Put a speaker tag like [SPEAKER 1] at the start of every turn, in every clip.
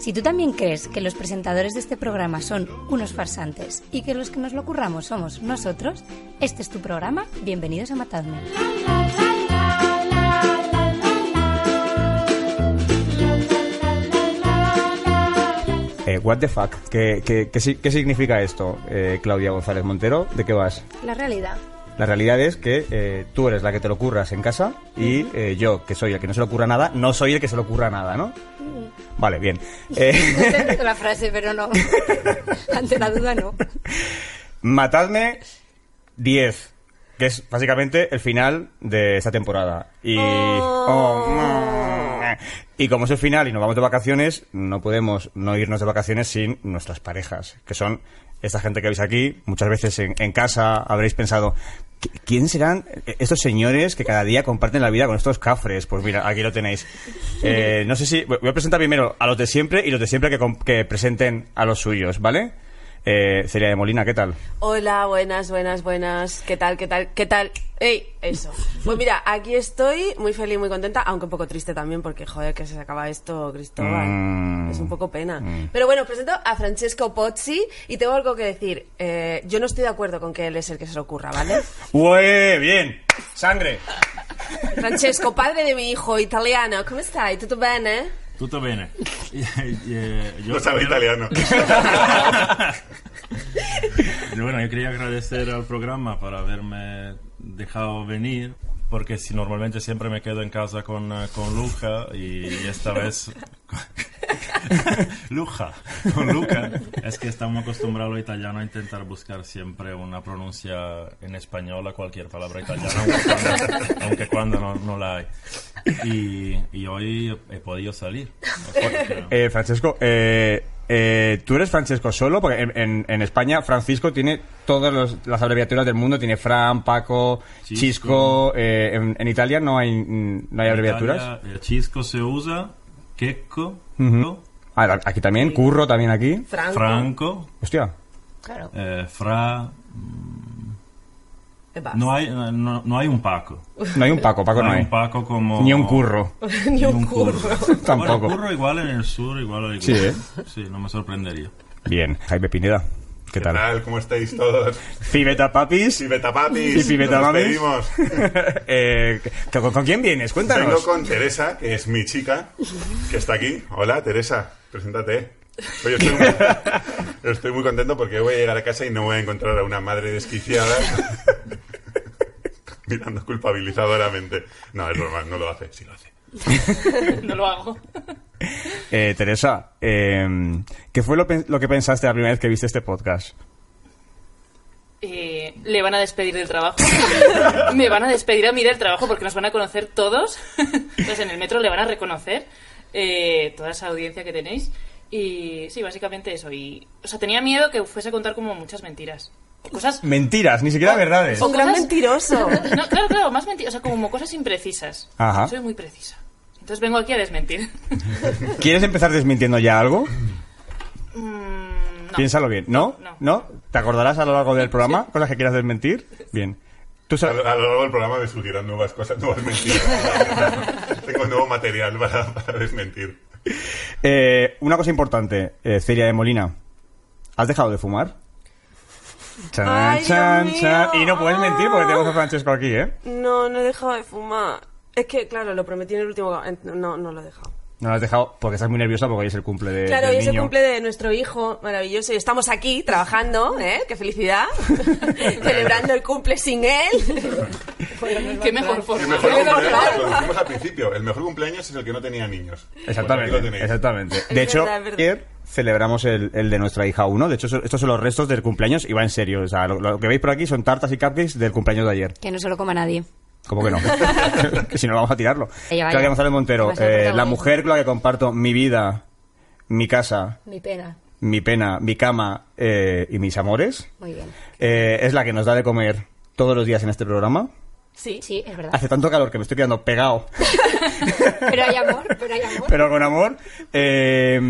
[SPEAKER 1] Si tú también crees que los presentadores de este programa son unos farsantes y que los que nos lo curramos somos nosotros, este es tu programa. Bienvenidos a Matadme.
[SPEAKER 2] Eh, what the fuck? ¿Qué, qué, qué si- qué significa esto, eh, Claudia González Montero? ¿De qué vas?
[SPEAKER 3] La realidad.
[SPEAKER 2] La realidad es que eh, tú eres la que te lo curras en casa y eh, yo, que soy el que no se le ocurra nada, no soy el que se le ocurra nada, ¿no? Vale, bien. Eh,
[SPEAKER 3] No entiendo la frase, pero no. Ante la duda, no.
[SPEAKER 2] Matadme 10, que es básicamente el final de esta temporada. Y,
[SPEAKER 3] Oh.
[SPEAKER 2] mm. y como es el final y nos vamos de vacaciones, no podemos no irnos de vacaciones sin nuestras parejas, que son esta gente que veis aquí. Muchas veces en, en casa habréis pensado, "¿Qui- ¿quién serán estos señores que cada día comparten la vida con estos cafres? Pues mira, aquí lo tenéis. Eh, no sé si... Voy a presentar primero a los de siempre y los de siempre que, com- que presenten a los suyos, ¿vale? Eh, Celia de Molina, ¿qué tal?
[SPEAKER 4] Hola, buenas, buenas, buenas. ¿Qué tal, qué tal, qué tal? ¡Ey! Eso. Pues mira, aquí estoy muy feliz, muy contenta, aunque un poco triste también, porque joder, que se acaba esto, Cristóbal.
[SPEAKER 2] Mm.
[SPEAKER 4] Es un poco pena.
[SPEAKER 2] Mm.
[SPEAKER 4] Pero bueno, os presento a Francesco Pozzi y tengo algo que decir. Eh, yo no estoy de acuerdo con que él es el que se lo ocurra, ¿vale?
[SPEAKER 2] ¡Ué! ¡Bien! ¡Sangre!
[SPEAKER 4] Francesco, padre de mi hijo italiano, ¿cómo estás? ¿Todo bien, eh?
[SPEAKER 5] Tutto bene. Eh, yo
[SPEAKER 6] No sabe
[SPEAKER 5] quiero-
[SPEAKER 6] italiano.
[SPEAKER 5] Bueno, yo quería agradecer al programa por haberme dejado venir, porque si normalmente siempre me quedo en casa con, eh, con Luca y esta vez... Luca, con Luca. Es que estamos acostumbrados los italianos a intentar buscar siempre una pronuncia en español a cualquier palabra italiana, aunque cuando, aunque cuando no, no la hay. Y, y hoy he podido salir.
[SPEAKER 2] Eh, Francesco, eh, eh, ¿tú eres Francesco solo? Porque en, en- en España Francisco tiene todas los- las abreviaturas del mundo. Tiene Fran, Paco, Chisco.
[SPEAKER 5] Chisco.
[SPEAKER 2] eh, en, en Italia no hay, mm, no hay abreviaturas.
[SPEAKER 5] Italia, el chisco se usa, queco,
[SPEAKER 2] Ujú. Ah, aquí también, Curro también aquí.
[SPEAKER 4] Franco.
[SPEAKER 5] franco,
[SPEAKER 2] Hostia.
[SPEAKER 3] Claro.
[SPEAKER 5] eh, fra...
[SPEAKER 4] ¿Qué pasa?
[SPEAKER 5] No hay, no, no hay un Paco.
[SPEAKER 2] No hay un Paco, Paco no hay.
[SPEAKER 5] un Paco como...
[SPEAKER 2] Ni un Curro.
[SPEAKER 4] Ni un curro.
[SPEAKER 2] Tampoco.
[SPEAKER 5] Bueno, curro igual en el sur, igual hay
[SPEAKER 2] Sí, ¿eh?
[SPEAKER 5] Sí, no me sorprendería.
[SPEAKER 2] Bien, Jaime Pineda. ¿Qué
[SPEAKER 6] ¿Qué
[SPEAKER 2] tal?
[SPEAKER 6] tal? ¿Cómo estáis todos?
[SPEAKER 2] Fibeta Papis.
[SPEAKER 6] Pibeta Papis.
[SPEAKER 2] Y Pibeta
[SPEAKER 6] nos
[SPEAKER 2] Mamis.
[SPEAKER 6] despedimos.
[SPEAKER 2] Eh, ¿con, con quién vienes? Cuéntanos.
[SPEAKER 6] Vengo con Teresa, que es mi chica, que está aquí. Hola, Teresa, preséntate. Oye, estoy muy, estoy muy contento porque voy a llegar a casa y no voy a encontrar a una madre desquiciada mirando culpabilizadoramente. No, es normal, no lo hace, sí lo hace.
[SPEAKER 7] No lo hago.
[SPEAKER 2] Eh, Teresa, eh, ¿qué fue lo, pe- lo que pensaste la primera vez que viste este podcast?
[SPEAKER 7] Eh, Le van a despedir del trabajo. Me van a despedir a mí del trabajo porque nos van a conocer todos. Entonces en el metro le van a reconocer eh, toda esa audiencia que tenéis. Y sí, básicamente eso. Y, o sea, tenía miedo que fuese a contar como muchas mentiras. Cosas.
[SPEAKER 2] Mentiras, ni siquiera verdades.
[SPEAKER 4] Un gran
[SPEAKER 7] Cosas-
[SPEAKER 4] mentiroso.
[SPEAKER 7] No, claro, claro, más mentiras. O sea, como cosas imprecisas.
[SPEAKER 2] Ajá.
[SPEAKER 7] Soy muy precisa. Entonces vengo aquí a desmentir.
[SPEAKER 2] ¿Quieres empezar desmintiendo ya algo?
[SPEAKER 7] Mm, no.
[SPEAKER 2] Piénsalo bien. ¿No?
[SPEAKER 7] No.
[SPEAKER 2] ¿Te acordarás a lo largo del programa cosas que quieras desmentir? Bien. Tú
[SPEAKER 6] A
[SPEAKER 2] sabes...
[SPEAKER 6] lo, a lo largo del programa me surgirán nuevas cosas, nuevas mentiras. Tengo nuevo material para, para desmentir.
[SPEAKER 2] Eh, una cosa importante, eh, Celia de Molina. ¿Has dejado de fumar? Chan,
[SPEAKER 4] Ay, Dios mío. Ah.
[SPEAKER 2] Y no puedes mentir porque tenemos a Francesco aquí, ¿eh?
[SPEAKER 4] No, no he dejado de fumar. Es que, claro, lo prometí en el último... en- No, no lo he dejado.
[SPEAKER 2] No lo has dejado porque estás muy nerviosa porque hoy es el cumple de,
[SPEAKER 4] Claro,
[SPEAKER 2] del
[SPEAKER 4] hoy es el
[SPEAKER 2] niño.
[SPEAKER 4] cumple de nuestro hijo maravilloso y estamos aquí trabajando, ¿eh? ¡Qué felicidad! Celebrando el cumple sin él.
[SPEAKER 7] Qué mejor forma.
[SPEAKER 6] El mejor
[SPEAKER 4] Sí, no,
[SPEAKER 6] cumpleaños,
[SPEAKER 4] claro.
[SPEAKER 6] lo dijimos al principio, el mejor cumpleaños es el que no tenía niños.
[SPEAKER 2] Exactamente,
[SPEAKER 6] Pues aquí lo tenéis.
[SPEAKER 2] exactamente. De
[SPEAKER 4] Es
[SPEAKER 2] hecho,
[SPEAKER 4] verdad, es verdad.
[SPEAKER 2] ayer celebramos el, el de nuestra hija 1. De hecho, so- estos son los restos del cumpleaños y va en serio. O sea, lo, lo que veis por aquí son tartas y cupcakes del cumpleaños de ayer.
[SPEAKER 1] Que no se lo coma nadie.
[SPEAKER 2] ¿Cómo que no? Que si no, vamos a tirarlo.
[SPEAKER 1] Ella, vaya.
[SPEAKER 2] Claudia González Montero,
[SPEAKER 1] Vas a la
[SPEAKER 2] eh, la
[SPEAKER 1] protagonista.
[SPEAKER 2] mujer con la que comparto mi vida, mi casa,
[SPEAKER 3] Mi pena.
[SPEAKER 2] mi pena, mi cama eh, y mis amores,
[SPEAKER 3] Muy bien.
[SPEAKER 2] eh, es la que nos da de comer todos los días en este programa.
[SPEAKER 4] Sí.
[SPEAKER 3] Sí, es verdad.
[SPEAKER 2] Hace tanto calor que me estoy quedando pegado
[SPEAKER 3] Pero hay amor, pero hay amor.
[SPEAKER 2] Pero con amor. eh,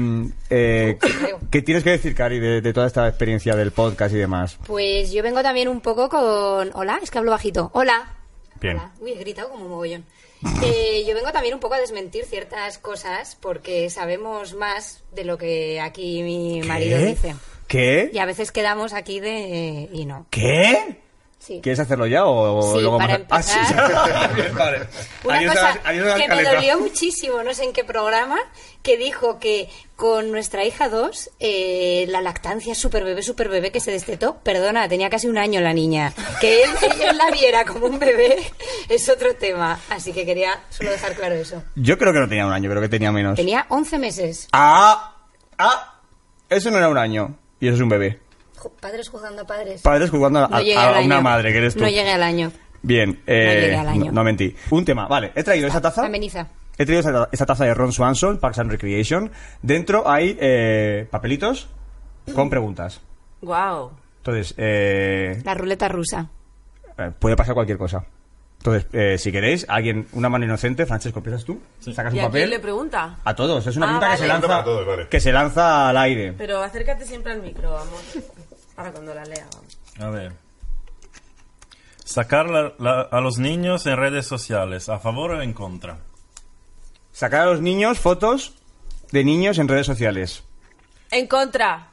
[SPEAKER 2] eh,
[SPEAKER 3] Creo.
[SPEAKER 2] ¿Qué tienes que decir, Cari, de, de toda esta experiencia del podcast y demás?
[SPEAKER 3] Pues yo vengo también un poco con... Hola, es que hablo bajito. Hola.
[SPEAKER 2] Bien.
[SPEAKER 3] Hola. Uy, he gritado como un mogollón. Eh, yo vengo también un poco a desmentir ciertas cosas porque sabemos más de lo que aquí mi marido dice.
[SPEAKER 2] ¿Qué?
[SPEAKER 3] Y a veces quedamos aquí de... y no.
[SPEAKER 2] ¿Qué?
[SPEAKER 3] Sí.
[SPEAKER 2] ¿Quieres hacerlo ya o
[SPEAKER 3] Sí,
[SPEAKER 2] luego
[SPEAKER 3] para
[SPEAKER 2] más? Ah, sí,
[SPEAKER 3] empezar.
[SPEAKER 2] ya. Bien, vale.
[SPEAKER 3] Una
[SPEAKER 2] Adiós a
[SPEAKER 3] cosa
[SPEAKER 2] la- adiós a la
[SPEAKER 3] que me
[SPEAKER 2] escaleta.
[SPEAKER 3] dolió muchísimo, no sé en qué programa, que dijo que con nuestra hija 2, eh, la lactancia super bebé, super bebé que se destetó, perdona, tenía casi un año la niña. Que él, ella la viera como un bebé es otro tema. Así que quería solo dejar claro eso.
[SPEAKER 2] Yo creo que no tenía un año, creo que tenía menos.
[SPEAKER 3] Tenía 11 meses.
[SPEAKER 2] Ah, ah, eso no era un año. Y eso es un bebé.
[SPEAKER 3] Jo- Padres juzgando a padres.
[SPEAKER 2] Padres jugando a,
[SPEAKER 3] No llegué
[SPEAKER 2] a-
[SPEAKER 3] al
[SPEAKER 2] a una
[SPEAKER 3] año.
[SPEAKER 2] madre que eres tú.
[SPEAKER 3] No llegué al año.
[SPEAKER 2] Bien, eh,
[SPEAKER 3] llegué al año.
[SPEAKER 2] no, no mentí. Un tema, vale, he traído esa taza.
[SPEAKER 3] Ameniza.
[SPEAKER 2] He traído esa, esa taza de Ron Swanson, Parks and Recreation. Dentro hay eh, papelitos con preguntas.
[SPEAKER 4] Wow.
[SPEAKER 2] Entonces, eh,
[SPEAKER 3] La ruleta rusa.
[SPEAKER 2] eh, puede pasar cualquier cosa. Entonces, eh, si queréis, alguien, una mano inocente, Francesco, empiezas tú, sacas
[SPEAKER 4] ¿Y
[SPEAKER 2] un
[SPEAKER 4] a quién
[SPEAKER 2] papel.
[SPEAKER 4] le pregunta?
[SPEAKER 2] A todos, es una
[SPEAKER 4] Ah,
[SPEAKER 2] pregunta que,
[SPEAKER 4] vale.
[SPEAKER 2] se lanza,
[SPEAKER 6] Para todos, vale.
[SPEAKER 2] que se lanza al aire.
[SPEAKER 4] Pero acércate siempre al micro, vamos. Para cuando la lea, vamos.
[SPEAKER 5] A ver. Sacar la- la- a los niños en redes sociales, ¿a favor o en contra?
[SPEAKER 2] Sacar a los niños fotos de niños en redes sociales.
[SPEAKER 4] En contra.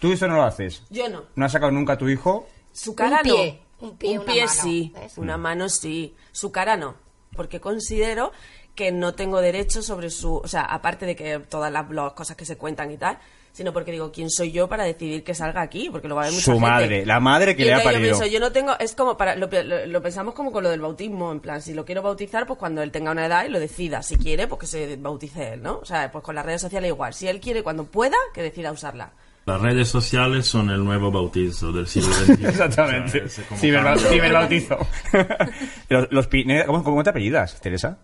[SPEAKER 2] Tú eso no lo haces.
[SPEAKER 4] Yo no.
[SPEAKER 2] No has sacado nunca a tu hijo.
[SPEAKER 4] Su cara
[SPEAKER 3] Un pie,
[SPEAKER 4] no.
[SPEAKER 3] un pie, una mano,
[SPEAKER 4] sí.
[SPEAKER 3] ¿ves?
[SPEAKER 4] Una mano sí. Su cara no. Porque considero que no tengo derecho sobre su. O sea, aparte de que todas las, las cosas que se cuentan y tal, sino porque digo, ¿quién soy yo para decidir que salga aquí? Porque lo va a ver mucha
[SPEAKER 2] Su
[SPEAKER 4] gente.
[SPEAKER 2] madre, la madre que
[SPEAKER 4] Y
[SPEAKER 2] le ha
[SPEAKER 4] entonces
[SPEAKER 2] parido.
[SPEAKER 4] Yo, pienso, yo no tengo. Es como para. Lo, pe- lo- lo pensamos como con lo del bautismo. En plan, si lo quiero bautizar, pues cuando él tenga una edad y lo decida. Si quiere, pues que se bautice él, ¿no? O sea, pues con las redes sociales igual. Si él quiere, cuando pueda, que decida usarla.
[SPEAKER 5] Las redes sociales son el nuevo bautizo del siglo XXI. O sea, ese como cambio.
[SPEAKER 2] Ciberbautizo. los, los Pineda, ¿cómo, ¿Cómo te apellidas, Teresa?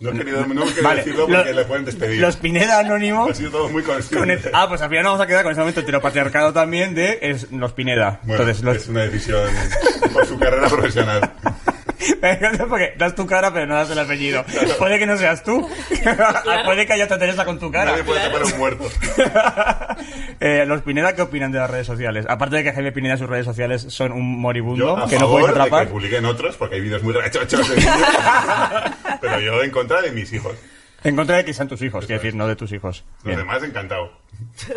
[SPEAKER 6] No he querido, no he querido decirlo
[SPEAKER 2] lo-
[SPEAKER 6] porque le pueden despedir.
[SPEAKER 2] Los Pineda
[SPEAKER 6] Ha
[SPEAKER 2] Anónimos.
[SPEAKER 6] sido todo muy
[SPEAKER 2] con
[SPEAKER 6] consciente.
[SPEAKER 2] el- ah, pues al final nos vamos a quedar con ese momento heteropatriarcado también de es- los Pineda.
[SPEAKER 6] Bueno,
[SPEAKER 2] Entonces, los,
[SPEAKER 6] es una decisión por su carrera profesional.
[SPEAKER 2] Me encanta porque das tu cara pero no das el apellido. Puede que no seas tú. Puede que haya otra Teresa con tu cara.
[SPEAKER 6] Nadie puede tapar a un muerto.
[SPEAKER 2] Eh, los Pineda, ¿qué opinan de las redes sociales? Aparte de que Jaime Pineda, sus redes sociales son un
[SPEAKER 6] Yo
[SPEAKER 2] moribundo
[SPEAKER 6] a
[SPEAKER 2] que no
[SPEAKER 6] favor
[SPEAKER 2] podéis
[SPEAKER 6] de
[SPEAKER 2] atrapar.
[SPEAKER 6] que publiquen otros porque hay vídeos muy rachochos de niños. Pero yo en contra de mis hijos.
[SPEAKER 2] En contra de que sean tus hijos, quiero decir, no de tus hijos.
[SPEAKER 6] Los
[SPEAKER 2] Bien.
[SPEAKER 6] demás encantado.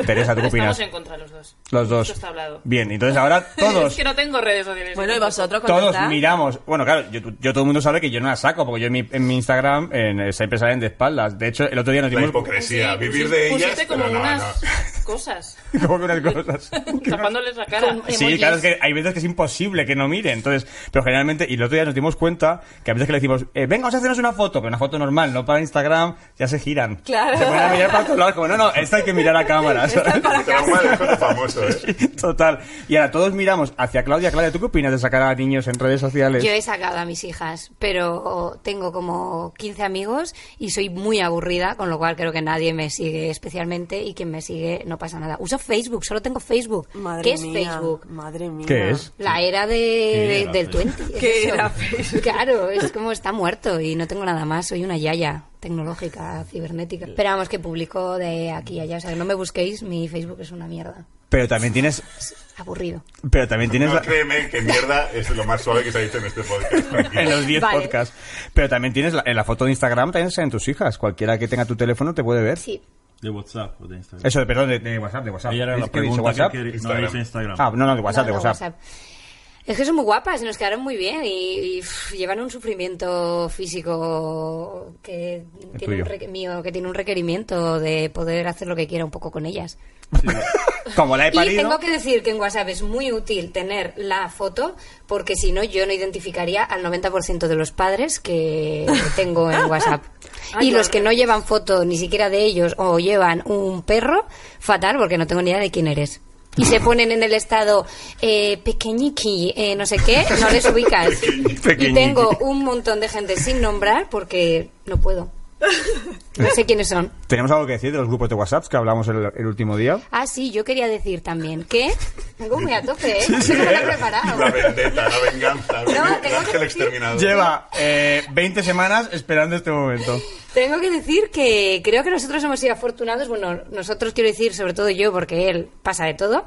[SPEAKER 2] Teresa, ¿tú qué
[SPEAKER 7] Estamos
[SPEAKER 2] opinas?
[SPEAKER 7] en contra los dos.
[SPEAKER 2] Los dos.
[SPEAKER 7] Esto está hablado.
[SPEAKER 2] Bien, entonces ahora
[SPEAKER 7] es
[SPEAKER 2] todos.
[SPEAKER 7] que no tengo redes sociales.
[SPEAKER 4] Bueno, y vosotros
[SPEAKER 2] Todos
[SPEAKER 4] contestad?
[SPEAKER 2] miramos. Bueno, claro, yo, yo todo el mundo sabe que yo no la saco, porque yo en mi, en mi Instagram en, siempre salen de espaldas. De hecho, el otro día nos
[SPEAKER 6] La
[SPEAKER 2] dimos
[SPEAKER 6] hipocresía,
[SPEAKER 7] Sí,
[SPEAKER 6] vivir
[SPEAKER 7] pusiste-
[SPEAKER 6] de ellas,
[SPEAKER 7] pusiste como
[SPEAKER 6] pero no,
[SPEAKER 7] unas cosas.
[SPEAKER 2] como que unas cosas.
[SPEAKER 7] tapándoles la cara.
[SPEAKER 2] Sí, claro, es que hay veces que es imposible que no miren. Entonces, pero generalmente, y el otro día nos dimos cuenta que a veces que le decimos, eh, venga, vamos a hacernos una foto, pero una foto normal, no para Instagram, ya se giran.
[SPEAKER 4] Claro.
[SPEAKER 2] Se ponen a mirar para todos lados, como, no, no, esta hay que mirar a cámara. ¿sabes?
[SPEAKER 6] no. Trauma de hijo de famoso, ¿eh?
[SPEAKER 2] Total. Y ahora todos miramos hacia Claudia. Claudia, ¿tú qué opinas de sacar a niños en redes sociales?
[SPEAKER 3] Yo he sacado a mis hijas, pero tengo como 15 amigos y soy muy aburrida, con lo cual creo que nadie me sigue especialmente y quien me sigue no pasa nada. Uso Facebook, solo tengo Facebook.
[SPEAKER 4] Madre
[SPEAKER 3] ¿Qué es
[SPEAKER 4] mía,
[SPEAKER 3] Facebook?
[SPEAKER 4] Madre mía.
[SPEAKER 2] ¿Qué es?
[SPEAKER 3] La era de,
[SPEAKER 5] ¿Qué era
[SPEAKER 3] del
[SPEAKER 5] Facebook?
[SPEAKER 3] 20. es
[SPEAKER 4] ¿Qué
[SPEAKER 3] eso.
[SPEAKER 4] era Facebook?
[SPEAKER 3] Claro, es como está muerto y no tengo nada más. Soy una yaya tecnológica, cibernética. Pero vamos, que publico de aquí a allá. O sea, que no me busquéis, mi Facebook es una mierda.
[SPEAKER 2] Pero también tienes,
[SPEAKER 3] Es aburrido.
[SPEAKER 2] pero también tienes
[SPEAKER 6] No,
[SPEAKER 2] la-
[SPEAKER 6] créeme que mierda es lo más suave que se ha dicho en este podcast. tranquilo.
[SPEAKER 2] en los 10
[SPEAKER 3] Vale.
[SPEAKER 2] podcasts. Pero también tienes la, en la foto de Instagram, también salen tus hijas. Cualquiera que tenga tu teléfono te puede ver.
[SPEAKER 3] Sí,
[SPEAKER 5] De WhatsApp o de Instagram.
[SPEAKER 2] Eso, perdón, de, de WhatsApp, de WhatsApp.
[SPEAKER 5] Ahí era
[SPEAKER 2] ¿Es
[SPEAKER 5] la
[SPEAKER 2] que he dicho
[SPEAKER 5] pregunta que
[SPEAKER 2] WhatsApp?
[SPEAKER 5] quería-
[SPEAKER 6] Instagram.
[SPEAKER 5] No, es Instagram.
[SPEAKER 2] Ah, no, no, de WhatsApp,
[SPEAKER 3] No,
[SPEAKER 2] de
[SPEAKER 3] no,
[SPEAKER 2] WhatsApp.
[SPEAKER 3] Es que son muy guapas, nos quedaron muy bien y, y, pff, llevan un sufrimiento físico que
[SPEAKER 2] El
[SPEAKER 3] tiene, un
[SPEAKER 2] tuyo.
[SPEAKER 3] requ- mío, que tiene un requerimiento de poder hacer lo que quiera un poco con ellas.
[SPEAKER 2] Como la he
[SPEAKER 3] Y
[SPEAKER 2] parido.
[SPEAKER 3] tengo que decir que en WhatsApp es muy útil tener la foto porque si no yo no identificaría al 90% de los padres que tengo en WhatsApp.
[SPEAKER 7] Ay,
[SPEAKER 3] Y
[SPEAKER 7] yo
[SPEAKER 3] los
[SPEAKER 7] al
[SPEAKER 3] que no
[SPEAKER 7] revés.
[SPEAKER 3] llevan foto ni siquiera de ellos o llevan un perro, fatal porque no tengo ni idea de quién eres. Y se ponen en el estado eh, pequeñiqui, eh, no sé qué, no les ubicas.
[SPEAKER 2] Pequeñiqui.
[SPEAKER 3] Y tengo un montón de gente sin nombrar porque no puedo. No sé quiénes son.
[SPEAKER 2] Tenemos algo que decir de los grupos de WhatsApp que hablamos el, el último día.
[SPEAKER 3] Ah, sí, yo quería decir también que... Vengo muy a tope, ¿eh? Yo no me lo he preparado.
[SPEAKER 6] La vendetta, la venganza,
[SPEAKER 3] No, tengo
[SPEAKER 6] el
[SPEAKER 3] que
[SPEAKER 6] ángel
[SPEAKER 3] decir-
[SPEAKER 6] exterminador.
[SPEAKER 2] Lleva eh, 20 semanas esperando este momento.
[SPEAKER 3] Tengo que decir que creo que nosotros hemos sido afortunados, bueno, nosotros quiero decir, sobre todo yo, porque él pasa de todo,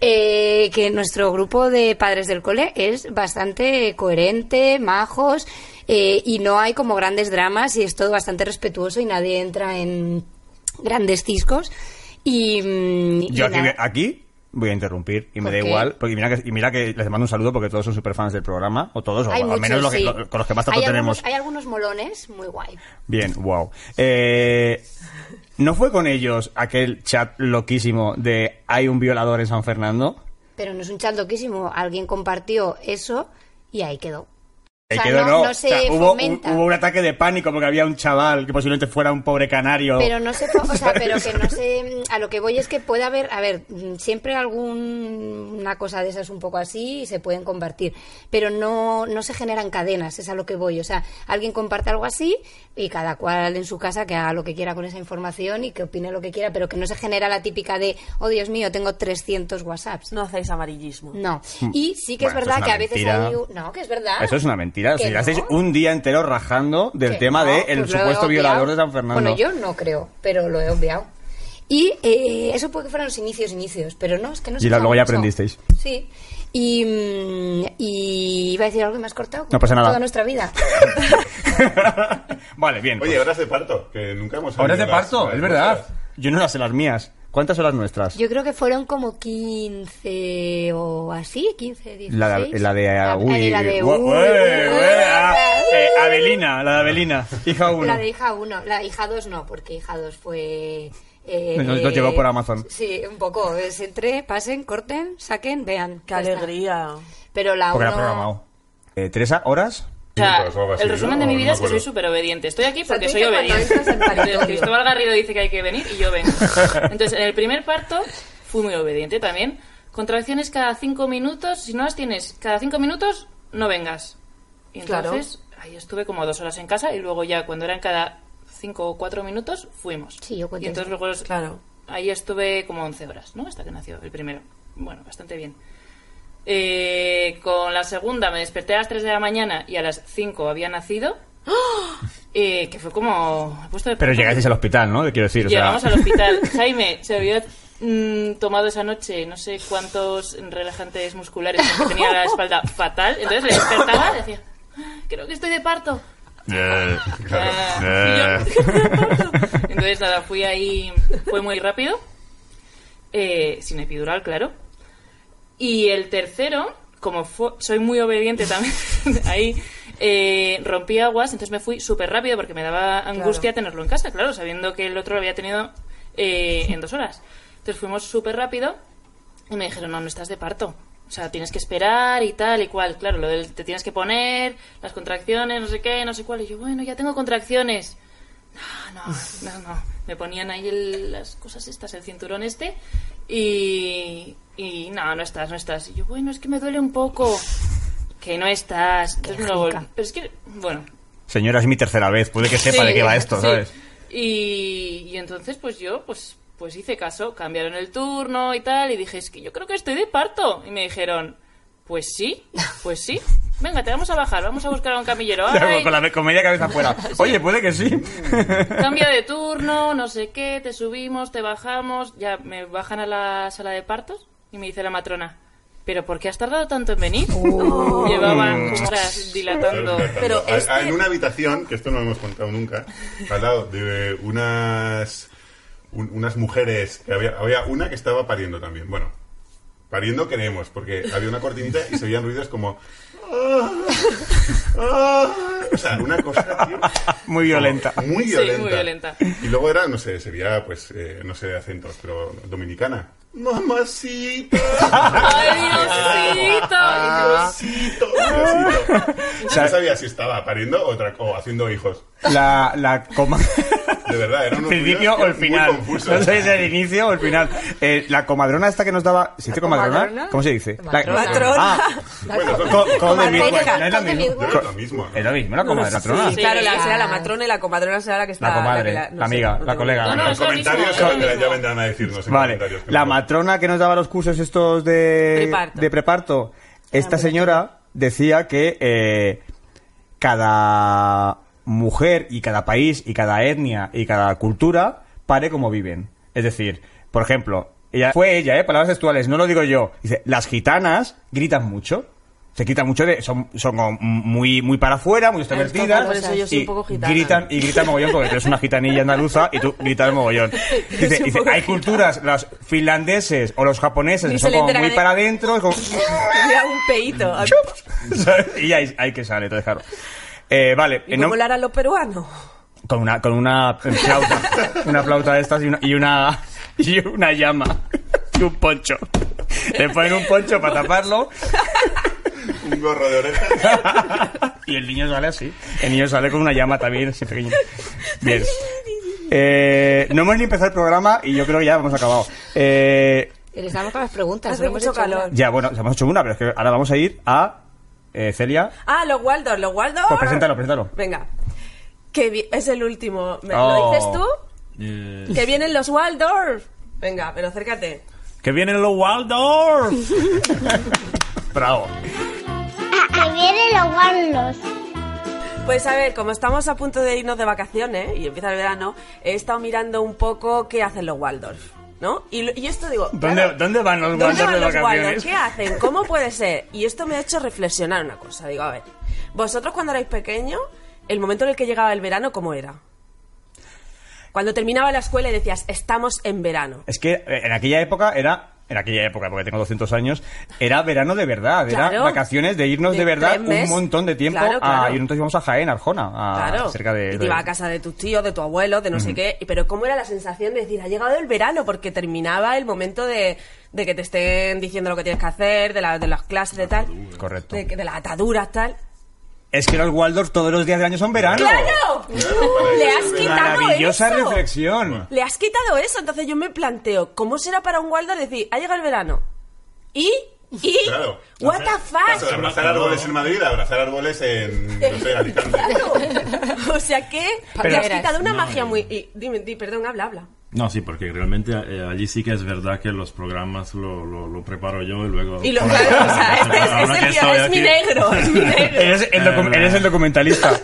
[SPEAKER 3] eh, que nuestro grupo de padres del cole es bastante coherente, majos, eh, y no hay como grandes dramas y es todo bastante respetuoso y nadie entra en grandes ciscos. Y, mm, y
[SPEAKER 2] Yo aquí,
[SPEAKER 3] nada.
[SPEAKER 2] aquí voy a interrumpir y me
[SPEAKER 3] ¿Por
[SPEAKER 2] da
[SPEAKER 3] qué?
[SPEAKER 2] igual. Porque mira que, y mira que les mando un saludo porque todos son super fans del programa, o todos, o
[SPEAKER 3] Hay
[SPEAKER 2] al
[SPEAKER 3] muchos,
[SPEAKER 2] menos los que-
[SPEAKER 3] sí.
[SPEAKER 2] lo- con los que más trato
[SPEAKER 3] Hay
[SPEAKER 2] tenemos.
[SPEAKER 3] algunos- hay algunos molones muy guay.
[SPEAKER 2] Bien, wow. Eh, ¿No fue con ellos aquel chat loquísimo de hay un violador en San Fernando?
[SPEAKER 3] Pero no es un chat loquísimo. Alguien compartió eso y ahí quedó.
[SPEAKER 2] Eh,
[SPEAKER 3] sea,
[SPEAKER 2] quedó,
[SPEAKER 3] no- no se
[SPEAKER 2] hubo,
[SPEAKER 3] fomenta.
[SPEAKER 2] un- hubo un ataque de pánico porque había un chaval que posiblemente fuera un pobre canario.
[SPEAKER 3] Pero no sé, o sea, pero que no sé, a lo que voy es que puede haber, a ver, mm, siempre alguna cosa de esas un poco así y se pueden compartir, pero no, no se generan cadenas, es a lo que voy, o sea, alguien comparte algo así y cada cual en su casa que haga lo que quiera con esa información y que opine lo que quiera, pero que no se genera la típica de, oh Dios mío, tengo 300 WhatsApps.
[SPEAKER 4] No hacéis amarillismo.
[SPEAKER 3] No, y sí que
[SPEAKER 2] Mm. Bueno,
[SPEAKER 3] es
[SPEAKER 2] eso
[SPEAKER 3] verdad
[SPEAKER 2] es
[SPEAKER 3] que
[SPEAKER 2] una
[SPEAKER 3] a veces
[SPEAKER 2] mentira.
[SPEAKER 3] hay... un- No, que es verdad.
[SPEAKER 2] Eso es una mentira. O sea,
[SPEAKER 3] Que
[SPEAKER 2] llevasteis
[SPEAKER 3] no.
[SPEAKER 2] un día entero rajando del
[SPEAKER 3] Que
[SPEAKER 2] tema
[SPEAKER 3] no,
[SPEAKER 2] del de el
[SPEAKER 3] pues lo he
[SPEAKER 2] supuesto
[SPEAKER 3] obviado.
[SPEAKER 2] violador de San Fernando.
[SPEAKER 3] Bueno, yo no creo, pero lo he obviado. Y eh, eso puede que fueran los inicios, inicios, pero no, es que no sé.
[SPEAKER 2] Y la- luego ya aprendisteis.
[SPEAKER 3] Sí. Y, mm, y iba a decir algo y me has cortado.
[SPEAKER 2] No pasa nada.
[SPEAKER 3] Toda nuestra vida.
[SPEAKER 2] vale, bien. pues.
[SPEAKER 6] Oye, horas de parto, que nunca hemos
[SPEAKER 2] Horas
[SPEAKER 6] sabido
[SPEAKER 2] de
[SPEAKER 6] las-
[SPEAKER 2] parto,
[SPEAKER 6] las
[SPEAKER 2] es verdad.
[SPEAKER 6] vuestras.
[SPEAKER 2] Yo no las sé las mías. ¿Cuántas son las nuestras?
[SPEAKER 3] Yo creo que fueron como 15 o así, 15, 16.
[SPEAKER 2] La de, la de, ah,
[SPEAKER 3] Ah,
[SPEAKER 2] uy,
[SPEAKER 3] la de-
[SPEAKER 2] ué,
[SPEAKER 3] uy,
[SPEAKER 2] ué,
[SPEAKER 3] uy,
[SPEAKER 2] ué, ah, eh, Abelina, la de Abelina, hija uno.
[SPEAKER 3] La de hija 1, la de hija 2 no, porque hija 2 fue... eh,
[SPEAKER 2] Nos- nos
[SPEAKER 3] eh,
[SPEAKER 2] llevó por Amazon.
[SPEAKER 3] Sí, un poco. Es entre, pasen, corten, saquen, vean.
[SPEAKER 4] ¡Qué
[SPEAKER 3] Ya está.
[SPEAKER 4] alegría!
[SPEAKER 3] Pero la
[SPEAKER 2] Porque la ha
[SPEAKER 3] uno-
[SPEAKER 2] programado. Eh, ¿Teresa, horas?
[SPEAKER 7] O sea,
[SPEAKER 6] Minutos o algo así,
[SPEAKER 7] el resumen de
[SPEAKER 6] ¿no?
[SPEAKER 7] mi
[SPEAKER 6] No
[SPEAKER 7] vida
[SPEAKER 6] me
[SPEAKER 7] es que soy
[SPEAKER 6] acuerdo.
[SPEAKER 7] súper obediente. Estoy aquí
[SPEAKER 3] sea,
[SPEAKER 7] porque
[SPEAKER 3] tú
[SPEAKER 7] soy
[SPEAKER 3] dices cuando
[SPEAKER 7] obediente.
[SPEAKER 3] entras en paritorio.
[SPEAKER 7] Entonces, Cristóbal Garrido dice que hay que venir y yo vengo. Entonces, en el primer parto fui muy obediente también. Contracciones cada cinco minutos. Si no las tienes cada cinco minutos, no vengas. Y
[SPEAKER 4] Claro.
[SPEAKER 7] entonces, ahí estuve como dos horas en casa y luego ya cuando eran cada cinco o cuatro minutos, fuimos.
[SPEAKER 3] Sí, yo cuento
[SPEAKER 7] Y entonces
[SPEAKER 3] eso.
[SPEAKER 7] luego los-
[SPEAKER 4] Claro.
[SPEAKER 7] ahí estuve como 11 horas, ¿no? Hasta que nació el primero. Bueno, bastante bien. Eh, con la segunda me desperté a las 3 de la mañana y a las 5 había nacido. Eh, que fue como... he puesto de-
[SPEAKER 2] ¡Ah! Pero llegasteis al hospital, ¿no? Quiero decir, o sea-
[SPEAKER 7] Llegamos al hospital. Jaime se había mm, tomado esa noche no sé cuántos relajantes musculares porque tenía la espalda fatal. Entonces le despertaba y decía, "Ah, creo que estoy de parto.
[SPEAKER 6] Eh,
[SPEAKER 7] Ah,
[SPEAKER 6] claro.
[SPEAKER 7] y
[SPEAKER 6] Eh.
[SPEAKER 7] yo- Entonces, nada, fui ahí, fue muy rápido, eh, sin epidural, claro. Y el tercero, como fue- soy muy obediente también, ahí eh, rompí aguas, entonces me fui súper rápido porque me daba angustia tenerlo en casa, claro, sabiendo que el otro lo había tenido eh, en dos horas. Entonces fuimos súper rápido y me dijeron, no, no estás de parto. O sea, tienes que esperar y tal y cual. Claro, lo del te tienes que poner, las contracciones, no sé qué, no sé cuál. Y yo, bueno, ya tengo contracciones. No, Ah, no, no. Me ponían ahí el- las cosas estas, el cinturón este. Y, y no, no estás, no estás. Y yo, bueno, es que me duele un poco. Que no estás. Entonces me lo vol- Pero es que, bueno,
[SPEAKER 2] Señora, es mi tercera vez, puede que sepa
[SPEAKER 7] Sí,
[SPEAKER 2] de qué va esto,
[SPEAKER 7] sí.
[SPEAKER 2] ¿sabes?
[SPEAKER 7] Y, y entonces, pues yo, pues, pues hice caso, cambiaron el turno y tal, y dije, es que yo creo que estoy de parto. Y me dijeron, pues sí, pues sí. Venga, te vamos a bajar, vamos a buscar a un camillero. Ay,
[SPEAKER 2] pues, Con la con media cabeza afuera. Oye, puede que sí.
[SPEAKER 7] cambia de turno, no sé qué, te subimos, te bajamos, ya me bajan a la sala de partos y me dice la matrona, pero ¿por qué has tardado tanto en venir? Llevaban horas dilatando.
[SPEAKER 4] Pero
[SPEAKER 6] A- a-
[SPEAKER 4] este-
[SPEAKER 6] En una habitación, que esto no lo hemos contado nunca, al lado de unas, un- unas mujeres, que había, había una que estaba pariendo también. Bueno, pariendo queremos, porque había una cortinita y se oían ruidos como... "Ah, ah", O sea, una cosa tío,
[SPEAKER 2] Muy violenta.
[SPEAKER 6] como Muy
[SPEAKER 7] Sí,
[SPEAKER 6] violenta.
[SPEAKER 7] muy violenta.
[SPEAKER 6] Y luego era, no sé, sería, pues, eh, no sé de acentos, pero dominicana. Mamacita.
[SPEAKER 7] ¡Ay,
[SPEAKER 6] Diosito,
[SPEAKER 7] Diosito!
[SPEAKER 6] Ah. Diosito. No sabía si estaba pariendo o, tra- o haciendo hijos.
[SPEAKER 2] La, la coma.
[SPEAKER 6] De verdad, era
[SPEAKER 2] El
[SPEAKER 6] unos
[SPEAKER 2] principio
[SPEAKER 6] ruidos
[SPEAKER 2] o el
[SPEAKER 6] muy ¿eh?
[SPEAKER 2] final.
[SPEAKER 6] confusos.
[SPEAKER 2] No sé si el inicio o el final. Eh, la comadrona esta que nos daba. ¿Se dice comadrona?
[SPEAKER 3] comadrona?
[SPEAKER 2] ¿Cómo se dice?
[SPEAKER 3] Matrona.
[SPEAKER 4] Matrona.
[SPEAKER 2] Ah,
[SPEAKER 6] Bueno, son-
[SPEAKER 2] co- co- de
[SPEAKER 3] Comadrona.
[SPEAKER 2] mi- bueno, no es lo mismo.
[SPEAKER 6] Yo creo que es lo mismo. ¿no?
[SPEAKER 2] Es lo mismo, la comadrona.
[SPEAKER 4] Sí, claro, la
[SPEAKER 3] Sí.
[SPEAKER 4] será la matrona y la comadrona será la que está...
[SPEAKER 2] La comadre,
[SPEAKER 4] que
[SPEAKER 2] la
[SPEAKER 4] sé,
[SPEAKER 2] amiga,
[SPEAKER 4] tengo
[SPEAKER 2] la colega.
[SPEAKER 7] No,
[SPEAKER 6] Bueno,
[SPEAKER 7] no,
[SPEAKER 6] en
[SPEAKER 7] es lo
[SPEAKER 6] comentarios
[SPEAKER 7] mismo, es lo
[SPEAKER 6] ya- ya
[SPEAKER 7] mismo.
[SPEAKER 6] vendrán a decirnos. en
[SPEAKER 2] Vale,
[SPEAKER 6] comentarios, que
[SPEAKER 2] la
[SPEAKER 6] no-
[SPEAKER 2] matrona que nos daba los cursos estos de
[SPEAKER 4] Preparto. Ah, pues
[SPEAKER 2] de preparto, esta señora decía que eh, cada mujer y cada país y cada etnia y cada cultura pare como viven. Es decir, por ejemplo, ella, fue ella, ¿eh? palabras textuales, no lo digo yo. Dice, las gitanas gritan mucho. Se quita mucho de. Son, son como muy, muy para afuera, muy extrovertidas.
[SPEAKER 4] total, por eso yo soy
[SPEAKER 2] y
[SPEAKER 4] un poco gitana.
[SPEAKER 2] Gritan, y gritan mogollón porque tú eres una gitanilla andaluza y tú gritas mogollón. Dice,
[SPEAKER 4] un
[SPEAKER 2] dice,
[SPEAKER 4] poco
[SPEAKER 2] hay
[SPEAKER 4] gitana.
[SPEAKER 2] culturas, los finlandeses o los japoneses,
[SPEAKER 4] Ni
[SPEAKER 2] que
[SPEAKER 4] se
[SPEAKER 2] son
[SPEAKER 4] le
[SPEAKER 2] como
[SPEAKER 4] entera
[SPEAKER 2] muy
[SPEAKER 4] de-
[SPEAKER 2] para adentro. es como-
[SPEAKER 4] Era un peito.
[SPEAKER 2] ¿sabes? Y ahí, ahí que sale, entonces, claro. Eh, vale,
[SPEAKER 4] ¿Y
[SPEAKER 2] eh, no-
[SPEAKER 4] cómo lo harán los peruanos?
[SPEAKER 2] con una, con una flauta, una flauta de estas y una, y una, y una llama y un poncho. Le ponen un poncho para taparlo
[SPEAKER 6] Un gorro de oreja.
[SPEAKER 2] y el niño sale así. El niño sale con una llama también, así pequeño. Bien. Eh, no hemos ni empezado el programa y yo creo que ya hemos acabado. Eh,
[SPEAKER 3] Y le estamos con las preguntas.
[SPEAKER 4] Hace
[SPEAKER 3] solo hemos
[SPEAKER 4] mucho
[SPEAKER 3] hecho una.
[SPEAKER 4] calor.
[SPEAKER 2] ya, bueno, hemos hecho una, pero es que ahora vamos a ir a eh, Celia.
[SPEAKER 4] Ah, los Waldor, los Waldor.
[SPEAKER 2] Pues preséntalo, preséntalo.
[SPEAKER 4] Venga. Que vi- es el último. ¿Me-
[SPEAKER 2] Oh.
[SPEAKER 4] ¿Lo dices tú?
[SPEAKER 5] Eh,
[SPEAKER 4] Que vienen los Waldorf. Venga, pero acércate.
[SPEAKER 5] ¡Que vienen los Waldorf!
[SPEAKER 2] Bravo.
[SPEAKER 8] Ahí Ah, vienen los guarlos.
[SPEAKER 4] Pues a ver, como estamos a punto de irnos de vacaciones ¿eh? y empieza el verano, he estado mirando un poco qué hacen los Waldorf, ¿no? Y, lo- y esto digo...
[SPEAKER 2] ¿Dónde,
[SPEAKER 4] claro,
[SPEAKER 2] ¿Dónde van los
[SPEAKER 4] ¿Dónde
[SPEAKER 2] guantes
[SPEAKER 4] van
[SPEAKER 2] de
[SPEAKER 4] los Waldorf?
[SPEAKER 2] vacaciones?
[SPEAKER 4] ¿Qué hacen? ¿Cómo puede ser? Y esto me ha hecho reflexionar una cosa. Digo, a ver, vosotros cuando erais pequeños, el momento en el que llegaba el verano, ¿cómo era? Cuando terminaba la escuela y decías, estamos en verano.
[SPEAKER 2] Es que eh, en aquella época era. En aquella época, porque tengo 200 años, era verano de verdad, era
[SPEAKER 4] Claro.
[SPEAKER 2] vacaciones de irnos de,
[SPEAKER 4] De
[SPEAKER 2] verdad
[SPEAKER 4] tres
[SPEAKER 2] un
[SPEAKER 4] meses.
[SPEAKER 2] montón de tiempo
[SPEAKER 4] Claro,
[SPEAKER 2] a
[SPEAKER 4] claro.
[SPEAKER 2] y nosotros íbamos a Jaén, a Arjona, a-
[SPEAKER 4] Claro.
[SPEAKER 2] cerca de,
[SPEAKER 4] y te
[SPEAKER 2] de-
[SPEAKER 4] iba a casa de tus tíos, de tu abuelo, de no sé qué. y- Pero cómo era la sensación de decir, ha llegado el verano, porque terminaba el momento de, de que te estén diciendo lo que tienes que hacer, de, la- de las clases, de tal.
[SPEAKER 2] Correcto.
[SPEAKER 4] De, de las ataduras, tal.
[SPEAKER 2] Es que los Waldorf todos los días del año son verano.
[SPEAKER 4] ¡Claro! ¡Le has quitado
[SPEAKER 2] Maravillosa
[SPEAKER 4] eso!
[SPEAKER 2] reflexión.
[SPEAKER 4] Le has quitado eso. Entonces yo me planteo, ¿cómo será para un Waldorf decir, ha llegado el verano? ¿Y? ¿Y?
[SPEAKER 6] Claro.
[SPEAKER 4] ¿What the
[SPEAKER 7] Ah.
[SPEAKER 6] Paso de
[SPEAKER 4] fuck?
[SPEAKER 6] abrazar árboles en Madrid, a abrazar árboles en, no sé, Alicante.
[SPEAKER 4] o sea que le has
[SPEAKER 3] Pero-
[SPEAKER 4] quitado una
[SPEAKER 5] No,
[SPEAKER 4] magia
[SPEAKER 5] no.
[SPEAKER 4] muy... y- dime, di- perdón, habla, habla.
[SPEAKER 5] No, sí, porque realmente eh, allí sí que es verdad que los programas lo, lo, lo preparo yo y luego...
[SPEAKER 4] Y lo claro, o sea, este es,
[SPEAKER 5] Ahora
[SPEAKER 4] es
[SPEAKER 5] que
[SPEAKER 4] el guión,
[SPEAKER 5] estoy
[SPEAKER 4] es mi
[SPEAKER 5] aquí.
[SPEAKER 4] negro, es mi negro.
[SPEAKER 2] Eres el, docu-
[SPEAKER 5] Eh,
[SPEAKER 2] eres el documentalista.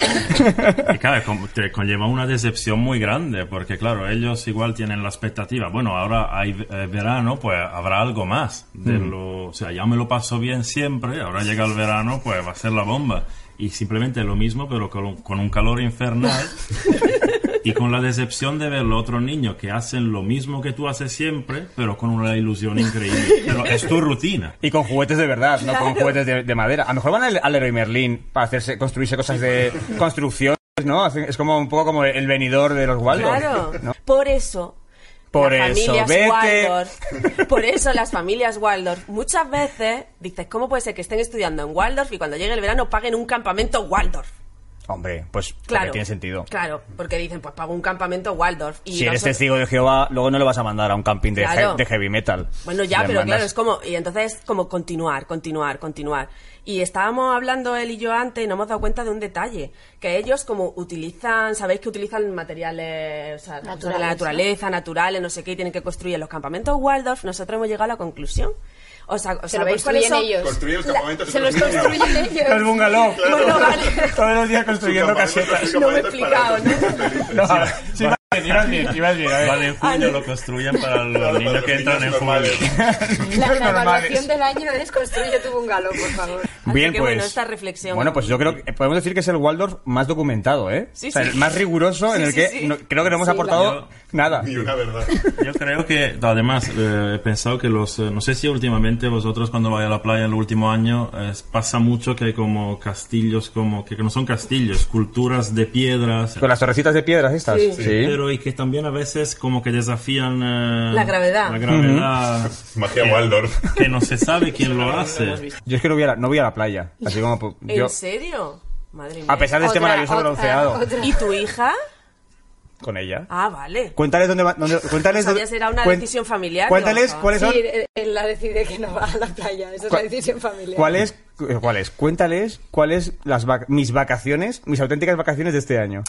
[SPEAKER 5] Y claro, con- te conlleva una decepción muy grande, porque claro, ellos igual tienen la expectativa, bueno, ahora hay eh, verano, pues habrá algo más. De lo, o sea, ya me lo paso bien siempre, ahora llega el verano, pues va a ser la bomba. Y simplemente lo mismo, pero con, con un calor infernal. Y con la decepción de ver los otros niños que hacen lo mismo que tú haces siempre, pero con una ilusión increíble. Pero es tu rutina.
[SPEAKER 2] y con juguetes de verdad, no con juguetes de, de madera. A lo mejor van al, al Leroy Merlin para hacerse, construirse cosas de construcción. ¿no? Hacen- Es como un poco como el venidor de los Waldorf.
[SPEAKER 4] Claro.
[SPEAKER 2] ¿no?
[SPEAKER 4] Por eso.
[SPEAKER 2] Por
[SPEAKER 4] las
[SPEAKER 2] eso,
[SPEAKER 4] familias
[SPEAKER 2] vete.
[SPEAKER 4] Waldorf, por eso las familias Waldorf muchas veces dices, ¿cómo puede ser que estén estudiando en Waldorf y cuando llegue el verano paguen un campamento Waldorf?
[SPEAKER 2] Hombre, pues porque
[SPEAKER 4] Claro.
[SPEAKER 2] tiene sentido.
[SPEAKER 4] Claro, porque dicen, pues pago un campamento Waldorf. Y
[SPEAKER 2] si eres
[SPEAKER 4] nosotros-
[SPEAKER 2] testigo de Jehová, luego no lo vas a mandar a un camping de, he-
[SPEAKER 4] Claro.
[SPEAKER 2] de heavy metal.
[SPEAKER 4] Bueno, ya,
[SPEAKER 2] Le
[SPEAKER 4] pero
[SPEAKER 2] mandas-
[SPEAKER 4] claro, es como. Y entonces es como continuar, continuar, continuar. Y estábamos hablando él y yo antes y nos hemos dado cuenta de un detalle: que ellos, como utilizan, sabéis que utilizan materiales o sea, cosas de la
[SPEAKER 3] Naturales,
[SPEAKER 4] naturaleza, naturales, no sé qué, y tienen que construir en los campamentos Waldorf. Nosotros hemos llegado a la conclusión. O sea, ¿os
[SPEAKER 3] Se lo
[SPEAKER 4] ¿sabéis cuáles
[SPEAKER 3] construyen
[SPEAKER 4] son?
[SPEAKER 3] ellos.
[SPEAKER 6] Construye los
[SPEAKER 3] La-
[SPEAKER 6] campamentos
[SPEAKER 3] Se
[SPEAKER 6] de
[SPEAKER 3] los
[SPEAKER 6] los niños.
[SPEAKER 3] construyen
[SPEAKER 2] Los
[SPEAKER 3] ellos.
[SPEAKER 2] bungalow.
[SPEAKER 4] Bueno, vale.
[SPEAKER 2] Todos los días
[SPEAKER 6] Sus
[SPEAKER 2] construyendo
[SPEAKER 6] campamentos,
[SPEAKER 2] casetas.
[SPEAKER 6] sus
[SPEAKER 4] No me he
[SPEAKER 6] campamentos para
[SPEAKER 4] explicado, ¿no?
[SPEAKER 6] los niños
[SPEAKER 2] No,
[SPEAKER 6] felices.
[SPEAKER 2] a ver, sí, ibas bien, ibas bien, ibas bien, a ver.
[SPEAKER 5] Va de junio lo construyen para
[SPEAKER 6] Para
[SPEAKER 5] los niños que
[SPEAKER 6] niños
[SPEAKER 5] entran en
[SPEAKER 6] normales.
[SPEAKER 5] julio.
[SPEAKER 3] La,
[SPEAKER 2] Los
[SPEAKER 3] la
[SPEAKER 2] normales.
[SPEAKER 3] evaluación del año es construye tu bungalow, por favor.
[SPEAKER 4] Así
[SPEAKER 2] Bien,
[SPEAKER 4] que,
[SPEAKER 2] pues.
[SPEAKER 4] bueno, esta reflexión.
[SPEAKER 2] Bueno, pues yo creo que podemos decir que es el Waldorf más documentado, ¿eh?
[SPEAKER 4] Sí,
[SPEAKER 2] o sea,
[SPEAKER 4] sí.
[SPEAKER 2] el más riguroso en
[SPEAKER 4] Sí,
[SPEAKER 2] el
[SPEAKER 4] sí,
[SPEAKER 2] que
[SPEAKER 4] sí.
[SPEAKER 2] no- creo que no hemos
[SPEAKER 3] Sí,
[SPEAKER 2] aportado
[SPEAKER 5] la-
[SPEAKER 2] nada.
[SPEAKER 6] Ni una verdad.
[SPEAKER 5] Yo creo que, además, eh, he pensado que los, eh, no sé si últimamente vosotros cuando vais a la playa en el último año, eh, pasa mucho que hay como castillos, como que no son castillos, culturas de piedras,
[SPEAKER 2] Con las torrecitas de piedras estas. Sí.
[SPEAKER 5] pero y que también a veces como que desafían eh,
[SPEAKER 4] La gravedad.
[SPEAKER 5] la gravedad,
[SPEAKER 6] Magia
[SPEAKER 5] que-
[SPEAKER 6] Waldorf.
[SPEAKER 5] que no se sabe quién lo hace.
[SPEAKER 2] Yo es que no voy, a la, no voy a la playa. Así como po-
[SPEAKER 4] ¿En
[SPEAKER 2] yo,
[SPEAKER 4] serio? Madre mía.
[SPEAKER 2] a pesar de este
[SPEAKER 3] Otra,
[SPEAKER 2] maravilloso
[SPEAKER 3] otra,
[SPEAKER 2] bronceado
[SPEAKER 3] otra.
[SPEAKER 4] ¿Y tu hija?
[SPEAKER 2] con ella.
[SPEAKER 4] Ah, vale.
[SPEAKER 2] Cuéntales dónde va. Dónde, cuéntales
[SPEAKER 4] No sabía
[SPEAKER 2] dónde-
[SPEAKER 4] si era una
[SPEAKER 2] cuen-
[SPEAKER 4] decisión familiar,
[SPEAKER 2] Cuéntales
[SPEAKER 4] digo,
[SPEAKER 2] cuáles son.
[SPEAKER 3] Sí, eh, él la decide que no va a la playa. Esa es la
[SPEAKER 2] ¿Cuál-
[SPEAKER 3] decisión familiar.
[SPEAKER 2] ¿Cuáles? cu- ¿Cuáles? Cuéntales cuáles las vac- mis vacaciones, mis auténticas vacaciones de este año.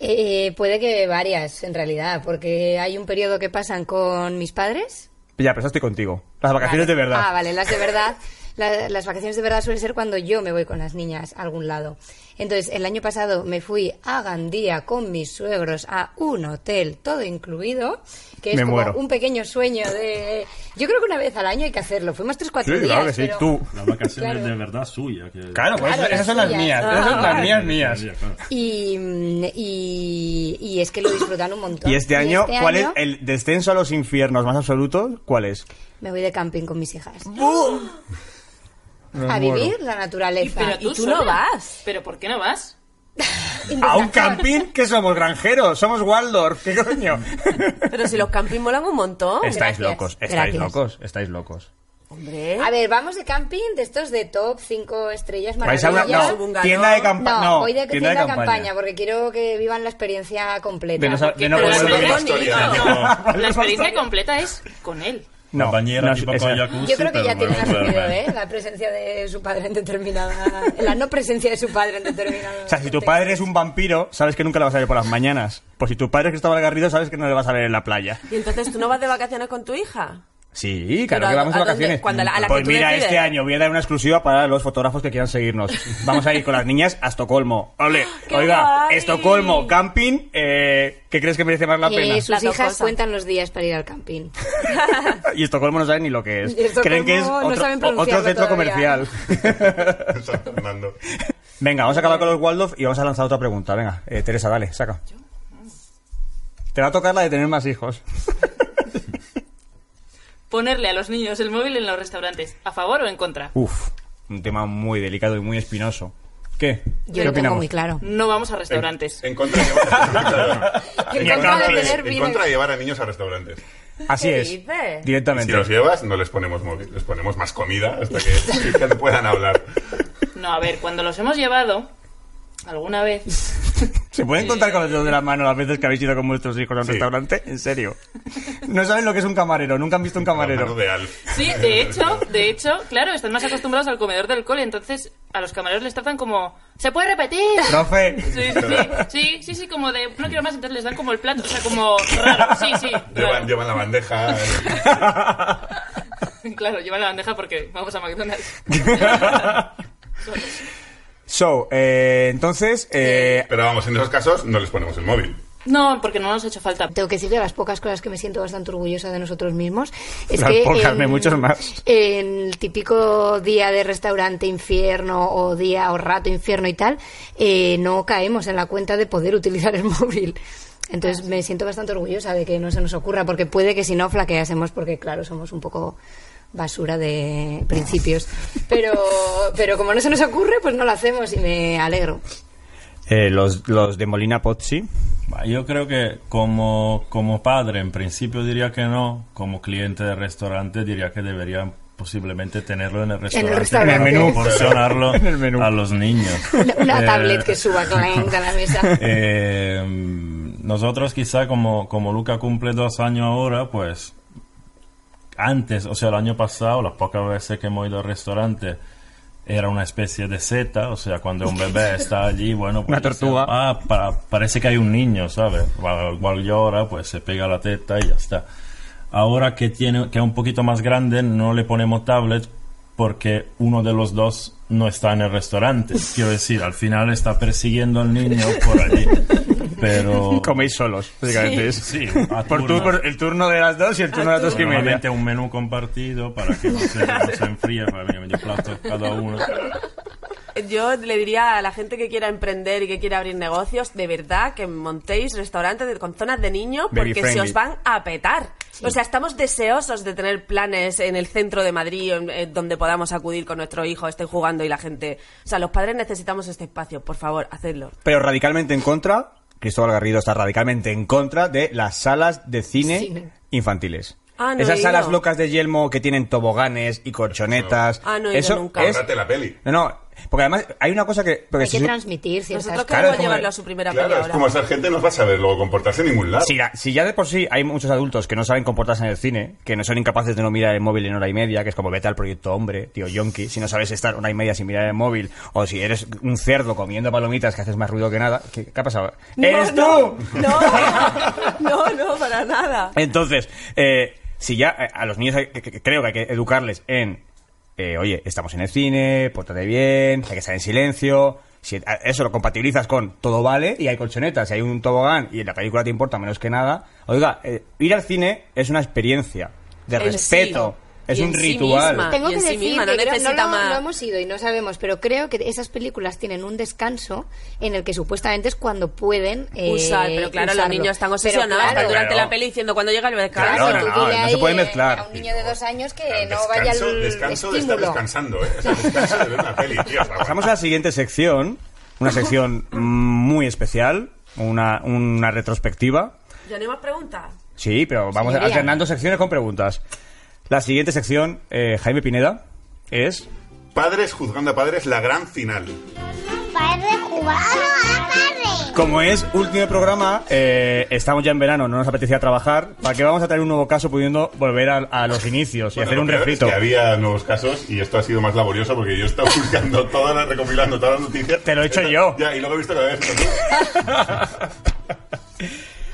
[SPEAKER 3] Eh, puede que varias, en realidad, porque hay un periodo que pasan con mis padres.
[SPEAKER 2] Ya, pero eso estoy contigo. Las vacaciones
[SPEAKER 3] Vale.
[SPEAKER 2] de verdad.
[SPEAKER 3] Ah, vale, las de verdad. la- las vacaciones de verdad suelen ser cuando yo me voy con las niñas a algún lado. Entonces, el año pasado me fui a Gandía con mis suegros a un hotel, todo incluido, que es
[SPEAKER 2] Me
[SPEAKER 3] como
[SPEAKER 2] muero.
[SPEAKER 3] un pequeño sueño de, Yo creo que una vez al año hay que hacerlo. Fuimos tres, cuatro
[SPEAKER 2] Sí,
[SPEAKER 3] días.
[SPEAKER 2] claro que sí.
[SPEAKER 3] pero-
[SPEAKER 2] Tú.
[SPEAKER 5] Las vacaciones
[SPEAKER 3] Claro.
[SPEAKER 5] de verdad suya. que-
[SPEAKER 2] Claro, pues
[SPEAKER 3] Claro,
[SPEAKER 2] esas son las
[SPEAKER 3] las
[SPEAKER 2] mías. Esas son las mías mías.
[SPEAKER 5] Claro.
[SPEAKER 3] Y, mm, y, y es que lo disfrutan un montón.
[SPEAKER 2] Y este año,
[SPEAKER 3] este
[SPEAKER 2] ¿cuál
[SPEAKER 3] año
[SPEAKER 2] es el descenso a los infiernos más absoluto? ¿Cuál es?
[SPEAKER 3] Me voy de camping con mis hijas.
[SPEAKER 2] Me
[SPEAKER 3] a
[SPEAKER 2] muero.
[SPEAKER 3] vivir la naturaleza.
[SPEAKER 7] Pero tú,
[SPEAKER 4] Ah, tú no
[SPEAKER 7] sola.
[SPEAKER 4] vas.
[SPEAKER 7] ¿Pero por qué no vas?
[SPEAKER 2] ¿A un camping? que somos? ¿Granjeros? ¿Somos Waldorf? ¿Qué coño?
[SPEAKER 4] Pero si los campings molan un montón.
[SPEAKER 2] estáis
[SPEAKER 3] gracias,
[SPEAKER 2] locos, estáis
[SPEAKER 3] gracias.
[SPEAKER 2] locos, estáis locos.
[SPEAKER 7] ¿eh?
[SPEAKER 4] Hombre.
[SPEAKER 3] ¿eh? A ver, vamos de camping de estos de top 5 estrellas
[SPEAKER 2] ¿Vais a una
[SPEAKER 3] maravillas.
[SPEAKER 2] no,
[SPEAKER 4] Bungalow.
[SPEAKER 2] tienda de campaña?
[SPEAKER 3] No,
[SPEAKER 2] No,
[SPEAKER 3] voy de
[SPEAKER 2] tienda de campaña.
[SPEAKER 3] porque quiero que vivan la experiencia completa.
[SPEAKER 2] De no sab- de no
[SPEAKER 7] Pero
[SPEAKER 2] poder
[SPEAKER 7] la
[SPEAKER 2] dormir.
[SPEAKER 6] la
[SPEAKER 7] experiencia-
[SPEAKER 6] historia.
[SPEAKER 7] no,
[SPEAKER 6] ¿no?
[SPEAKER 7] La experiencia completa es con él.
[SPEAKER 2] No,
[SPEAKER 5] La bañera
[SPEAKER 2] no,
[SPEAKER 5] tipo
[SPEAKER 2] esa-
[SPEAKER 5] con jacuzzi,
[SPEAKER 3] Yo creo que
[SPEAKER 5] pero
[SPEAKER 3] ya tiene
[SPEAKER 5] luego
[SPEAKER 3] asumido,
[SPEAKER 5] duerme.
[SPEAKER 3] ¿eh? La presencia de su padre en determinada... La no presencia de su padre en determinada...
[SPEAKER 2] O sea, si tu padre es un vampiro, sabes que nunca le vas a ver por las mañanas. Pues si tu padre es Cristóbal Garrido, sabes que no le vas a ver en la playa.
[SPEAKER 4] Y entonces tú no vas de vacaciones con tu hija.
[SPEAKER 2] Sí, claro
[SPEAKER 4] Pero
[SPEAKER 2] que vamos
[SPEAKER 4] ¿a-
[SPEAKER 2] de
[SPEAKER 4] a dónde?
[SPEAKER 2] vacaciones.
[SPEAKER 4] Cuando la- a la que
[SPEAKER 2] pues
[SPEAKER 4] tú
[SPEAKER 2] mira,
[SPEAKER 4] decides.
[SPEAKER 2] este año voy a dar una exclusiva para los fotógrafos que quieran seguirnos. Vamos a ir con las niñas a Estocolmo. Ole,
[SPEAKER 4] ¡Ah, ¡Qué
[SPEAKER 2] oiga,
[SPEAKER 4] guay!
[SPEAKER 2] Estocolmo, camping, eh, ¿qué crees que merece más la pena?
[SPEAKER 3] Eh, sus
[SPEAKER 4] Las dos
[SPEAKER 3] hijas
[SPEAKER 4] cosas.
[SPEAKER 3] cuentan los días para ir al camping.
[SPEAKER 2] y Estocolmo no saben ni lo que es.
[SPEAKER 3] Y Estocolmo
[SPEAKER 2] Creen que es
[SPEAKER 3] no
[SPEAKER 2] otro,
[SPEAKER 3] saben
[SPEAKER 2] otro
[SPEAKER 3] pronunciarlo
[SPEAKER 2] centro
[SPEAKER 3] todavía.
[SPEAKER 2] comercial.
[SPEAKER 3] ¿eh?
[SPEAKER 6] San Fernando.
[SPEAKER 2] Venga, vamos a acabar con los Waldorf y vamos a lanzar otra pregunta. Venga, eh, Teresa, dale, saca. Te va a tocar la de tener más hijos.
[SPEAKER 7] Ponerle a los niños el móvil en los restaurantes. ¿A favor o en contra?
[SPEAKER 2] Uf, un tema muy delicado y muy espinoso. ¿qué?
[SPEAKER 3] Yo lo
[SPEAKER 2] ¿Qué
[SPEAKER 3] tengo
[SPEAKER 2] opinamos?
[SPEAKER 3] muy claro.
[SPEAKER 7] No vamos a restaurantes.
[SPEAKER 6] En contra de llevar,
[SPEAKER 3] En
[SPEAKER 2] Y a
[SPEAKER 3] contra de
[SPEAKER 2] camping.
[SPEAKER 3] tener
[SPEAKER 6] en
[SPEAKER 3] vida.
[SPEAKER 6] contra de llevar a niños a restaurantes.
[SPEAKER 2] Así
[SPEAKER 4] ¿Qué
[SPEAKER 2] es.
[SPEAKER 4] dices?
[SPEAKER 6] Si
[SPEAKER 2] Directamente.
[SPEAKER 6] los llevas, no les ponemos móvil, les ponemos más comida hasta que, que te puedan hablar.
[SPEAKER 7] No, a ver, cuando los hemos llevado alguna vez,
[SPEAKER 2] ¿Se pueden contar con los dedos de la mano las veces que habéis ido con vuestros hijos a un
[SPEAKER 6] Sí.
[SPEAKER 2] restaurante? ¿En serio? No saben lo que es un camarero, nunca han visto un
[SPEAKER 6] La mano
[SPEAKER 2] camarero.
[SPEAKER 6] de Alf.
[SPEAKER 7] Sí, de hecho, de hecho, claro, están más acostumbrados al comedor del cole, entonces a los camareros les tratan como ¿se puede repetir?
[SPEAKER 2] Profe,
[SPEAKER 7] Sí, sí, sí, sí, sí, sí, como de no quiero más, entonces les dan como el plato, o sea, como raro, sí, sí,
[SPEAKER 6] Llevan,
[SPEAKER 7] raro.
[SPEAKER 6] llevan la bandeja. eh,
[SPEAKER 7] claro, llevan la bandeja porque vamos a McDonald's. Solos.
[SPEAKER 2] so, eh, entonces, eh,
[SPEAKER 6] Pero vamos, en esos casos no les ponemos el móvil.
[SPEAKER 7] No, porque no nos ha hecho falta.
[SPEAKER 3] Tengo que decir que las pocas cosas que me siento bastante orgullosa de nosotros mismos es
[SPEAKER 2] Las
[SPEAKER 3] que
[SPEAKER 2] pocas, no hay muchas más.
[SPEAKER 3] En el típico día de restaurante infierno o día o rato infierno y tal, eh, no caemos en la cuenta de poder utilizar el móvil. Entonces me siento bastante orgullosa de que no se nos ocurra, porque puede que si no flaqueásemos, porque claro, somos un poco basura de principios. Pero, pero como no se nos ocurre, pues no lo hacemos y me alegro.
[SPEAKER 2] eh, los, los de Molina Pozzi,
[SPEAKER 5] Bah, Yo creo que como, como padre en principio diría que no, como cliente de restaurante diría que deberían posiblemente tenerlo en el restaurante,
[SPEAKER 3] restaurante.
[SPEAKER 2] En el menú.
[SPEAKER 5] para proporcionarlo
[SPEAKER 2] En el menú.
[SPEAKER 5] a los niños.
[SPEAKER 3] Una, una
[SPEAKER 5] Eh,
[SPEAKER 3] tablet que suba clank a la mesa.
[SPEAKER 5] eh, nosotros quizá como, como Luca cumple dos años ahora, pues antes, o sea, el año pasado, las pocas veces que hemos ido al restaurante, era una especie de seta, o sea, cuando un bebé está allí, bueno, pues
[SPEAKER 2] Una tortuga.
[SPEAKER 5] dice, ah, pa- parece que hay un niño, ¿sabes? Igual igual llora, pues se pega la teta y ya está. Ahora que tiene, que es un poquito más grande, no le ponemos tablet porque uno de los dos no está en el restaurante. Quiero decir, al final está persiguiendo al niño por allí. Pero
[SPEAKER 2] coméis solos, básicamente.
[SPEAKER 5] Sí,
[SPEAKER 2] es.
[SPEAKER 5] sí, a
[SPEAKER 2] por,
[SPEAKER 5] turnos.
[SPEAKER 2] tu- por el turno de las dos y el turno de las dos que media.
[SPEAKER 5] Normalmente un menú compartido para que no se, no se enfríe, para que medio plato cada uno.
[SPEAKER 4] Yo le diría a la gente que quiera emprender y que quiera abrir negocios, de verdad, que montéis restaurantes de- con zonas de niños
[SPEAKER 2] Baby
[SPEAKER 4] porque
[SPEAKER 2] friendly.
[SPEAKER 4] se os van a petar. O sea, estamos deseosos de tener planes en el centro de Madrid en- eh, donde podamos acudir con nuestro hijo, estén jugando y la gente... O sea, los padres necesitamos este espacio, por favor, hacedlo.
[SPEAKER 2] Pero radicalmente en contra, Cristóbal Garrido está radicalmente en contra de las salas de cine,
[SPEAKER 3] Cine.
[SPEAKER 2] infantiles.
[SPEAKER 4] Ah, no he
[SPEAKER 2] Esas
[SPEAKER 4] ido.
[SPEAKER 2] salas locas de Yelmo que tienen toboganes y colchonetas.
[SPEAKER 4] Ah, no he ido
[SPEAKER 2] eso
[SPEAKER 4] nunca.
[SPEAKER 2] es...
[SPEAKER 6] Ahorrate la peli.
[SPEAKER 2] No, no, porque además hay una cosa que... porque
[SPEAKER 3] Hay que
[SPEAKER 2] si-
[SPEAKER 3] transmitir ciertas
[SPEAKER 4] Nosotros
[SPEAKER 2] claro, es
[SPEAKER 4] queremos
[SPEAKER 2] como-
[SPEAKER 4] llevarlo a su primera
[SPEAKER 6] Claro,
[SPEAKER 4] media
[SPEAKER 6] es
[SPEAKER 4] hora.
[SPEAKER 6] como esa gente no va a saber luego comportarse en ningún lado.
[SPEAKER 2] Si, la- si ya de por sí hay muchos adultos que no saben comportarse en el cine, que no son incapaces de no mirar el móvil en hora y media, que es como vete al proyecto hombre, tío yonki, si no sabes estar una y media sin mirar el móvil, o si eres un cerdo comiendo palomitas que haces más ruido que nada, ¿qué, qué ha pasado?
[SPEAKER 4] No,
[SPEAKER 2] ¡Eres
[SPEAKER 4] no,
[SPEAKER 2] tú!
[SPEAKER 4] No, no, no, para nada.
[SPEAKER 2] Entonces, eh, si ya eh, a los niños hay- que- que- creo que hay que educarles en, eh, oye, estamos en el cine, pórtate bien, hay que estar en silencio. Si a- eso lo compatibilizas con todo vale y hay colchonetas, y hay un tobogán y en la película te importa menos que nada. Oiga, eh, ir al cine es una experiencia. de
[SPEAKER 4] En
[SPEAKER 2] respeto.
[SPEAKER 4] sí.
[SPEAKER 2] Es
[SPEAKER 4] Y
[SPEAKER 2] un
[SPEAKER 4] en sí
[SPEAKER 2] ritual.
[SPEAKER 4] misma.
[SPEAKER 3] Tengo
[SPEAKER 4] Ah, y
[SPEAKER 3] que
[SPEAKER 4] en sí
[SPEAKER 3] decir
[SPEAKER 4] misma, no
[SPEAKER 3] que creo-
[SPEAKER 4] necesita
[SPEAKER 3] lo-
[SPEAKER 4] más.
[SPEAKER 3] lo hemos ido y no sabemos, pero creo que esas películas tienen un descanso en el que supuestamente es cuando pueden eh,
[SPEAKER 4] usar, pero claro, los
[SPEAKER 3] usarlo.
[SPEAKER 4] niños están
[SPEAKER 3] Pero
[SPEAKER 4] obsesionados
[SPEAKER 3] claro,
[SPEAKER 2] Pero
[SPEAKER 4] durante
[SPEAKER 2] claro.
[SPEAKER 4] la peli diciendo cuando llega el descanso.
[SPEAKER 2] Claro, no,
[SPEAKER 3] tú
[SPEAKER 2] no,
[SPEAKER 3] dile
[SPEAKER 2] no se
[SPEAKER 3] ahí,
[SPEAKER 2] puede
[SPEAKER 3] eh,
[SPEAKER 2] mezclar.
[SPEAKER 3] A un niño de dos años que
[SPEAKER 6] Claro,
[SPEAKER 3] no vaya
[SPEAKER 6] descanso,
[SPEAKER 3] al
[SPEAKER 6] descanso de estar
[SPEAKER 3] estímulo.
[SPEAKER 6] descansando, ¿eh? O sea, descanso de ver una peli, tío. está guay.
[SPEAKER 2] Pasamos a la siguiente sección, una sección mm, muy especial, una, una retrospectiva.
[SPEAKER 4] ¿Ya no hay más preguntas?
[SPEAKER 2] Sí, pero vamos
[SPEAKER 3] Señoría.
[SPEAKER 2] alternando secciones con preguntas. La siguiente sección, eh, Jaime Pineda, es...
[SPEAKER 6] Padres juzgando a padres, la gran final.
[SPEAKER 8] Padre jugando Ah, a padre.
[SPEAKER 2] Como es último programa, eh, estamos ya en verano, no nos apetecía trabajar. ¿Para qué vamos a traer un nuevo caso pudiendo volver a, a los inicios y
[SPEAKER 6] Bueno,
[SPEAKER 2] hacer
[SPEAKER 6] lo
[SPEAKER 2] un
[SPEAKER 6] peor es
[SPEAKER 2] refrito?
[SPEAKER 6] Que había nuevos casos y esto ha sido más laborioso porque yo he estado buscando todas las, recopilando todas las noticias.
[SPEAKER 2] Te lo he hecho
[SPEAKER 6] Esto-
[SPEAKER 2] yo.
[SPEAKER 6] Ya, y luego he visto que lo habías hecho tú.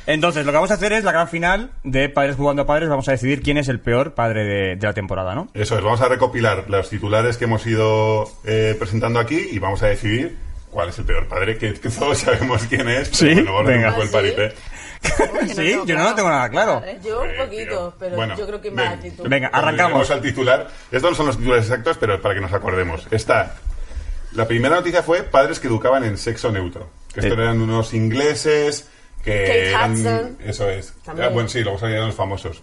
[SPEAKER 2] Entonces, lo que vamos a hacer es la gran final de Padres jugando a Padres. Vamos a decidir quién es el peor padre de, de la temporada, ¿no?
[SPEAKER 6] Eso es, vamos a recopilar los titulares que hemos ido eh, presentando aquí y vamos a decidir cuál es el peor padre, que, que todos sabemos quién es. pero
[SPEAKER 2] Sí,
[SPEAKER 6] bueno, vamos a
[SPEAKER 2] venga.
[SPEAKER 3] ¿Ah,
[SPEAKER 6] hacer un poco el paripé.
[SPEAKER 2] sí, yo no lo tengo nada claro.
[SPEAKER 4] Yo un
[SPEAKER 6] Eh,
[SPEAKER 4] poquito,
[SPEAKER 6] tío.
[SPEAKER 4] pero
[SPEAKER 6] Bueno,
[SPEAKER 4] yo creo que
[SPEAKER 6] ven.
[SPEAKER 4] más actitud.
[SPEAKER 2] Venga,
[SPEAKER 6] Cuando
[SPEAKER 2] arrancamos.
[SPEAKER 6] lleguemos al titular. Estos no son los titulares exactos, pero para que nos acordemos. Está. La primera noticia fue padres que educaban en sexo neutro. Que
[SPEAKER 2] Sí.
[SPEAKER 6] estos eran unos ingleses que
[SPEAKER 4] Kate
[SPEAKER 6] eran-
[SPEAKER 4] Hudson.
[SPEAKER 6] Eso es.
[SPEAKER 4] También.
[SPEAKER 6] Ah, bueno, sí, luego salieron los famosos.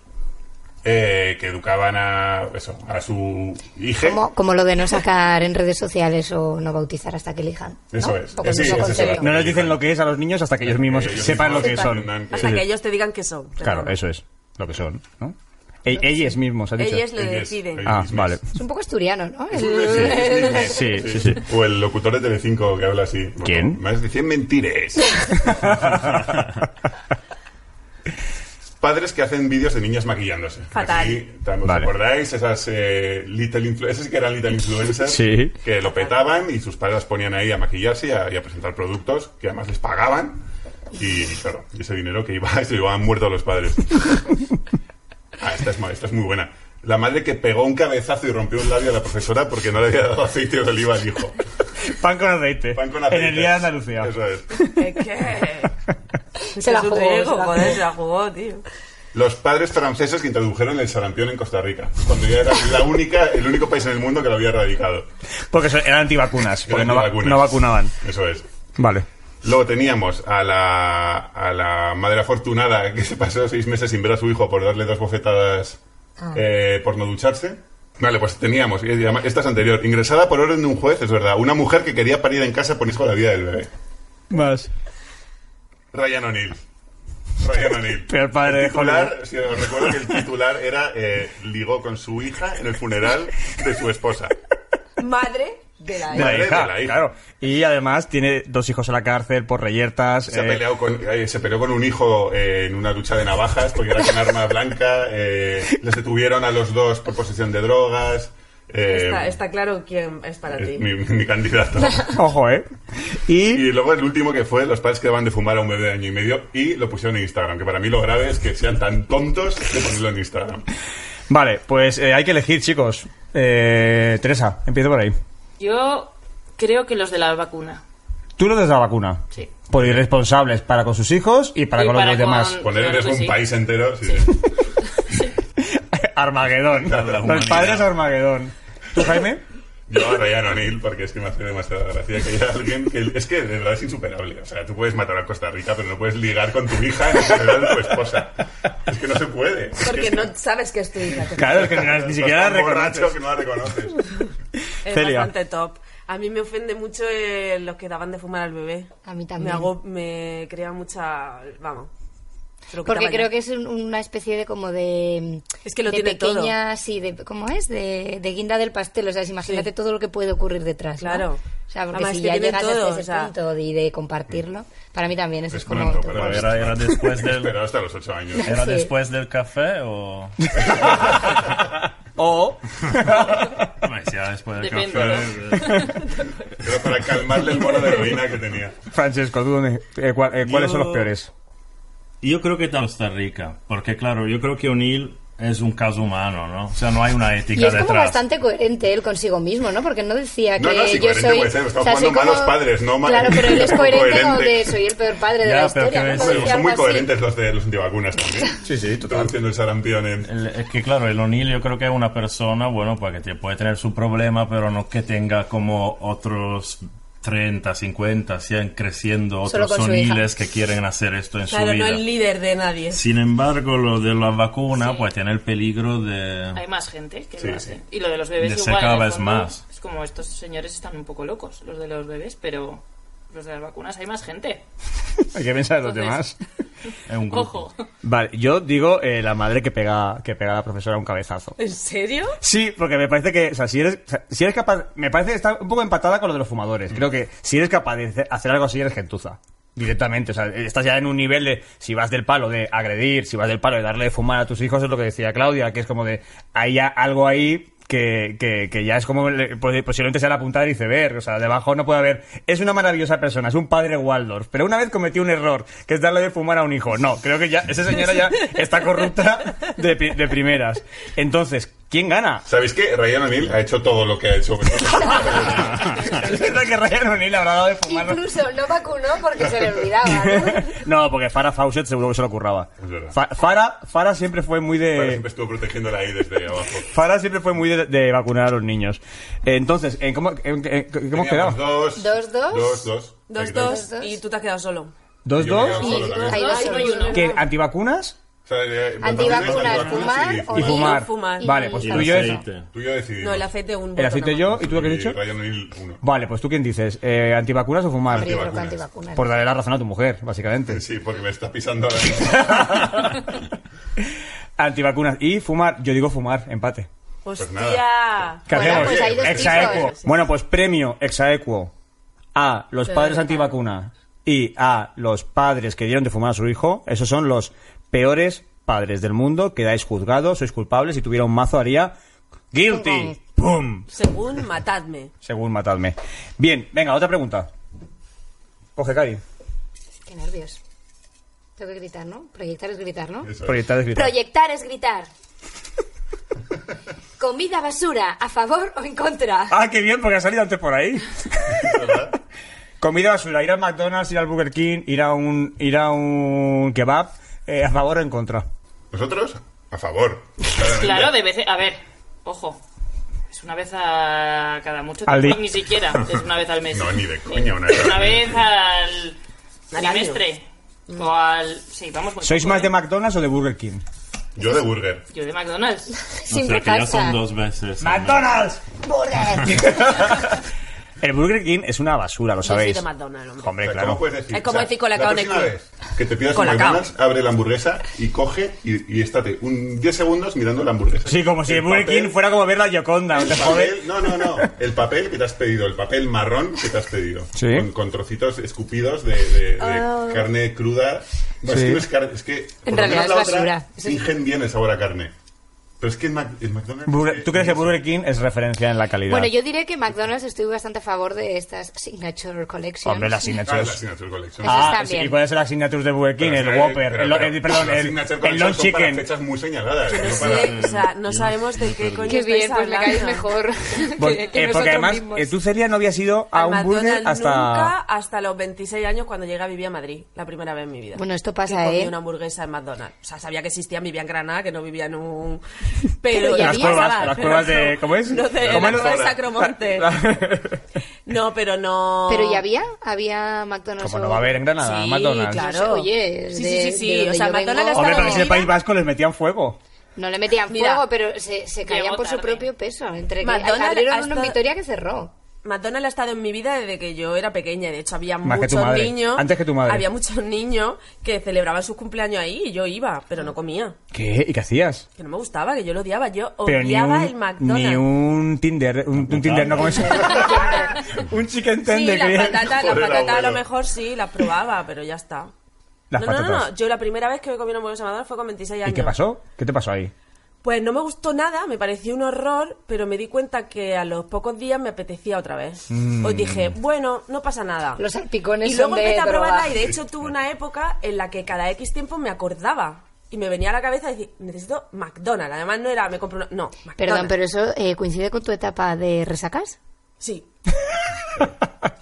[SPEAKER 6] Eh, que educaban a eso, a su hija.
[SPEAKER 3] Como, como lo de no sacar en redes sociales o no bautizar hasta que elijan. ¿no?
[SPEAKER 6] Eso es.
[SPEAKER 3] Poco
[SPEAKER 6] Eh, sí,
[SPEAKER 3] eso
[SPEAKER 6] es eso.
[SPEAKER 3] concepto.
[SPEAKER 2] No les dicen lo que es a los niños hasta que ellos mismos
[SPEAKER 6] Ellos
[SPEAKER 2] sepan lo
[SPEAKER 6] mismos
[SPEAKER 2] que son.
[SPEAKER 6] entiendan que-
[SPEAKER 4] Hasta que ellos te digan que son.
[SPEAKER 2] Claro, eso es. Lo que son, ¿no? E- ellos mismos, ha dicho.
[SPEAKER 4] Ellos lo
[SPEAKER 6] Ellos-
[SPEAKER 4] deciden.
[SPEAKER 6] ellos
[SPEAKER 2] Ah,
[SPEAKER 6] mismos.
[SPEAKER 2] vale.
[SPEAKER 3] Es un poco asturiano, ¿no?
[SPEAKER 2] Sí, sí, sí.
[SPEAKER 6] O el locutor de Telecinco que habla así. Bueno,
[SPEAKER 2] ¿Quién?
[SPEAKER 6] Más de 100 mentiras. Padres que hacen vídeos de niñas maquillándose.
[SPEAKER 4] Fatal.
[SPEAKER 6] Así, ¿Os
[SPEAKER 2] Vale.
[SPEAKER 6] acordáis? Esas eh, little influ- esas que eran little influencers
[SPEAKER 2] Sí.
[SPEAKER 6] que lo petaban y sus padres las ponían ahí a maquillarse y a, y a presentar productos que además les pagaban. Y claro, y ese dinero que iba, se lo iban muerto a los padres. Ah, esta es, ma- esta es muy buena. La madre que pegó un cabezazo y rompió un labio a la profesora porque no le había dado aceite de oliva al hijo.
[SPEAKER 2] Pan con aceite.
[SPEAKER 6] Pan con aceite.
[SPEAKER 2] En el día de Andalucía.
[SPEAKER 6] Eso es.
[SPEAKER 4] Es que...
[SPEAKER 3] Se la
[SPEAKER 4] Es un
[SPEAKER 3] jugó.
[SPEAKER 4] riesgo,
[SPEAKER 3] se la jugó.
[SPEAKER 4] joder, se la jugó, tío.
[SPEAKER 6] Los padres franceses que introdujeron el sarampión en Costa Rica, cuando ya era la única, el único país en el mundo que lo había erradicado.
[SPEAKER 2] Porque son- eran antivacunas. Porque
[SPEAKER 6] Eran
[SPEAKER 2] no, va-
[SPEAKER 6] antivacunas.
[SPEAKER 2] no vacunaban.
[SPEAKER 6] Eso es.
[SPEAKER 2] Vale.
[SPEAKER 6] Luego teníamos a la, a la madre afortunada que se pasó seis meses sin ver a su hijo por darle dos bofetadas eh, por no ducharse. Vale, pues teníamos, eh, además, esta es anterior, ingresada por orden de un juez, es verdad, una mujer que quería parir en casa por hijo de la vida del bebé.
[SPEAKER 2] Más.
[SPEAKER 6] Ryan O'Neill. Ryan O'Neill.
[SPEAKER 2] Peor padre
[SPEAKER 6] El
[SPEAKER 2] de
[SPEAKER 6] titular, si os recuerdo que el titular era eh, ligó con su hija en el funeral de su esposa.
[SPEAKER 4] Madre de la...
[SPEAKER 2] De la,
[SPEAKER 6] Madre de
[SPEAKER 2] hija,
[SPEAKER 6] la hija.
[SPEAKER 2] claro. Y además tiene dos hijos en la cárcel por reyertas.
[SPEAKER 6] Se, ha
[SPEAKER 2] eh,
[SPEAKER 6] peleado con, eh, se peleó con un hijo eh, en una lucha de navajas porque era con arma blanca. eh, les detuvieron a los dos por posesión de drogas.
[SPEAKER 4] E
[SPEAKER 6] eh,
[SPEAKER 4] Está, está claro quién es para ti.
[SPEAKER 6] es mi, mi candidato.
[SPEAKER 2] Ojo, ¿eh? Y,
[SPEAKER 6] Y luego el último que fue los padres que van de fumar a un bebé de año y medio y lo pusieron en Instagram. Que para mí lo grave es que sean tan tontos de ponerlo en Instagram.
[SPEAKER 2] Vale, pues eh, hay que elegir, chicos. Eh, Teresa, empiezo por ahí.
[SPEAKER 7] Yo creo que los de la vacuna.
[SPEAKER 2] Tú lo des la vacuna.
[SPEAKER 7] Sí.
[SPEAKER 2] Por irresponsables para con sus hijos y para
[SPEAKER 7] Y
[SPEAKER 2] con
[SPEAKER 7] para
[SPEAKER 2] los
[SPEAKER 7] con-
[SPEAKER 2] demás.
[SPEAKER 6] Poner
[SPEAKER 7] Claro que
[SPEAKER 6] en un
[SPEAKER 7] sí.
[SPEAKER 6] país entero. sí, sí.
[SPEAKER 2] Armagedón.
[SPEAKER 6] La
[SPEAKER 2] Los
[SPEAKER 5] humanidad.
[SPEAKER 2] padres Armagedón. ¿Tú, Jaime?
[SPEAKER 6] Yo a Ryan O'Neill, porque es que me hace demasiada gracia que haya alguien que... Es que de verdad es insuperable. O sea, tú puedes matar a Costa Rica, pero no puedes ligar con tu hija en el funeral de tu esposa. Es que no se puede. Es que
[SPEAKER 4] Porque no sabes que es tu hija.
[SPEAKER 2] Claro, es que ni- ni
[SPEAKER 6] estás
[SPEAKER 2] siquiera
[SPEAKER 6] tan
[SPEAKER 2] reconoces.
[SPEAKER 6] borracho que no la reconoces.
[SPEAKER 4] Es
[SPEAKER 2] Celia.
[SPEAKER 4] bastante top. A mí me ofende mucho eh, los que daban de fumar al bebé.
[SPEAKER 3] A mí también.
[SPEAKER 4] Me, hago, me crea mucha... Vamos. se lo
[SPEAKER 3] Porque
[SPEAKER 4] quitaba
[SPEAKER 3] creo
[SPEAKER 4] ya.
[SPEAKER 3] que es un- una especie de como de...
[SPEAKER 4] Es que lo
[SPEAKER 3] de
[SPEAKER 4] tiene todo.
[SPEAKER 3] pequeña, Sí, de, ¿cómo es? De, de guinda del pastel. O sea, si imagínate
[SPEAKER 4] Sí.
[SPEAKER 3] todo lo que puede ocurrir detrás. ¿no?
[SPEAKER 4] Claro.
[SPEAKER 3] O sea, porque
[SPEAKER 4] Además,
[SPEAKER 3] si
[SPEAKER 4] que
[SPEAKER 3] ya
[SPEAKER 4] tiene
[SPEAKER 3] llegas
[SPEAKER 4] todo,
[SPEAKER 3] hasta ese
[SPEAKER 4] o sea.
[SPEAKER 3] punto de, y de compartirlo, para mí también eso es,
[SPEAKER 6] Es
[SPEAKER 3] como...
[SPEAKER 6] pronto,
[SPEAKER 3] otro-
[SPEAKER 6] pero
[SPEAKER 5] Pero era, era después del...
[SPEAKER 6] Pero hasta los ocho años.
[SPEAKER 5] ¿Era
[SPEAKER 3] Sí.
[SPEAKER 5] después del café o...?
[SPEAKER 2] O.
[SPEAKER 5] Hombre, si era después del
[SPEAKER 7] Depende,
[SPEAKER 5] café... eh,
[SPEAKER 6] Pero para calmarle el mono de heroína que tenía.
[SPEAKER 2] Francesco, ¿tú dónde- eh, cuál- eh, ¿cuáles son los
[SPEAKER 5] Yo-
[SPEAKER 2] peores?
[SPEAKER 5] Yo creo que Costa Rica, porque claro, yo creo que O'Neill es un caso humano, ¿no? O sea, no hay una ética
[SPEAKER 3] Y es
[SPEAKER 5] detrás.
[SPEAKER 3] como bastante coherente él consigo mismo, ¿no? Porque no decía que
[SPEAKER 6] No, no, sí,
[SPEAKER 3] yo
[SPEAKER 6] coherente
[SPEAKER 3] soy.
[SPEAKER 6] puede ser, está
[SPEAKER 3] o sea, soy como-
[SPEAKER 6] jugando malos padres, no ma-
[SPEAKER 3] Claro, pero él es coherente, como
[SPEAKER 6] coherente.
[SPEAKER 3] de soy el peor padre de
[SPEAKER 5] Ya,
[SPEAKER 3] la
[SPEAKER 5] pero
[SPEAKER 3] historia.
[SPEAKER 5] que
[SPEAKER 3] ¿no?
[SPEAKER 5] ves-
[SPEAKER 3] Como
[SPEAKER 6] Bueno,
[SPEAKER 3] decía
[SPEAKER 6] son
[SPEAKER 3] algo
[SPEAKER 6] muy
[SPEAKER 3] así.
[SPEAKER 6] coherentes los de los antivacunas también.
[SPEAKER 2] Sí, sí, total.
[SPEAKER 6] Traduciendo el sarampión en...
[SPEAKER 5] El- es que claro, el O'Neill yo creo que es una persona, bueno, pues que te- puede tener su problema, pero no que tenga como otros 30, 50, 100 creciendo
[SPEAKER 3] Solo
[SPEAKER 5] otros
[SPEAKER 3] con su hija.
[SPEAKER 5] O'Neilles que quieren hacer esto en
[SPEAKER 4] Claro,
[SPEAKER 5] su
[SPEAKER 4] no
[SPEAKER 5] vida.
[SPEAKER 4] es líder de nadie.
[SPEAKER 5] Sin embargo, lo de la vacuna,
[SPEAKER 7] Sí.
[SPEAKER 5] pues tiene el peligro de...
[SPEAKER 7] Hay más gente que
[SPEAKER 6] Sí,
[SPEAKER 7] lo
[SPEAKER 6] sí.
[SPEAKER 7] hace. Y lo de los bebés
[SPEAKER 5] De
[SPEAKER 7] igual.
[SPEAKER 5] seca
[SPEAKER 7] en el
[SPEAKER 5] vas
[SPEAKER 7] fondo,
[SPEAKER 5] más.
[SPEAKER 7] Es como estos señores están un poco locos, los de los bebés, pero los de las vacunas hay más gente.
[SPEAKER 2] Hay que pensar en los demás.
[SPEAKER 7] Entonces-
[SPEAKER 5] Es un grupo.
[SPEAKER 7] Ojo.
[SPEAKER 2] Vale, yo digo eh, la madre que pega, que pega a la profesora un cabezazo.
[SPEAKER 4] ¿En serio?
[SPEAKER 2] Sí, porque me parece que, o sea, si eres, o sea, si eres capaz, me parece que está un poco empatada con lo de los fumadores. Creo que si eres capaz de hacer- hacer algo así, eres gentuza. Directamente, o sea, estás ya en un nivel de, si vas del palo de agredir, si vas del palo de darle de fumar a tus hijos, es lo que decía Claudia, que es como de, hay ya algo ahí que, que, que ya es como, le- pos- posiblemente sea la punta del iceberg, o sea, debajo no puede haber, es una maravillosa persona, es un padre Waldorf, pero una vez cometió un error, que es darle de fumar a un hijo. No, creo que ya, esa señora ya está corrupta de, pri- de primeras. Entonces, ¿quién gana?
[SPEAKER 6] ¿Sabéis que Ryan O'Neill ha hecho todo lo que ha hecho?
[SPEAKER 2] Es verdad que Ryan O'Neill habrá dado de fumar.
[SPEAKER 3] Incluso no vacunó porque se le olvidaba. ¿no?
[SPEAKER 2] No, porque Farah Fawcett seguro que se lo curraba.
[SPEAKER 6] Es verdad.
[SPEAKER 2] Fa- Farah, Farah siempre fue muy
[SPEAKER 6] Bueno,
[SPEAKER 2] de.
[SPEAKER 6] siempre estuvo protegiéndola ahí desde abajo.
[SPEAKER 2] Farah siempre fue muy de, de vacunar a los niños. Entonces, ¿en ¿cómo, en- en- en- ¿cómo hemos
[SPEAKER 6] Teníamos
[SPEAKER 2] quedado?
[SPEAKER 6] Dos,
[SPEAKER 3] Dos, dos.
[SPEAKER 6] Dos, dos.
[SPEAKER 4] Dos,
[SPEAKER 6] Aquí tenemos-
[SPEAKER 4] dos, y tú te has quedado solo.
[SPEAKER 2] ¿Dos,
[SPEAKER 6] Yo me he
[SPEAKER 2] dos?
[SPEAKER 6] quedado solo
[SPEAKER 3] Hay
[SPEAKER 6] también.
[SPEAKER 3] dos
[SPEAKER 7] Ay, no hay
[SPEAKER 3] solos.
[SPEAKER 7] uno.
[SPEAKER 2] ¿Qué? ¿Antivacunas?
[SPEAKER 6] O sea, eh,
[SPEAKER 3] Antivacunas,
[SPEAKER 6] antivacunas y
[SPEAKER 3] fumar o
[SPEAKER 2] Y
[SPEAKER 3] no
[SPEAKER 2] fumar.
[SPEAKER 4] fumar.
[SPEAKER 2] Vale,
[SPEAKER 4] Y
[SPEAKER 2] pues
[SPEAKER 5] Y
[SPEAKER 2] tú
[SPEAKER 5] el
[SPEAKER 2] y yo.
[SPEAKER 5] aceite.
[SPEAKER 6] Tú y yo decidimos.
[SPEAKER 4] No, el aceite un
[SPEAKER 2] El
[SPEAKER 4] botón
[SPEAKER 2] aceite
[SPEAKER 4] nada
[SPEAKER 2] yo
[SPEAKER 4] más.
[SPEAKER 2] y tú lo que has dicho.
[SPEAKER 6] Ryan O'Neill, uno.
[SPEAKER 2] Vale, pues tú quién dices, Eh, ¿antivacunas o fumar?
[SPEAKER 3] Hombre, yo creo que
[SPEAKER 6] Antivacunas.
[SPEAKER 3] antivacunas.
[SPEAKER 2] Por darle la razón a tu mujer, básicamente.
[SPEAKER 6] Sí, porque me está pisando ahora mismo.
[SPEAKER 2] Antivacunas y fumar, yo digo fumar, empate. Pues
[SPEAKER 4] ¡Hostia!
[SPEAKER 2] ¿Qué
[SPEAKER 3] Bueno,
[SPEAKER 2] hacemos?
[SPEAKER 3] pues hay dos
[SPEAKER 2] Exaequo.
[SPEAKER 3] tipos.
[SPEAKER 2] Bueno, pues premio exaequo a los padres antivacuna y a los padres que dieron de fumar a su hijo. Esos son los peores padres del mundo. Quedáis juzgados, sois culpables. Si tuviera un mazo haría guilty. ¡Pum!
[SPEAKER 4] Según matadme.
[SPEAKER 2] Según matadme. Bien, venga, otra pregunta. Coge, Cari.
[SPEAKER 3] Qué nervios. Tengo que gritar, ¿no? Proyectar es gritar, ¿no?
[SPEAKER 6] Eso es.
[SPEAKER 2] Proyectar de escrita.
[SPEAKER 3] Proyectar es gritar. Comida basura, ¿a favor o en contra?
[SPEAKER 2] Ah, qué bien, porque ha salido antes por ahí. Comida basura, ir al McDonald's, ir al Burger King, ir a un, ir a un kebab, eh, a favor o en contra.
[SPEAKER 6] Nosotros, a favor. claramente.
[SPEAKER 7] Pues Claro, de veces. A ver, ojo. Es una vez a cada mucho
[SPEAKER 2] Al
[SPEAKER 7] tiempo.
[SPEAKER 2] día.
[SPEAKER 7] Ni siquiera. Es una vez al mes. Eh,
[SPEAKER 6] No, ni de coña, una vez al
[SPEAKER 7] Una
[SPEAKER 6] mes.
[SPEAKER 7] vez al.
[SPEAKER 4] Al año.
[SPEAKER 7] trimestre. O al. Sí, vamos muy
[SPEAKER 2] ¿Sois
[SPEAKER 7] poco,
[SPEAKER 2] más de
[SPEAKER 7] ¿eh?
[SPEAKER 2] McDonald's o de Burger King?
[SPEAKER 6] Yo de burger.
[SPEAKER 7] Yo de McDonald's.
[SPEAKER 5] O
[SPEAKER 3] Siempre
[SPEAKER 5] sea, que ya
[SPEAKER 3] pasa.
[SPEAKER 5] son dos veces.
[SPEAKER 2] ¡McDonald's! El Burger King es una basura, lo
[SPEAKER 4] Yo soy
[SPEAKER 2] sabéis.
[SPEAKER 4] de McDonald's, hombre.
[SPEAKER 2] Hombre,
[SPEAKER 6] O sea,
[SPEAKER 2] claro.
[SPEAKER 6] ¿Cómo puedes decir?
[SPEAKER 4] Es como decir
[SPEAKER 6] la
[SPEAKER 4] Colacao en el
[SPEAKER 6] próxima
[SPEAKER 4] club.
[SPEAKER 6] vez que te pidas un
[SPEAKER 4] Colacao.
[SPEAKER 6] McDonald's, abre la hamburguesa y coge y, y estate un 10 segundos mirando la hamburguesa.
[SPEAKER 2] Sí, como si el Burger
[SPEAKER 6] papel-
[SPEAKER 2] King fuera como ver la Gioconda.
[SPEAKER 6] el
[SPEAKER 2] te jode.
[SPEAKER 6] papel, no, no, no. El papel que te has pedido, el papel marrón que te has pedido.
[SPEAKER 2] Sí.
[SPEAKER 6] Con, con trocitos escupidos de, de- de carne cruda. Bueno,
[SPEAKER 2] Sí.
[SPEAKER 6] Es que, no es car- es que, por lo
[SPEAKER 3] realidad
[SPEAKER 6] menos la
[SPEAKER 3] es
[SPEAKER 6] otra,
[SPEAKER 3] basura. Eso es-
[SPEAKER 6] Fingen bien el sabor a carne. Pero es que en, Mac- en McDonald's.
[SPEAKER 2] Burger- ¿Tú crees que Burger King es referencia en la calidad?
[SPEAKER 3] Bueno, yo diré que McDonald's estoy bastante a favor de estas Signature Collections.
[SPEAKER 2] Hombre, las
[SPEAKER 6] Ah, la
[SPEAKER 2] signatures.
[SPEAKER 6] Signature Collection.
[SPEAKER 3] Eso
[SPEAKER 2] Ah,
[SPEAKER 3] está
[SPEAKER 2] sí,
[SPEAKER 3] bien.
[SPEAKER 2] ¿y cuál es el signature de Burger King?
[SPEAKER 6] Pero,
[SPEAKER 2] el
[SPEAKER 6] eh,
[SPEAKER 2] Whopper,
[SPEAKER 6] pero,
[SPEAKER 2] el, lo-
[SPEAKER 6] pero,
[SPEAKER 2] el- perdón,
[SPEAKER 6] las
[SPEAKER 2] el,
[SPEAKER 6] Signature
[SPEAKER 2] el
[SPEAKER 6] Collection
[SPEAKER 2] Long
[SPEAKER 6] son para
[SPEAKER 2] Chicken.
[SPEAKER 6] fechas muy señaladas. no
[SPEAKER 4] Sí,
[SPEAKER 6] para-
[SPEAKER 4] o sea, no sabemos de qué coño
[SPEAKER 3] Qué bien,
[SPEAKER 4] estáis
[SPEAKER 3] pues me caes
[SPEAKER 4] hablando.
[SPEAKER 3] mejor.
[SPEAKER 2] Bueno,
[SPEAKER 3] que,
[SPEAKER 2] eh, porque además, eh, tú Celia no habías ido a
[SPEAKER 4] Al
[SPEAKER 2] un burger
[SPEAKER 4] McDonald's
[SPEAKER 2] hasta.
[SPEAKER 4] nunca hasta los 26 años cuando llegué a vivir a Madrid, la primera vez en mi vida.
[SPEAKER 3] Bueno, esto
[SPEAKER 4] que
[SPEAKER 3] pasa,
[SPEAKER 4] comí
[SPEAKER 3] ¿eh?
[SPEAKER 4] una hamburguesa en McDonald's. O sea, sabía que existían, vivía en Granada, que no vivía en un...
[SPEAKER 3] Pero
[SPEAKER 4] Pero
[SPEAKER 3] ya
[SPEAKER 4] ya
[SPEAKER 2] las
[SPEAKER 3] había
[SPEAKER 2] cuevas,
[SPEAKER 3] sabor.
[SPEAKER 2] las cuevas de. ¿Cómo es?
[SPEAKER 4] No sé,
[SPEAKER 2] ¿Cómo
[SPEAKER 4] la
[SPEAKER 2] es?
[SPEAKER 4] cueva de Sacromonte. No, pero no...
[SPEAKER 3] Pero ya había, había McDonald's.
[SPEAKER 2] Como
[SPEAKER 3] o-
[SPEAKER 2] no va a haber en Granada,
[SPEAKER 4] Sí,
[SPEAKER 2] McDonald's.
[SPEAKER 4] claro.
[SPEAKER 3] Oye,
[SPEAKER 4] Sí, sí,
[SPEAKER 3] de-
[SPEAKER 4] sí, sí,
[SPEAKER 3] de donde
[SPEAKER 4] o sea,
[SPEAKER 3] yo vengo-
[SPEAKER 4] McDonald's
[SPEAKER 2] Hombre, pero
[SPEAKER 4] estaba
[SPEAKER 2] si en el
[SPEAKER 4] vendida.
[SPEAKER 2] País Vasco les metían fuego.
[SPEAKER 3] No le metían
[SPEAKER 4] Mira,
[SPEAKER 3] fuego, pero se, se caían
[SPEAKER 7] llegó
[SPEAKER 3] por su
[SPEAKER 7] tarde.
[SPEAKER 3] propio peso. Entre que
[SPEAKER 4] McDonald's
[SPEAKER 3] abrieron uno en
[SPEAKER 4] hasta-
[SPEAKER 3] Vitoria que cerró.
[SPEAKER 4] McDonald's ha estado en mi vida desde que yo era pequeña. De hecho, había
[SPEAKER 2] Más que tu
[SPEAKER 4] muchos
[SPEAKER 2] madre.
[SPEAKER 4] niños...
[SPEAKER 2] Antes que tu madre.
[SPEAKER 4] Había muchos niños que celebraban sus cumpleaños ahí y yo iba, pero no comía.
[SPEAKER 2] ¿Qué? ¿Y qué hacías?
[SPEAKER 4] Que no me gustaba, que yo lo odiaba. Yo
[SPEAKER 2] Pero ni
[SPEAKER 4] odiaba el
[SPEAKER 2] un,
[SPEAKER 4] McDonald's.
[SPEAKER 2] ni un Tinder, un, un Tinder, no como es. un chicken tender.
[SPEAKER 4] sí,
[SPEAKER 2] que-
[SPEAKER 4] las patatas, las
[SPEAKER 6] Pobre
[SPEAKER 4] patatas a
[SPEAKER 6] abuelo.
[SPEAKER 4] lo mejor sí, las probaba, pero ya está.
[SPEAKER 2] Las
[SPEAKER 4] no, no, no,
[SPEAKER 2] patatas.
[SPEAKER 4] no, yo la primera vez que me comí una hamburguesa de McDonald's fue con 26 años.
[SPEAKER 2] ¿Y qué pasó? ¿Qué te pasó ahí?
[SPEAKER 4] Pues no me gustó nada, me pareció un horror, pero me di cuenta que a los pocos días me apetecía otra vez.
[SPEAKER 2] Mm.
[SPEAKER 4] Os dije, bueno, no pasa nada.
[SPEAKER 3] Los salpicones
[SPEAKER 4] Y luego
[SPEAKER 3] son de
[SPEAKER 4] empecé a
[SPEAKER 3] droga.
[SPEAKER 4] probarla y de hecho tuve una época en la que cada X tiempo me acordaba y me venía a la cabeza decir, necesito McDonald's. Además no era, me compro una... No, McDonald's.
[SPEAKER 1] Perdón, pero eso eh, coincide con tu etapa de resacas.
[SPEAKER 4] Sí.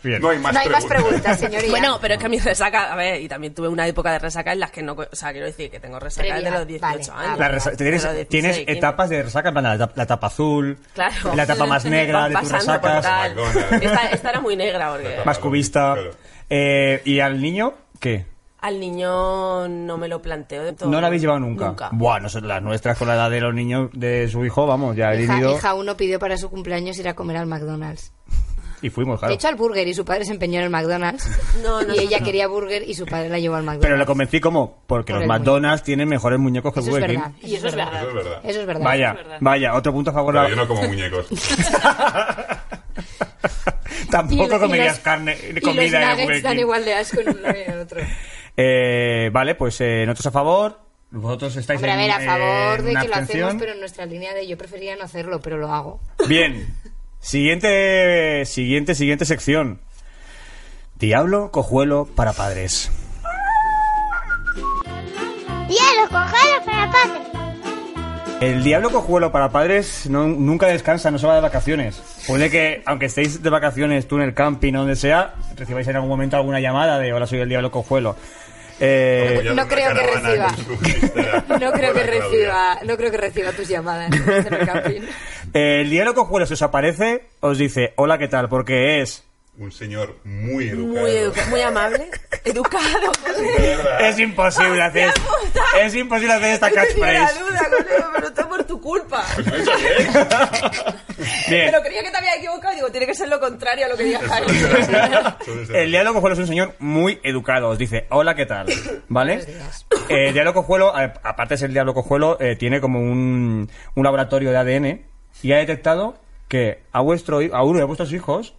[SPEAKER 2] Bien.
[SPEAKER 6] No hay más
[SPEAKER 3] no hay más
[SPEAKER 6] preguntas.
[SPEAKER 3] preguntas, señoría.
[SPEAKER 4] Bueno, pero es que mi resaca, a ver, y también tuve una época de resaca en las que no, co- o sea, quiero decir que tengo resaca
[SPEAKER 3] Previa,
[SPEAKER 4] de los 18
[SPEAKER 3] vale.
[SPEAKER 4] años.
[SPEAKER 2] La resa- tienes
[SPEAKER 4] de los 16,
[SPEAKER 2] tienes
[SPEAKER 4] 15.
[SPEAKER 2] etapas de resaca, en plan, la, etapa- la etapa azul,
[SPEAKER 4] Claro.
[SPEAKER 2] la etapa más negra
[SPEAKER 4] Vas
[SPEAKER 2] de tus
[SPEAKER 4] pasando por
[SPEAKER 2] resacas,
[SPEAKER 4] tal.
[SPEAKER 6] McDonald's.
[SPEAKER 4] Esta, esta era muy negra porque
[SPEAKER 2] más cubista.
[SPEAKER 6] Claro.
[SPEAKER 2] Eh, ¿Y al niño qué?
[SPEAKER 4] al niño no me lo planteo. de todo.
[SPEAKER 2] No la habéis llevado nunca.
[SPEAKER 4] Nunca.
[SPEAKER 2] Buah, nosotros, las nuestras con la edad de los niños de su hijo, vamos, ya he
[SPEAKER 1] Hija,
[SPEAKER 2] vivido
[SPEAKER 1] hija uno pidió para su cumpleaños ir a comer al McDonald's.
[SPEAKER 2] y fuimos, claro.
[SPEAKER 1] De hecho, al burger y su padre se empeñó en el McDonald's.
[SPEAKER 4] No, no,
[SPEAKER 1] y ella
[SPEAKER 4] no.
[SPEAKER 1] quería burger y su padre la llevó al McDonald's.
[SPEAKER 2] Pero la convencí como, porque
[SPEAKER 1] Por
[SPEAKER 2] los
[SPEAKER 1] el
[SPEAKER 2] McDonald's tienen mejores muñecos que
[SPEAKER 1] Eso es
[SPEAKER 2] Burger
[SPEAKER 1] verdad.
[SPEAKER 2] King.
[SPEAKER 7] Y eso es verdad.
[SPEAKER 6] Eso es verdad.
[SPEAKER 1] Eso es verdad.
[SPEAKER 2] Vaya,
[SPEAKER 7] verdad.
[SPEAKER 2] vaya, otro punto a favor.
[SPEAKER 6] Pero
[SPEAKER 2] la-
[SPEAKER 6] yo no como muñecos.
[SPEAKER 1] Y los-
[SPEAKER 2] Tampoco
[SPEAKER 1] y
[SPEAKER 2] comerías
[SPEAKER 1] los-
[SPEAKER 2] carne, eh,
[SPEAKER 1] y
[SPEAKER 2] comida
[SPEAKER 1] los
[SPEAKER 2] en
[SPEAKER 1] nuggets
[SPEAKER 2] Burger
[SPEAKER 1] dan
[SPEAKER 2] King.
[SPEAKER 1] igual de asco en uno y en otro.
[SPEAKER 2] Eh, vale, pues eh, nosotros a favor. Vosotros estáis
[SPEAKER 1] Hombre, a
[SPEAKER 2] en,
[SPEAKER 1] ver, a
[SPEAKER 2] eh,
[SPEAKER 1] favor de
[SPEAKER 2] una
[SPEAKER 1] que lo hacemos,
[SPEAKER 2] abstención.
[SPEAKER 1] pero en nuestra línea de yo prefería no hacerlo, pero lo hago.
[SPEAKER 2] Bien. Siguiente, siguiente, siguiente sección. Diablo cojuelo para padres.
[SPEAKER 8] Diablo, cojalo para padre.
[SPEAKER 2] El diablo cojuelo para padres no- nunca descansa, no se va de vacaciones. Puede que, aunque estéis de vacaciones tú en el camping o donde sea, recibáis en algún momento alguna llamada de hola soy el diablo cojuelo. Eh,
[SPEAKER 6] Apoyado
[SPEAKER 1] no
[SPEAKER 6] en una
[SPEAKER 1] creo que
[SPEAKER 6] caravana
[SPEAKER 1] reciba.
[SPEAKER 6] con su cristal.
[SPEAKER 1] No creo que
[SPEAKER 6] Hola, Claudia.
[SPEAKER 1] reciba, no creo que reciba tus llamadas en el camping.
[SPEAKER 2] el diablo cojuelo se os aparece, os dice hola qué tal, porque es...
[SPEAKER 6] Un señor muy educado.
[SPEAKER 4] Muy, educa- muy amable, educado.
[SPEAKER 6] De verdad.
[SPEAKER 2] Es
[SPEAKER 1] ¡Ah,
[SPEAKER 2] imposible hacer...
[SPEAKER 4] puta!
[SPEAKER 2] Es imposible hacer esta
[SPEAKER 4] Yo tenía la
[SPEAKER 2] catchphrase. Pues
[SPEAKER 4] duda, coño, pero todo por tu culpa.
[SPEAKER 2] Bien.
[SPEAKER 4] Pero creía que te había equivocado y digo, tiene que ser lo contrario a lo que digas.
[SPEAKER 6] Suele ser- suele ser.
[SPEAKER 2] El diálogo cojuelo es un señor muy educado. Os dice, hola, ¿qué tal? ¿Vale? Eh, el diálogo cojuelo, a- aparte de ser el diablo cojuelo, eh, tiene como un, un laboratorio de ADN y ha detectado que a, vuestro, hi- a uno de vuestros hijos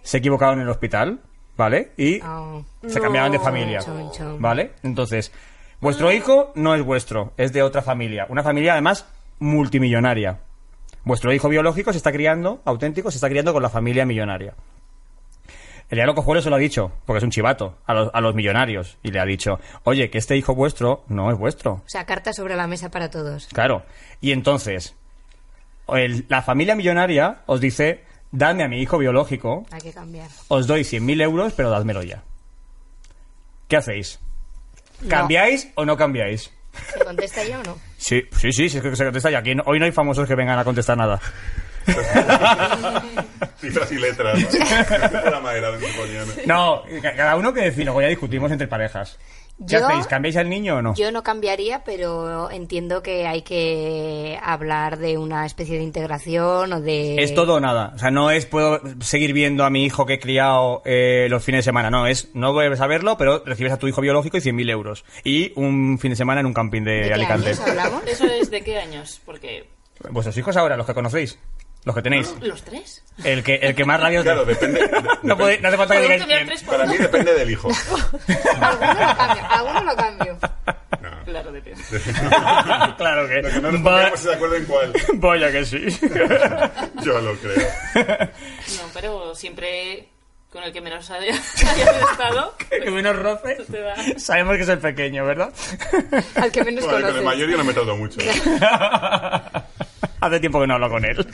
[SPEAKER 2] se equivocaron en el hospital, ¿vale? Y
[SPEAKER 1] Oh.
[SPEAKER 2] se cambiaron de familia,
[SPEAKER 1] Chon, chon.
[SPEAKER 2] ¿vale? Entonces, vuestro hijo no es vuestro, es de otra familia. Una familia, además, multimillonaria. Vuestro hijo biológico se está criando, auténtico, se está criando con la familia millonaria. El diablo cojuelo se lo ha dicho, porque es un chivato, a los, a los millonarios, y le ha dicho, oye, que este hijo vuestro no es vuestro.
[SPEAKER 1] O sea, carta sobre la mesa para todos.
[SPEAKER 2] Claro. Y entonces, el- la familia millonaria os dice, dame a mi hijo biológico,
[SPEAKER 1] Hay que cambiar.
[SPEAKER 2] os doy 100.000 euros, pero dádmelo ya. ¿Qué hacéis? ¿Cambiáis o no cambiáis?
[SPEAKER 1] ¿Se contesta yo o no?
[SPEAKER 2] Sí, sí, sí, sí, es que se contesta ya. Aquí no- hoy no hay famosos que vengan a contestar nada.
[SPEAKER 6] Cifras y letras. ¿no? La madera de mi coñana.
[SPEAKER 2] No, ca- cada uno que decida, luego ya discutimos entre parejas. ¿Qué
[SPEAKER 1] Yo-
[SPEAKER 2] hacéis? ¿Cambiáis al niño o no?
[SPEAKER 3] eh,
[SPEAKER 1] Yo no cambiaría, pero entiendo que hay que hablar de una especie de integración o de...
[SPEAKER 2] Es todo o nada. O sea, no es puedo seguir viendo a mi hijo que he criado eh, los fines de semana. No, es no vuelves a verlo, pero recibes a tu hijo biológico y 100.000 euros. Y un fin de semana en un camping de,
[SPEAKER 1] ¿De qué
[SPEAKER 2] Alicante.
[SPEAKER 1] años hablamos?
[SPEAKER 7] ¿Eso es de qué años? Porque
[SPEAKER 2] ¿Vuestros hijos ahora, los que conocéis? ¿Los que tenéis?
[SPEAKER 7] los tres.
[SPEAKER 2] El que, el que más rabia os dé.
[SPEAKER 6] Claro, depende. de-
[SPEAKER 2] No, podéis- no hace falta que
[SPEAKER 7] Podemos
[SPEAKER 2] digáis
[SPEAKER 7] cambiar
[SPEAKER 2] quién.
[SPEAKER 7] tres por
[SPEAKER 6] Para mí depende del hijo.
[SPEAKER 1] Alguno lo cambio, alguno lo cambio.
[SPEAKER 6] No.
[SPEAKER 7] Claro, depende.
[SPEAKER 2] claro que.
[SPEAKER 6] Lo que no nos
[SPEAKER 2] Va-
[SPEAKER 6] pongamos es de acuerdo en cuál.
[SPEAKER 2] Vaya que sí.
[SPEAKER 6] Yo lo creo.
[SPEAKER 7] No, pero siempre con el que menos haya hayas estado.
[SPEAKER 2] que menos roce.
[SPEAKER 7] Te va.
[SPEAKER 2] Sabemos que es el pequeño, ¿verdad?
[SPEAKER 1] Al que menos
[SPEAKER 6] Bueno, con el
[SPEAKER 1] conoces.
[SPEAKER 6] mayor yo no me he tratado mucho.
[SPEAKER 2] Hace tiempo que no hablo con él.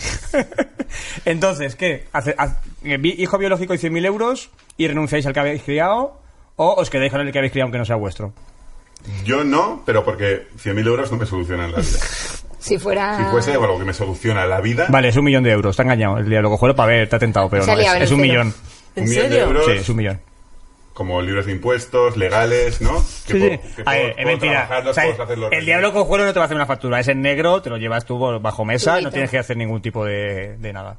[SPEAKER 2] Entonces, ¿qué? Hace- haz- eh, bi- hijo biológico y 100.000 euros y renunciáis al que habéis criado o os quedáis con el que habéis criado aunque no sea vuestro.
[SPEAKER 6] Yo no, pero porque 100.000 euros no me solucionan la vida.
[SPEAKER 1] Si fuera...
[SPEAKER 4] Ah.
[SPEAKER 6] Si fuese algo que me soluciona la vida,
[SPEAKER 2] Vale, es un millón de euros. Está engañado. El diálogo juego para ver, te ha tentado, pero
[SPEAKER 1] Se ha
[SPEAKER 2] no. Es,
[SPEAKER 1] liado en
[SPEAKER 2] es
[SPEAKER 1] el
[SPEAKER 2] un
[SPEAKER 1] cero.
[SPEAKER 2] millón.
[SPEAKER 6] un
[SPEAKER 4] ¿En
[SPEAKER 6] millón de
[SPEAKER 4] serio?
[SPEAKER 6] euros,
[SPEAKER 2] Sí, es un millón.
[SPEAKER 6] como libres de impuestos, legales, ¿no?
[SPEAKER 2] Sí, sí.
[SPEAKER 6] puedo- puedo-
[SPEAKER 2] A ver, es
[SPEAKER 6] puedo
[SPEAKER 2] mentira.
[SPEAKER 6] trabajarlos,
[SPEAKER 2] O sea,
[SPEAKER 6] puedo hacerlos
[SPEAKER 2] el
[SPEAKER 6] rendir.
[SPEAKER 2] diablo con juego no te va a hacer una factura. Es en negro, te lo llevas tú bajo mesa,
[SPEAKER 1] Tulito.
[SPEAKER 2] no tienes que hacer ningún tipo de, de nada.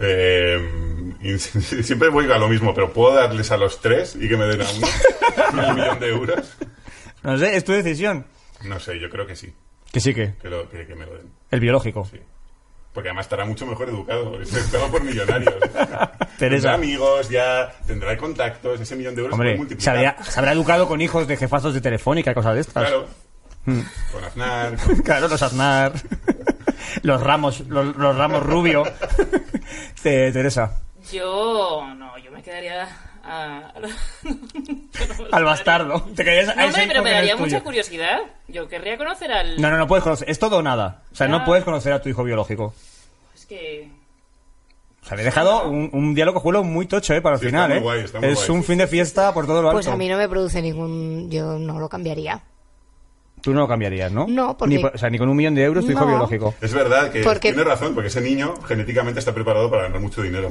[SPEAKER 6] Eh, y siempre voy a lo mismo, pero puedo darles a los tres y que me den a uno un millón de euros.
[SPEAKER 2] No sé, es tu decisión.
[SPEAKER 6] No sé, yo creo que sí,
[SPEAKER 2] Que sí que.
[SPEAKER 6] que, lo- que- que me lo den.
[SPEAKER 2] El biológico.
[SPEAKER 6] Sí. Porque además estará mucho mejor educado, porque se educado por millonarios.
[SPEAKER 2] Teresa.
[SPEAKER 6] Tendrá amigos, ya tendrá contactos, ese millón de euros se
[SPEAKER 2] Hombre,
[SPEAKER 6] puede
[SPEAKER 2] se,
[SPEAKER 6] Pues multiplicar.
[SPEAKER 2] habría- se habrá educado con hijos de jefazos de Telefónica y cosas de estas.
[SPEAKER 6] Claro.
[SPEAKER 2] Mm.
[SPEAKER 6] Con Aznar, con-
[SPEAKER 2] Claro, los Aznar, los Ramos, los, los Ramos Rubio. Te- Teresa,
[SPEAKER 7] Yo no, yo me quedaría a, a lo-
[SPEAKER 2] al bastardo. Te querías a
[SPEAKER 7] No,
[SPEAKER 2] ese
[SPEAKER 7] hombre, pero
[SPEAKER 2] porque
[SPEAKER 7] me
[SPEAKER 2] no es
[SPEAKER 7] daría
[SPEAKER 2] tuyo.
[SPEAKER 7] mucha curiosidad. Yo querría conocer al...
[SPEAKER 2] No, no, no puedes conocer. Es todo o nada. O sea, no
[SPEAKER 7] Ya.
[SPEAKER 2] puedes conocer a tu hijo biológico.
[SPEAKER 7] Es que...
[SPEAKER 2] O sea, le he dejado un, un diálogo juelo muy tocho, ¿eh? Para el
[SPEAKER 6] Sí, está
[SPEAKER 2] final,
[SPEAKER 6] muy
[SPEAKER 2] ¿eh?
[SPEAKER 6] guay, está muy
[SPEAKER 2] es
[SPEAKER 6] guay.
[SPEAKER 2] un fin de fiesta por todo lo alto.
[SPEAKER 3] Pues a mí no me produce ningún... Yo no lo cambiaría.
[SPEAKER 2] Tú no lo cambiarías, ¿no?
[SPEAKER 3] No, porque-
[SPEAKER 2] Ni, por- o sea, ni con un millón de euros tu hijo
[SPEAKER 3] No.
[SPEAKER 2] biológico.
[SPEAKER 6] Es verdad que
[SPEAKER 3] Porque-
[SPEAKER 6] tiene razón, porque ese niño genéticamente está preparado para ganar mucho dinero.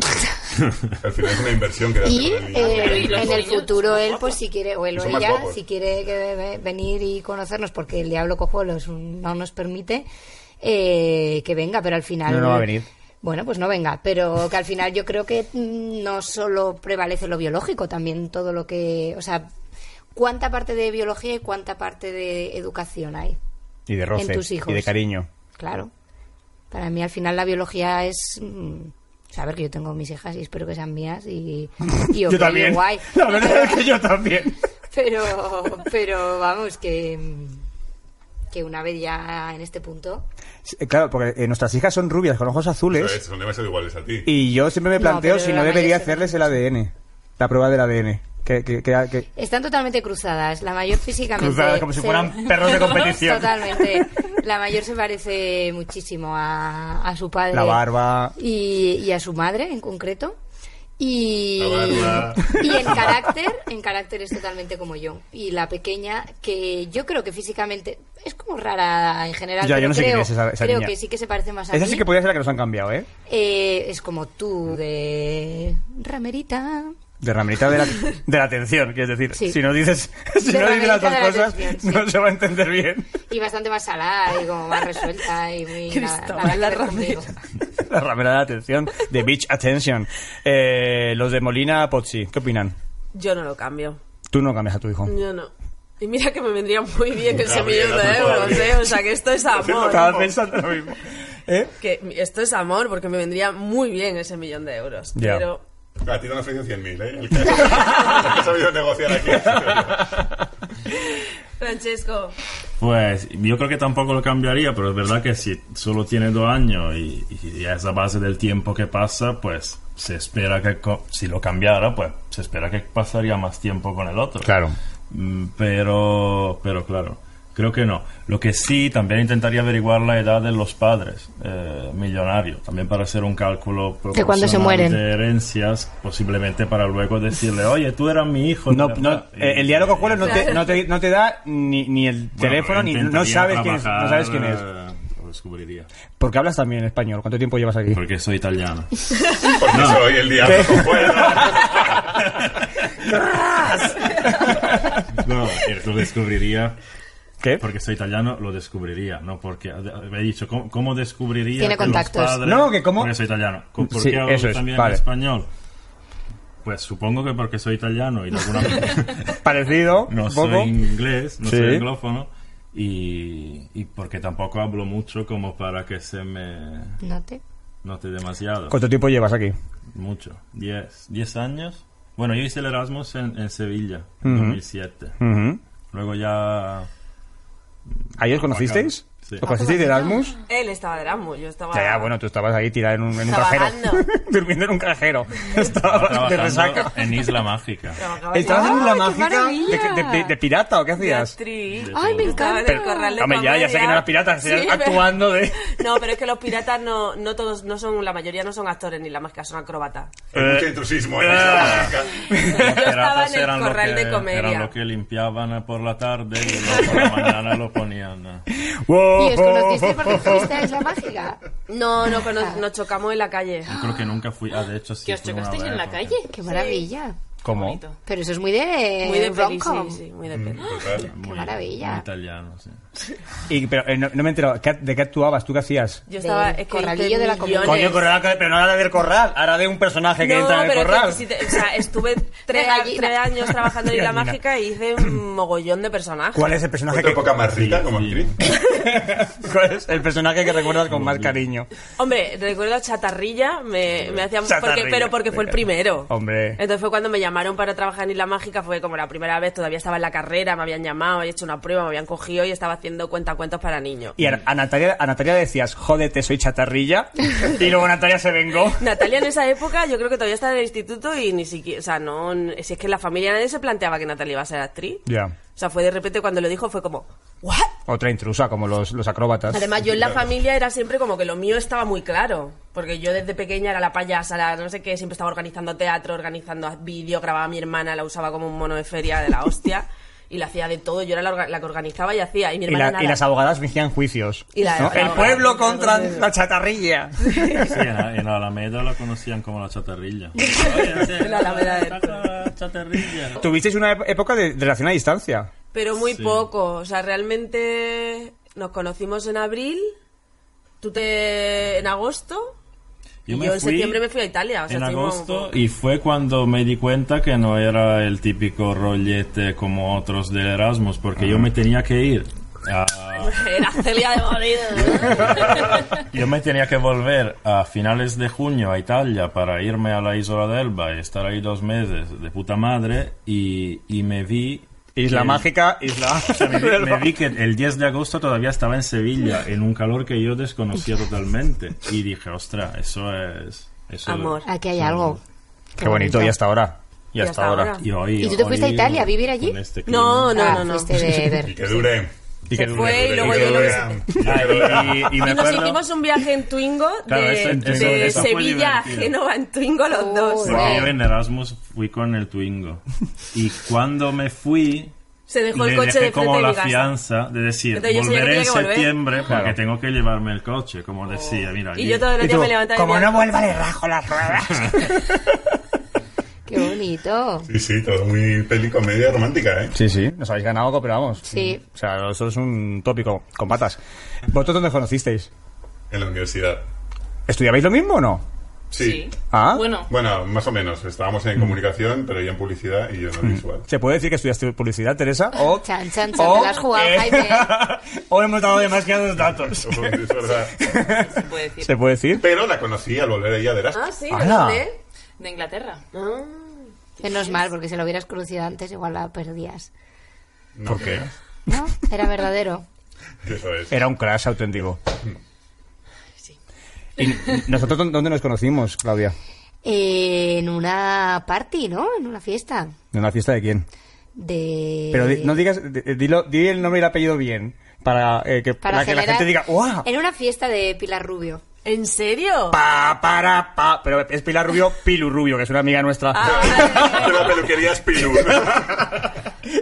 [SPEAKER 6] Al final es una inversión que da
[SPEAKER 3] Y
[SPEAKER 6] para el niño.
[SPEAKER 3] eh,
[SPEAKER 7] ¿y los
[SPEAKER 3] en el
[SPEAKER 7] niños?
[SPEAKER 3] futuro él, pues si quiere, o él o
[SPEAKER 6] Son más
[SPEAKER 3] ella,
[SPEAKER 6] guapos.
[SPEAKER 3] si quiere que ve- venir y conocernos, porque el diablo cojuelo es un- no nos permite, eh, que venga, pero al final...
[SPEAKER 2] No, no va a venir.
[SPEAKER 3] Bueno, pues no venga, pero que al final yo creo que mm, no solo prevalece lo biológico, también todo lo que... O sea, ¿cuánta parte de biología y cuánta parte de educación hay?
[SPEAKER 2] Y de roce.
[SPEAKER 3] En tus hijos.
[SPEAKER 2] Y de cariño.
[SPEAKER 3] Claro. Para mí al final la biología es... mm, Saber que yo tengo mis hijas y espero que sean mías y, y ok,
[SPEAKER 2] yo también.
[SPEAKER 3] y guay.
[SPEAKER 2] La verdad es que yo también.
[SPEAKER 3] Pero, pero vamos, que, que una vez ya en este punto.
[SPEAKER 2] Sí, Claro, porque eh, nuestras hijas son rubias con ojos azules.
[SPEAKER 6] ¿Sabes? Son demasiado iguales a ti.
[SPEAKER 2] Y yo siempre me
[SPEAKER 3] No,
[SPEAKER 2] planteo
[SPEAKER 3] pero
[SPEAKER 2] si
[SPEAKER 3] la
[SPEAKER 2] no debería
[SPEAKER 3] mayoría son
[SPEAKER 2] hacerles el ADN. La prueba del ADN. Que, que, que, que-
[SPEAKER 3] Están totalmente cruzadas, la mayor físicamente.
[SPEAKER 2] Cruzadas, como si fueran perros de competición.
[SPEAKER 3] Totalmente. La mayor se parece muchísimo a, a su padre.
[SPEAKER 2] La barba.
[SPEAKER 3] Pues Y, y a su madre en concreto. Y,
[SPEAKER 6] La barba.
[SPEAKER 3] y en carácter, en carácter es totalmente como yo. Y la pequeña, que yo creo que físicamente es como rara en general.
[SPEAKER 2] Ya, yo
[SPEAKER 3] pero
[SPEAKER 2] no sé
[SPEAKER 3] creo,
[SPEAKER 2] quién es esa- esa
[SPEAKER 3] creo
[SPEAKER 2] niña.
[SPEAKER 3] que sí que se parece más a
[SPEAKER 2] Esa
[SPEAKER 3] mí.
[SPEAKER 2] sí que podría ser la que nos han cambiado, ¿eh?
[SPEAKER 3] Eh, es como tú de ramerita.
[SPEAKER 2] De ramerita de la, de la atención, quieres decir.
[SPEAKER 3] Sí.
[SPEAKER 2] Si no dices, si
[SPEAKER 3] De
[SPEAKER 2] no dices
[SPEAKER 3] ramerita
[SPEAKER 2] las dos
[SPEAKER 3] de la
[SPEAKER 2] cosas,
[SPEAKER 3] atención,
[SPEAKER 2] no
[SPEAKER 3] sí.
[SPEAKER 2] se va a entender bien.
[SPEAKER 3] Y bastante más salada y como más resuelta y muy... nada-
[SPEAKER 4] Cristóbal,
[SPEAKER 3] nada que
[SPEAKER 4] la
[SPEAKER 3] ver conmigo.
[SPEAKER 2] La ramera de la atención, de Beach Attention. Eh, los de Molina Pozzi, ¿qué opinan?
[SPEAKER 4] Yo no lo cambio.
[SPEAKER 2] Tú no cambias a tu hijo.
[SPEAKER 4] Yo no. Y mira que me vendría muy bien ese
[SPEAKER 6] Gabriela,
[SPEAKER 4] millón de
[SPEAKER 6] tú
[SPEAKER 4] euros,
[SPEAKER 6] todavía.
[SPEAKER 4] ¿eh? O sea, que esto es amor.
[SPEAKER 2] Estaba pensando lo mismo. ¿Eh?
[SPEAKER 4] Que esto es amor porque me vendría muy bien ese millón de euros.
[SPEAKER 2] Ya.
[SPEAKER 4] Pero
[SPEAKER 6] A ti te han ofrecido 100.000, ¿eh? El que, el que ha sabido negociar aquí.
[SPEAKER 4] Francesco,
[SPEAKER 5] Pues yo creo que tampoco lo cambiaría, pero es verdad que si solo tiene dos años y, y a esa base del tiempo que pasa, pues se espera que co- si lo cambiara, pues se espera que pasaría más tiempo con el otro. Mm, Pero, pero claro, creo que no. Lo que sí, también intentaría averiguar la edad de los padres eh, millonarios, también para hacer un cálculo
[SPEAKER 3] De cuando se
[SPEAKER 5] proporcional
[SPEAKER 3] mueren.
[SPEAKER 5] de herencias, posiblemente para luego decirle, oye, tú eras mi hijo. de
[SPEAKER 2] No, no,
[SPEAKER 5] verdad". Y-
[SPEAKER 2] eh, el diálogo cuelo no te,
[SPEAKER 4] Claro.
[SPEAKER 2] no, te, no te da ni, ni el
[SPEAKER 5] Bueno,
[SPEAKER 2] teléfono, ni no
[SPEAKER 5] intentaría
[SPEAKER 2] sabes, quién es, no
[SPEAKER 5] trabajar,
[SPEAKER 2] sabes quién es.
[SPEAKER 5] eh, Lo descubriría.
[SPEAKER 2] Porque hablas también español. ¿Cuánto tiempo llevas aquí?
[SPEAKER 5] Porque soy italiano.
[SPEAKER 6] Porque soy el diablo pues. con cuerda.
[SPEAKER 5] No, eh, lo descubriría.
[SPEAKER 2] ¿Qué?
[SPEAKER 5] Porque soy italiano, lo descubriría, ¿no? Porque eh, he dicho, ¿cómo, cómo descubriría
[SPEAKER 3] Tiene
[SPEAKER 5] que los
[SPEAKER 3] contactos.
[SPEAKER 5] padres-
[SPEAKER 2] No, que cómo-
[SPEAKER 5] Porque soy italiano. ¿Por qué
[SPEAKER 2] Sí,
[SPEAKER 5] hablo
[SPEAKER 2] eso es,
[SPEAKER 5] también
[SPEAKER 2] vale.
[SPEAKER 5] español? Pues supongo que porque soy italiano y de alguna manera
[SPEAKER 2] Parecido,
[SPEAKER 5] no
[SPEAKER 2] un poco.
[SPEAKER 5] soy inglés, no
[SPEAKER 2] Sí.
[SPEAKER 5] soy anglófono. Y, y porque tampoco hablo mucho como para que se me
[SPEAKER 3] No te...
[SPEAKER 5] note demasiado.
[SPEAKER 2] ¿Cuánto tiempo llevas aquí?
[SPEAKER 5] Mucho. 10 10 años. Bueno, yo hice el Erasmus en, en Sevilla, en
[SPEAKER 2] Ujú.
[SPEAKER 5] 2007.
[SPEAKER 2] Ujú.
[SPEAKER 5] Luego ya
[SPEAKER 2] ¿Ahí os conocisteis?
[SPEAKER 5] Sí.
[SPEAKER 2] ¿Os conocisteis de Erasmus?
[SPEAKER 4] él estaba de Erasmus, yo estaba...
[SPEAKER 2] Ya, ya, bueno, tú estabas ahí tirado en un, en un
[SPEAKER 4] Estaba
[SPEAKER 2] cajero.
[SPEAKER 4] vagando.
[SPEAKER 2] Durmiendo en un cajero. Estabas de
[SPEAKER 5] trabajando
[SPEAKER 2] resaca.
[SPEAKER 5] en Isla Mágica.
[SPEAKER 4] trabajaba
[SPEAKER 2] ¿Estabas en
[SPEAKER 3] ¡Ay,
[SPEAKER 2] la
[SPEAKER 3] qué
[SPEAKER 2] mágica de,
[SPEAKER 3] maravilla!
[SPEAKER 2] de- de- de pirata o qué
[SPEAKER 4] de
[SPEAKER 2] hacías?
[SPEAKER 4] actriz.
[SPEAKER 3] ¡Ay, me
[SPEAKER 4] Estaba en el
[SPEAKER 3] encanta!
[SPEAKER 4] corral de
[SPEAKER 2] Hombre, ya, ya sé que no eras pirata,
[SPEAKER 4] Sí,
[SPEAKER 2] eras
[SPEAKER 4] pero-
[SPEAKER 2] actuando de...
[SPEAKER 4] No, pero es que los piratas no, no todos, no son, la mayoría no son actores ni la máscara, son acróbatas.
[SPEAKER 2] Eh.
[SPEAKER 6] Hay mucho intrusismo
[SPEAKER 2] Ah.
[SPEAKER 6] en esa marca.
[SPEAKER 5] Los
[SPEAKER 4] estaba
[SPEAKER 5] piratas
[SPEAKER 4] en el
[SPEAKER 5] eran lo, que,
[SPEAKER 4] corral de comedia.
[SPEAKER 5] eran lo que limpiaban por la tarde y luego por la mañana lo ponían.
[SPEAKER 2] Wow.
[SPEAKER 3] ¿Y os conocisteis porque fuiste a Isla Mágica?
[SPEAKER 4] No, no, que nos, nos chocamos en la calle.
[SPEAKER 5] Yo creo que nunca fui. Ah, de hecho, sí.
[SPEAKER 7] ¿Que os
[SPEAKER 5] fui una
[SPEAKER 7] chocasteis
[SPEAKER 5] vez,
[SPEAKER 7] en la
[SPEAKER 5] porque-
[SPEAKER 7] calle?
[SPEAKER 3] ¡Qué maravilla!
[SPEAKER 2] ¿Cómo?
[SPEAKER 7] Bonito.
[SPEAKER 3] Pero eso es muy de...
[SPEAKER 4] Muy de peli,
[SPEAKER 3] rom-com.
[SPEAKER 4] sí, sí, muy
[SPEAKER 2] Mm.
[SPEAKER 4] de peli.
[SPEAKER 6] Total.
[SPEAKER 5] Muy-
[SPEAKER 3] maravilla.
[SPEAKER 5] muy italiano, sí.
[SPEAKER 2] Y, pero eh, no, no me he enterado, ¿qué- ¿de qué actuabas? ¿Tú qué hacías?
[SPEAKER 4] Yo estaba...
[SPEAKER 3] Del
[SPEAKER 4] Es que
[SPEAKER 3] corralillo
[SPEAKER 4] hice
[SPEAKER 3] de la
[SPEAKER 4] millones.
[SPEAKER 3] comedia.
[SPEAKER 2] Coño, corral, pero no era del corral, ahora de un personaje que
[SPEAKER 4] No,
[SPEAKER 2] entra en el
[SPEAKER 4] pero
[SPEAKER 2] corral.
[SPEAKER 4] es que si te- o sea, estuve tres, a-
[SPEAKER 3] gallina.
[SPEAKER 4] tres años trabajando en Isla
[SPEAKER 2] Gallina.
[SPEAKER 4] Mágica y hice un mogollón de personajes.
[SPEAKER 2] ¿Cuál es el personaje
[SPEAKER 6] Otra
[SPEAKER 2] que
[SPEAKER 6] época más rica como actriz.
[SPEAKER 2] cuál es el personaje que recuerdas con más cariño?
[SPEAKER 4] Hombre, recuerdo a Chatarrilla, me, me hacían...
[SPEAKER 2] Chatarrilla.
[SPEAKER 4] porque- pero porque fue el primero.
[SPEAKER 2] Hombre.
[SPEAKER 4] Entonces fue cuando me llamaron para trabajar en Isla Mágica, fue como la primera vez, todavía estaba en la carrera, me habían llamado, había hecho una prueba, me habían cogido y estaba haciendo cuentacuentos para niños.
[SPEAKER 2] Y a, a Natalia, a Natalia decías, jódete, soy chatarrilla. y luego Natalia se vengó.
[SPEAKER 4] Natalia en esa época yo creo que todavía estaba en el instituto y ni siquiera, o sea, no, si es que en la familia nadie se planteaba que Natalia iba a ser actriz.
[SPEAKER 2] Ya.
[SPEAKER 4] O sea, fue de repente cuando lo dijo fue como, ¿what?
[SPEAKER 2] Otra intrusa, como los, los acróbatas.
[SPEAKER 4] Además, yo en la familia era siempre como que lo mío estaba muy claro. Porque yo desde pequeña era la payasa, la no sé qué, siempre estaba organizando teatro, organizando vídeos, grababa a mi hermana, la usaba como un mono de feria de la hostia. y la hacía de todo, yo era la, orga- la que organizaba y hacía. Y mi
[SPEAKER 2] Y,
[SPEAKER 4] hermana
[SPEAKER 2] la-
[SPEAKER 4] nada.
[SPEAKER 2] y las abogadas fingían juicios.
[SPEAKER 4] Y la-
[SPEAKER 2] ¿no?
[SPEAKER 4] la
[SPEAKER 2] El
[SPEAKER 4] abogada-
[SPEAKER 2] pueblo contra la chatarrilla.
[SPEAKER 5] Sí, en, en Alameda la conocían como la chatarrilla. En
[SPEAKER 4] La Alameda ¿eh? de-
[SPEAKER 5] La chatarrilla.
[SPEAKER 2] Tuvisteis una ep- época de relación a distancia.
[SPEAKER 4] Pero muy
[SPEAKER 5] Sí.
[SPEAKER 4] poco. O sea, realmente nos conocimos en abril, tú te en agosto. y yo en septiembre me fui a Italia. O sea,
[SPEAKER 5] en
[SPEAKER 4] estuvimos-
[SPEAKER 5] agosto y fue cuando me di cuenta que no era el típico rollete como otros de Erasmus, porque yo me tenía que ir. a-
[SPEAKER 4] Era Celia de morir.
[SPEAKER 5] Yo me tenía que volver a finales de junio a Italia para irme a la isla de Elba y estar ahí dos meses de puta madre y, y me vi...
[SPEAKER 2] Isla
[SPEAKER 5] que-
[SPEAKER 2] mágica, isla.
[SPEAKER 5] o sea, me, vi, me vi que el 10 de agosto todavía estaba en Sevilla, en un calor que yo desconocía totalmente. Y dije, ostra, eso es... eso es-
[SPEAKER 4] Amor.
[SPEAKER 9] Aquí hay algo.
[SPEAKER 2] Qué bonito, y hasta ahora. Y
[SPEAKER 4] Y
[SPEAKER 2] hasta,
[SPEAKER 4] hasta
[SPEAKER 2] ahora.
[SPEAKER 4] ahora.
[SPEAKER 5] Y, hoy-
[SPEAKER 9] ¿Y tú te
[SPEAKER 5] hoy
[SPEAKER 9] fuiste a Italia a vivir allí?
[SPEAKER 5] con este clima-
[SPEAKER 4] No, no,
[SPEAKER 9] Ah,
[SPEAKER 4] no, no.
[SPEAKER 9] fuiste de
[SPEAKER 6] Y
[SPEAKER 9] ver.
[SPEAKER 6] que dure.
[SPEAKER 2] Y que
[SPEAKER 4] Se
[SPEAKER 2] dure,
[SPEAKER 4] fue y
[SPEAKER 2] dure,
[SPEAKER 4] luego
[SPEAKER 2] que
[SPEAKER 4] yo lo
[SPEAKER 2] dure.
[SPEAKER 6] visité.
[SPEAKER 2] Ah, y- y- y me
[SPEAKER 4] Y nos
[SPEAKER 2] acuerdo-
[SPEAKER 4] hicimos un viaje en Twingo
[SPEAKER 5] Claro,
[SPEAKER 4] de,
[SPEAKER 5] eso- eso-
[SPEAKER 4] de
[SPEAKER 5] eso fue
[SPEAKER 4] Sevilla a
[SPEAKER 5] divertido.
[SPEAKER 4] Génova en Twingo
[SPEAKER 2] Oh.
[SPEAKER 4] los dos.
[SPEAKER 5] Porque yo en Erasmus fui con el Twingo. Y cuando me fui,
[SPEAKER 4] Se dejó el
[SPEAKER 5] le
[SPEAKER 4] coche
[SPEAKER 5] dejé
[SPEAKER 4] de
[SPEAKER 5] como
[SPEAKER 4] frente de
[SPEAKER 5] la
[SPEAKER 4] mi casa.
[SPEAKER 5] fianza de decir,
[SPEAKER 4] Entonces yo sabía que
[SPEAKER 5] volveré en
[SPEAKER 4] tenía que volver.
[SPEAKER 5] septiembre porque
[SPEAKER 2] Claro.
[SPEAKER 5] tengo que llevarme el coche, como decía. Mira,
[SPEAKER 4] Y
[SPEAKER 5] y-
[SPEAKER 4] "Ah, yo todos los
[SPEAKER 2] Y tú,
[SPEAKER 4] días me levantaba y
[SPEAKER 2] como
[SPEAKER 4] decía,
[SPEAKER 2] no vuelva, le rajo las ruedas.
[SPEAKER 9] Qué bonito.
[SPEAKER 6] Sí, sí, todo muy peli comedia romántica, ¿eh?
[SPEAKER 2] sí, sí, nos habéis ganado, algo, pero vamos.
[SPEAKER 9] Sí.
[SPEAKER 2] O sea, eso es un tópico con patas. ¿Vosotros dónde conocisteis?
[SPEAKER 6] En la universidad.
[SPEAKER 2] ¿Estudiabais lo mismo o no?
[SPEAKER 6] Sí.
[SPEAKER 2] Ah.
[SPEAKER 7] Bueno,
[SPEAKER 6] Bueno, más o menos. Estábamos
[SPEAKER 2] Mm.
[SPEAKER 6] en comunicación, pero yo en publicidad y yo en audiovisual.
[SPEAKER 2] ¿Se puede decir que estudiaste publicidad, Teresa? O, eh,
[SPEAKER 9] Chan, chan, chan, te la has jugado, Jaime.
[SPEAKER 2] o hemos dado demasiados datos.
[SPEAKER 6] Eso es verdad.
[SPEAKER 7] se puede decir.
[SPEAKER 2] ¿Se puede decir?
[SPEAKER 6] Pero la conocí al volver ella de Erasmus.
[SPEAKER 4] Ah, sí,
[SPEAKER 2] Ala.
[SPEAKER 4] ¿dónde?
[SPEAKER 7] De Inglaterra.
[SPEAKER 9] Menos mal, porque si lo hubieras conocido antes, igual la perdías.
[SPEAKER 6] No,
[SPEAKER 2] Ah. ¿Por qué?
[SPEAKER 9] ¿No? Era verdadero.
[SPEAKER 6] Eso es.
[SPEAKER 2] Era un crash auténtico. ¿Y nosotros dó- dónde nos conocimos, Claudia?
[SPEAKER 9] Eh, en una party, ¿no? En una fiesta.
[SPEAKER 2] ¿En una fiesta de quién?
[SPEAKER 9] De...
[SPEAKER 2] Pero di- no digas, di- dilo- di el nombre y el apellido bien para, eh, que,
[SPEAKER 9] para
[SPEAKER 2] para que la
[SPEAKER 9] generar-
[SPEAKER 2] gente diga ¡guau!
[SPEAKER 9] En una fiesta de Pilar Rubio.
[SPEAKER 4] ¿En serio?
[SPEAKER 2] Pa, para, pa. Pero es Pilar Rubio, Pilu Rubio, que es una amiga nuestra.
[SPEAKER 4] Ah,
[SPEAKER 9] Ah.
[SPEAKER 6] De la peluquería Spinu.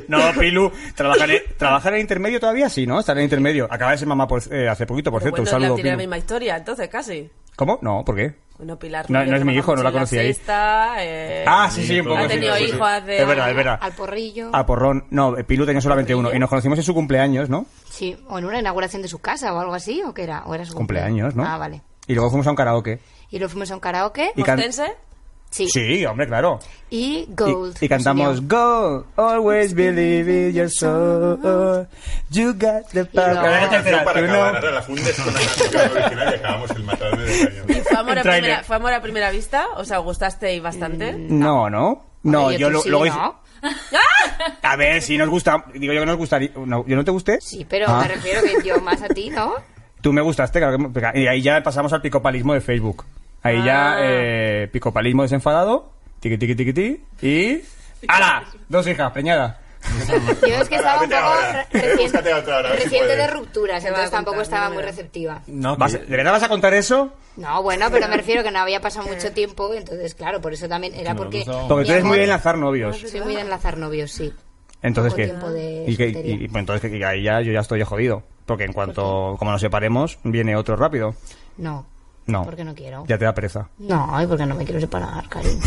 [SPEAKER 2] No, Pilu, trabajar en, trabajar en intermedio todavía sí, ¿no? Estar en intermedio. Acaba de ser mamá por- eh, hace poquito, por
[SPEAKER 4] Pero
[SPEAKER 2] cierto.
[SPEAKER 4] bueno,
[SPEAKER 2] un saludo,
[SPEAKER 4] Pilar tiene la
[SPEAKER 2] Pilu.
[SPEAKER 4] misma historia, entonces casi.
[SPEAKER 2] ¿Cómo? No, ¿por qué?
[SPEAKER 4] Bueno, Pilar.
[SPEAKER 2] No,
[SPEAKER 4] Rubio,
[SPEAKER 2] no es mi
[SPEAKER 4] que
[SPEAKER 2] hijo, no la
[SPEAKER 4] trabajamos en
[SPEAKER 2] conocí ahí.
[SPEAKER 4] Sexta, eh,
[SPEAKER 2] Ah, sí, sí, un poco.
[SPEAKER 4] Ha
[SPEAKER 2] sí,
[SPEAKER 4] tenido
[SPEAKER 2] sí, sí.
[SPEAKER 4] hijos hace.
[SPEAKER 2] Es verdad, es verdad.
[SPEAKER 9] Al porrillo.
[SPEAKER 2] A porrón. No, eh, Pilu tenía solamente uno. Y nos conocimos en su cumpleaños, ¿no?
[SPEAKER 9] Sí, o en una inauguración de su casa o algo así, ¿o qué era? ¿O era su
[SPEAKER 2] Cumpleaños, ¿no?
[SPEAKER 9] Ah, vale.
[SPEAKER 2] Y luego fuimos a un karaoke.
[SPEAKER 9] Y lo fuimos a un karaoke.
[SPEAKER 2] Y can-
[SPEAKER 4] ¿Mostense?
[SPEAKER 9] Sí.
[SPEAKER 2] Sí, hombre, claro.
[SPEAKER 9] Y
[SPEAKER 2] Y-
[SPEAKER 9] Gold.
[SPEAKER 2] Y, cantamos
[SPEAKER 9] nos unió.
[SPEAKER 2] Go, always believe in your soul. You got the power.
[SPEAKER 9] luego-
[SPEAKER 2] Ahora te
[SPEAKER 6] Para
[SPEAKER 2] tú no.
[SPEAKER 6] acabar, ahora la fundes con la canción original y acabamos el matarme de cañón.
[SPEAKER 4] ¿Y fue amor,
[SPEAKER 2] El
[SPEAKER 4] a
[SPEAKER 2] tráiler.
[SPEAKER 4] primera, fue amor a primera vista? O sea, ¿gustasteis bastante?
[SPEAKER 2] No, no. No,
[SPEAKER 9] Oye,
[SPEAKER 2] yo
[SPEAKER 9] tú
[SPEAKER 2] lo-
[SPEAKER 9] sí,
[SPEAKER 2] luego hice-
[SPEAKER 9] ¿no?
[SPEAKER 2] A ver, si nos gusta. Digo yo que nos gustaría. No, ¿Yo no te gusté?
[SPEAKER 9] Sí, pero
[SPEAKER 2] Ah.
[SPEAKER 9] me refiero que yo más a ti, ¿no?
[SPEAKER 2] Tú me gustaste, claro que me- Y ahí ya pasamos al picopalismo de Facebook. Ahí ya, eh, picopalismo desenfadado. Tiqui, tiqui, tiqui, ti. Y. ¡Hala! Dos hijas, preñada.
[SPEAKER 9] Yo es que estaba un
[SPEAKER 6] Vete
[SPEAKER 9] poco
[SPEAKER 6] ahora.
[SPEAKER 9] re- reciente,
[SPEAKER 6] Búscate otra ahora, a ver si
[SPEAKER 9] reciente de
[SPEAKER 6] puedes.
[SPEAKER 9] rupturas,
[SPEAKER 4] Te va
[SPEAKER 9] entonces
[SPEAKER 4] a contar,
[SPEAKER 9] tampoco estaba muy
[SPEAKER 4] bueno.
[SPEAKER 9] receptiva.
[SPEAKER 2] No, ¿De verdad vas a contar eso?
[SPEAKER 9] No, bueno, pero me refiero que no había pasado mucho tiempo, entonces, claro, por eso también era
[SPEAKER 5] No,
[SPEAKER 9] porque...
[SPEAKER 5] no, no.
[SPEAKER 2] Porque tú
[SPEAKER 9] mi
[SPEAKER 2] eres muy
[SPEAKER 9] amor-
[SPEAKER 2] de enlazar novios.
[SPEAKER 9] Soy muy de enlazar novios, sí.
[SPEAKER 2] Entonces,
[SPEAKER 9] Poco
[SPEAKER 2] ¿qué?
[SPEAKER 9] tiempo de
[SPEAKER 2] Y, que,
[SPEAKER 9] soltería.
[SPEAKER 2] y- y- pues, entonces que- que ahí ya yo ya estoy jodido. Porque en cuanto, como nos separemos, viene otro rápido.
[SPEAKER 9] No.
[SPEAKER 2] No.
[SPEAKER 9] Porque no quiero.
[SPEAKER 2] Ya te da pereza.
[SPEAKER 9] No, y porque no me quiero separar, cariño.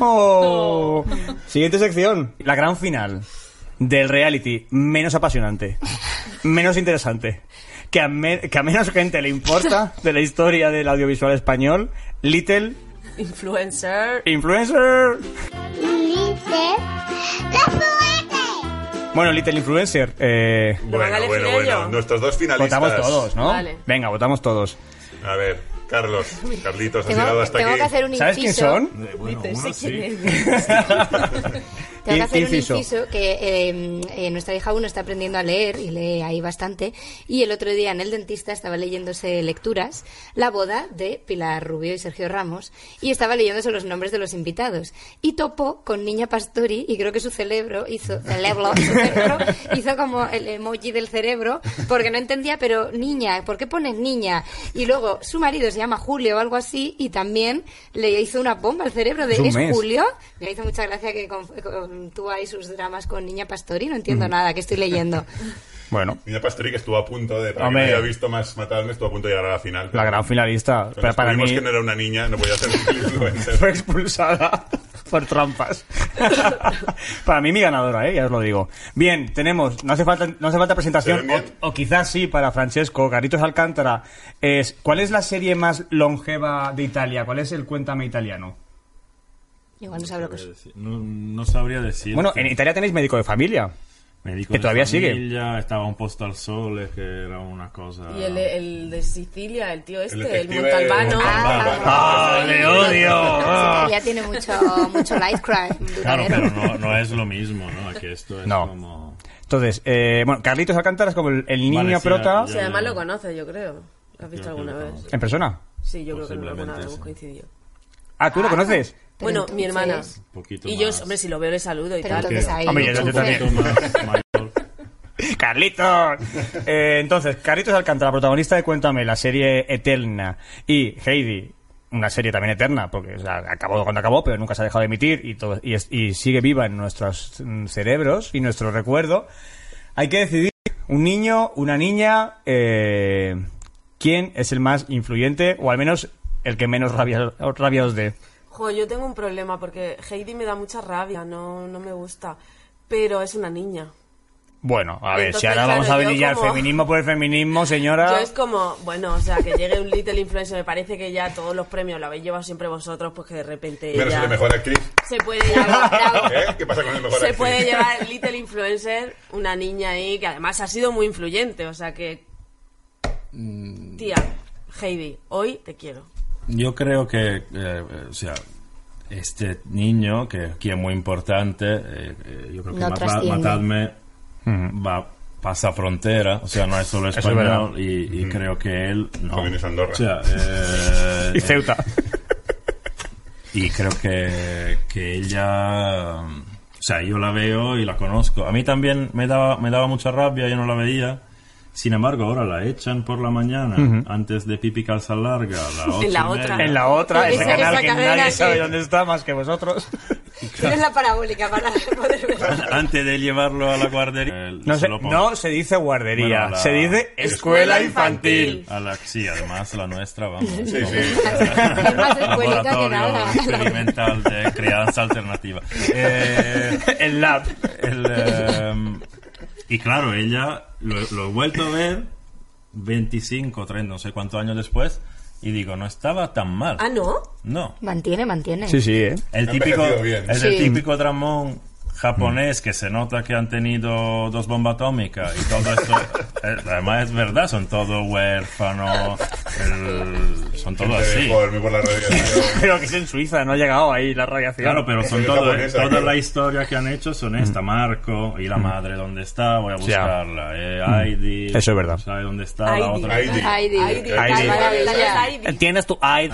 [SPEAKER 2] Oh. Siguiente sección. La gran final del reality menos apasionante, menos interesante, que a, me- que a menos gente le importa de la historia del audiovisual español, Little
[SPEAKER 4] Influencer.
[SPEAKER 2] Influencer.
[SPEAKER 8] Dice... ¡La juguete!
[SPEAKER 2] Bueno, Little Influencer, eh,
[SPEAKER 4] ¿Lo van a
[SPEAKER 6] Bueno,
[SPEAKER 4] elegir
[SPEAKER 6] bueno,
[SPEAKER 4] ellos?
[SPEAKER 6] bueno. Nuestros dos finalistas.
[SPEAKER 2] votamos todos, ¿no?
[SPEAKER 4] Vale.
[SPEAKER 2] Venga, votamos todos.
[SPEAKER 6] A ver, Carlos, Carlitos, has
[SPEAKER 9] Tengo,
[SPEAKER 6] llegado Pues hasta
[SPEAKER 9] tengo
[SPEAKER 6] aquí.
[SPEAKER 9] que
[SPEAKER 5] Eh,
[SPEAKER 9] hacer un
[SPEAKER 2] ¿Sabes quién
[SPEAKER 9] inciso.
[SPEAKER 2] son?
[SPEAKER 5] Bueno, uno sí.
[SPEAKER 9] Tengo que hacer
[SPEAKER 2] Inciso.
[SPEAKER 9] un inciso que eh, eh, nuestra hija uno está aprendiendo a leer y lee ahí bastante. Y el otro día en el dentista estaba leyéndose lecturas, la boda de Pilar Rubio y Sergio Ramos, y estaba leyéndose los nombres de los invitados. Y topó con Niña Pastori y creo que su cerebro hizo, cerebro, su cerebro hizo como el emoji del cerebro porque no entendía, pero niña, ¿por qué pones niña? Y luego su marido se llama Julio o algo así y también le hizo una bomba al cerebro de
[SPEAKER 2] Es un
[SPEAKER 9] es
[SPEAKER 2] mes".
[SPEAKER 9] Julio. Yo, me hizo mucha gracia que con, con- tú hay sus dramas con Niña Pastori, no entiendo
[SPEAKER 2] Mm.
[SPEAKER 9] nada que estoy leyendo.
[SPEAKER 2] Bueno,
[SPEAKER 6] Niña Pastori que estuvo a punto de. Para
[SPEAKER 2] Hombre.
[SPEAKER 6] que no haya visto más matarme, estuvo a punto de llegar a la final.
[SPEAKER 2] la gran finalista.
[SPEAKER 6] Pero
[SPEAKER 2] Pero para mí
[SPEAKER 6] que no era una niña, no podía ser influencer.
[SPEAKER 2] fue expulsada por trampas. para mí mi ganadora, ¿eh? ya os lo digo. Bien, tenemos, no hace falta, no hace falta
[SPEAKER 6] ¿Se
[SPEAKER 2] presentación,
[SPEAKER 6] ven bien?
[SPEAKER 2] o, o quizás sí para Francesco, Garitos Alcántara. Es, ¿Cuál es la serie más longeva de Italia? ¿Cuál es el Cuéntame Italiano?
[SPEAKER 9] Igual no sabré lo que es.
[SPEAKER 5] No, no sabría decir.
[SPEAKER 2] Bueno, en Italia tenéis médico de familia.
[SPEAKER 5] Médico
[SPEAKER 2] que
[SPEAKER 5] de
[SPEAKER 2] todavía sigue.
[SPEAKER 5] familia, Estaba un posto al sole, que era una cosa.
[SPEAKER 4] Y el, el de Sicilia, el tío este, el,
[SPEAKER 6] detective
[SPEAKER 4] Montalbano.
[SPEAKER 6] Montalbano.
[SPEAKER 2] ¡Ah, le odio! Ah.
[SPEAKER 9] ya tiene mucho, mucho light crime.
[SPEAKER 5] Claro,
[SPEAKER 9] duradero.
[SPEAKER 5] pero no, no es lo mismo, ¿no? Que esto es
[SPEAKER 2] No.
[SPEAKER 5] como.
[SPEAKER 2] Entonces, eh, bueno, Carlitos Alcántara es como el, el niño
[SPEAKER 5] Vale, sí,
[SPEAKER 2] prota
[SPEAKER 5] ya-
[SPEAKER 4] O
[SPEAKER 5] ya-
[SPEAKER 4] sea, además lo conoce, yo creo. ¿Lo has visto
[SPEAKER 5] Yo creo
[SPEAKER 4] alguna
[SPEAKER 5] que lo
[SPEAKER 4] vez?
[SPEAKER 5] conoce.
[SPEAKER 2] en persona.
[SPEAKER 4] Sí, yo creo que alguna vez
[SPEAKER 5] Posiblemente,
[SPEAKER 4] hemos
[SPEAKER 5] sí.
[SPEAKER 4] coincidido.
[SPEAKER 2] Ah, ¿tú lo conoces?
[SPEAKER 4] Bueno, mi
[SPEAKER 9] entonces-
[SPEAKER 4] hermana.
[SPEAKER 5] Un poquito
[SPEAKER 4] Y
[SPEAKER 5] más.
[SPEAKER 4] yo, hombre, si lo veo le saludo y
[SPEAKER 9] Pero
[SPEAKER 4] tal.
[SPEAKER 9] entonces ahí.
[SPEAKER 2] Hombre, yo-
[SPEAKER 9] enchufe.
[SPEAKER 2] yo también.
[SPEAKER 5] Un poquito más mayor.
[SPEAKER 2] ¡Carlitos! Eh, entonces, Carlitos Alcántara, protagonista de Cuéntame, la serie eterna. Y Heidi, una serie también eterna, porque o sea, acabó cuando acabó, pero nunca se ha dejado de emitir y, todo, y, es- y sigue viva en nuestros mm, cerebros y nuestro recuerdo. Hay que decidir, un niño, una niña, eh, quién es el más influyente o al menos el que menos rabia, rabia os dé.
[SPEAKER 4] Jo, yo tengo un problema porque Heidi me da mucha rabia, no, no me gusta. Pero es una niña.
[SPEAKER 2] Bueno, a ver, si
[SPEAKER 4] Entonces,
[SPEAKER 2] ahora
[SPEAKER 4] claro,
[SPEAKER 2] vamos a
[SPEAKER 4] yo
[SPEAKER 2] venir al
[SPEAKER 4] como-
[SPEAKER 2] feminismo por el feminismo,
[SPEAKER 4] Yo
[SPEAKER 2] señora.
[SPEAKER 4] es como, bueno, o sea, que llegue un Little Influencer, me parece que ya todos los premios lo habéis llevado siempre vosotros, pues que de repente
[SPEAKER 6] Menos el de
[SPEAKER 4] ella
[SPEAKER 6] mejor actriz.
[SPEAKER 4] se puede llevar,
[SPEAKER 6] ¿Eh? ¿Qué pasa con el mejor
[SPEAKER 4] se
[SPEAKER 6] actriz?
[SPEAKER 4] puede llevar Little Influencer, una niña ahí que además ha sido muy influyente, o sea que...
[SPEAKER 5] Mm.
[SPEAKER 4] Tía, Heidi, hoy te quiero.
[SPEAKER 5] Yo creo que, eh, eh, o sea, este niño, que aquí es muy importante, eh, eh, yo creo que
[SPEAKER 9] No
[SPEAKER 5] Mata-
[SPEAKER 9] trasciende.
[SPEAKER 5] Matadme va, pasa frontera, o sea, no es solo
[SPEAKER 2] Eso es
[SPEAKER 5] español, y, y creo que él... No.
[SPEAKER 6] También es Andorra.
[SPEAKER 5] O sea, eh,
[SPEAKER 2] Y Ceuta.
[SPEAKER 5] y creo que, que ella... mm, O sea, yo la veo y la conozco. A mí también me daba, me daba mucha rabia, yo no la veía. Sin embargo, ahora la echan por la mañana, antes de Pipi Calza Larga, a las
[SPEAKER 4] En la
[SPEAKER 5] ocho y
[SPEAKER 4] otra.
[SPEAKER 5] media.
[SPEAKER 2] En la otra,
[SPEAKER 9] Esa-
[SPEAKER 2] ese canal
[SPEAKER 9] esa
[SPEAKER 2] que
[SPEAKER 9] cadena
[SPEAKER 2] nadie
[SPEAKER 9] que-
[SPEAKER 2] sabe dónde está más que vosotros.
[SPEAKER 9] Tienes la parabólica para poder ver.
[SPEAKER 5] antes de llevarlo a la guardería.
[SPEAKER 2] No se,
[SPEAKER 5] lo pongo.
[SPEAKER 2] no se dice guardería,
[SPEAKER 5] Bueno, la-
[SPEAKER 2] se dice escuela infantil.
[SPEAKER 5] A la, sí, además la nuestra, vamos. es
[SPEAKER 6] Sí,
[SPEAKER 5] como-
[SPEAKER 6] sí.
[SPEAKER 9] Es más escuelica que
[SPEAKER 5] Laboratorio
[SPEAKER 9] nada.
[SPEAKER 5] experimental de crianza alternativa. Eh,
[SPEAKER 2] El lab.
[SPEAKER 5] el, em, y claro, ella lo, lo he vuelto a ver 25, 30, no sé cuántos años después. Y digo, no estaba tan mal.
[SPEAKER 4] Ah, ¿no?
[SPEAKER 5] No.
[SPEAKER 9] Mantiene, mantiene.
[SPEAKER 2] sí, ¿eh?
[SPEAKER 5] El
[SPEAKER 6] Ha
[SPEAKER 5] típico,
[SPEAKER 6] envejecido bien.
[SPEAKER 5] es el
[SPEAKER 9] Sí.
[SPEAKER 5] típico dramón japonés que se nota que han tenido dos bombas atómicas y todo esto. eh, además, es verdad, son todos huérfanos, el- son todos
[SPEAKER 6] Gente de
[SPEAKER 5] así.
[SPEAKER 6] Por, por la radio.
[SPEAKER 2] Pero que es en Suiza, no ha llegado ahí la radiación.
[SPEAKER 5] Claro, pero son
[SPEAKER 6] Sí,
[SPEAKER 5] todo-
[SPEAKER 6] japonesa,
[SPEAKER 5] toda
[SPEAKER 6] claro.
[SPEAKER 5] la historia que han hecho son esta,
[SPEAKER 2] Mm.
[SPEAKER 5] Marco y la madre, ¿dónde está? Voy a buscarla. Eh, Heidi,
[SPEAKER 2] Mm. Eso es verdad.
[SPEAKER 5] ¿Sabe dónde está la
[SPEAKER 4] Heidi.
[SPEAKER 5] otra?
[SPEAKER 6] Heidi.
[SPEAKER 9] Heidi.
[SPEAKER 4] Heidi,
[SPEAKER 2] Heidi.
[SPEAKER 4] maravilla. Heidi.
[SPEAKER 2] Tienes tu ID.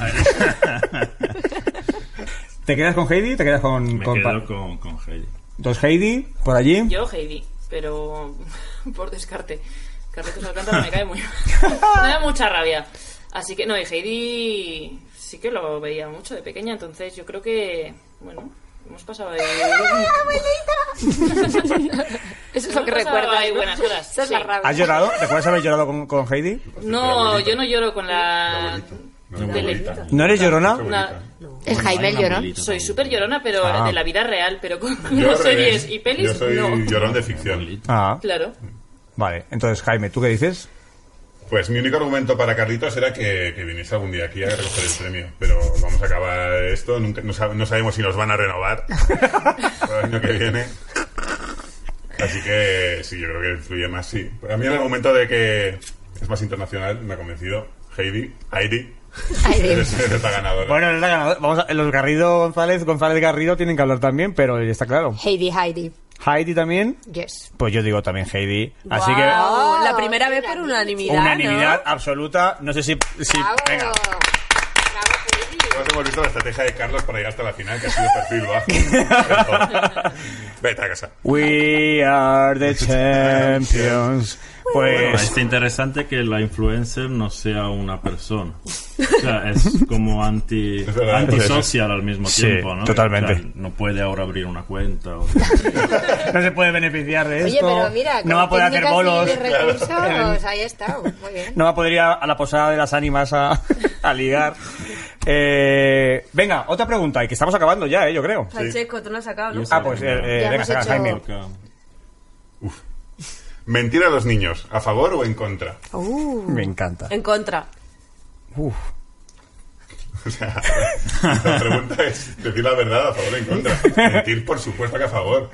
[SPEAKER 2] ¿Te quedas con Heidi? ¿Te quedas con,
[SPEAKER 5] Me
[SPEAKER 2] con
[SPEAKER 5] quedo
[SPEAKER 2] pa-
[SPEAKER 5] con, con Heidi.
[SPEAKER 2] dos Heidi por allí?
[SPEAKER 7] Yo, Heidi, pero por descarte. Carlitos Alcántara me cae muy. me da mucha rabia. Así que, no, y Heidi sí que lo veía mucho de pequeña, entonces yo creo que. Bueno, hemos pasado ahí.
[SPEAKER 9] Eso es lo que
[SPEAKER 7] Hemos pasado
[SPEAKER 9] recuerda.
[SPEAKER 7] ahí buenas horas,
[SPEAKER 9] Esa es la
[SPEAKER 7] sí.
[SPEAKER 9] rabia.
[SPEAKER 2] ¿Has llorado? ¿Te acuerdas haber llorado con, con Heidi?
[SPEAKER 7] No, yo no lloro con la.
[SPEAKER 6] No,
[SPEAKER 7] de la-
[SPEAKER 6] abuelita.
[SPEAKER 2] ¿No eres llorona?
[SPEAKER 7] Una-
[SPEAKER 9] Es Jaime el llorón.
[SPEAKER 7] soy súper llorona, pero
[SPEAKER 2] Ah.
[SPEAKER 7] de la vida real, pero con
[SPEAKER 6] Yo al
[SPEAKER 7] series
[SPEAKER 6] revés.
[SPEAKER 7] y pelis,
[SPEAKER 6] Yo soy
[SPEAKER 7] no.
[SPEAKER 6] llorón de ficción.
[SPEAKER 2] Ah,
[SPEAKER 7] Claro.
[SPEAKER 2] vale. Entonces, Jaime, ¿tú qué dices?
[SPEAKER 6] Pues mi único argumento para Carlitos era que, que viniese algún día aquí a recoger el premio. Pero vamos a acabar esto. Nunca, no, sab- no sabemos si nos van a renovar para el año que viene. Así que sí, yo creo que influye más, sí. A mí el argumento de que es más internacional me ha convencido. Heidi, Heidi,
[SPEAKER 9] Heidi.
[SPEAKER 6] eres, eres la ganadora.
[SPEAKER 2] Bueno, es la ganadora. Vamos a- los Garrido González, González Garrido tienen que hablar también, pero ya está claro.
[SPEAKER 9] Heidi, Heidi.
[SPEAKER 2] Heidi también.
[SPEAKER 9] Yes.
[SPEAKER 2] Pues yo digo también Heidi. Así que
[SPEAKER 4] Guau, la primera vez por unanimidad. ¿no?
[SPEAKER 2] unanimidad absoluta. No sé si. si-
[SPEAKER 9] Bravo.
[SPEAKER 2] venga.
[SPEAKER 6] Todos hemos visto la estrategia de Carlos para llegar hasta la final, que ha sido perfil bajo. Vete a casa.
[SPEAKER 2] We are the champions.
[SPEAKER 5] Bueno,
[SPEAKER 2] Pues.
[SPEAKER 5] es interesante que la influencer no sea una persona. O sea, es como anti,
[SPEAKER 6] Es verdad.
[SPEAKER 5] antisocial al mismo
[SPEAKER 2] Sí,
[SPEAKER 5] tiempo, ¿no?
[SPEAKER 2] totalmente.
[SPEAKER 5] O sea, no puede ahora abrir una cuenta. o-
[SPEAKER 2] No se puede beneficiar de
[SPEAKER 9] Oye,
[SPEAKER 2] esto.
[SPEAKER 9] pero mira,
[SPEAKER 2] no va a poder hacer bolos.
[SPEAKER 9] De recursos, pues ahí está, muy bien.
[SPEAKER 2] No va a poder ir a, a la posada de las ánimas a, a ligar. Eh, venga, otra pregunta. Y que estamos acabando ya, eh, yo creo.
[SPEAKER 4] Pacheco, tú no has sacado, ¿no?
[SPEAKER 5] Yo sé.
[SPEAKER 2] Ah, pues eh, eh,
[SPEAKER 9] Ya
[SPEAKER 2] venga,
[SPEAKER 9] hemos
[SPEAKER 2] saca,
[SPEAKER 9] hecho-
[SPEAKER 2] Jaime.
[SPEAKER 5] Porque-
[SPEAKER 6] Mentir a los niños, ¿a favor o en contra?
[SPEAKER 2] Me encanta.
[SPEAKER 4] En contra.
[SPEAKER 2] Uf.
[SPEAKER 6] O sea, la pregunta es decir la verdad a favor o en contra. Mentir, por supuesto que a favor.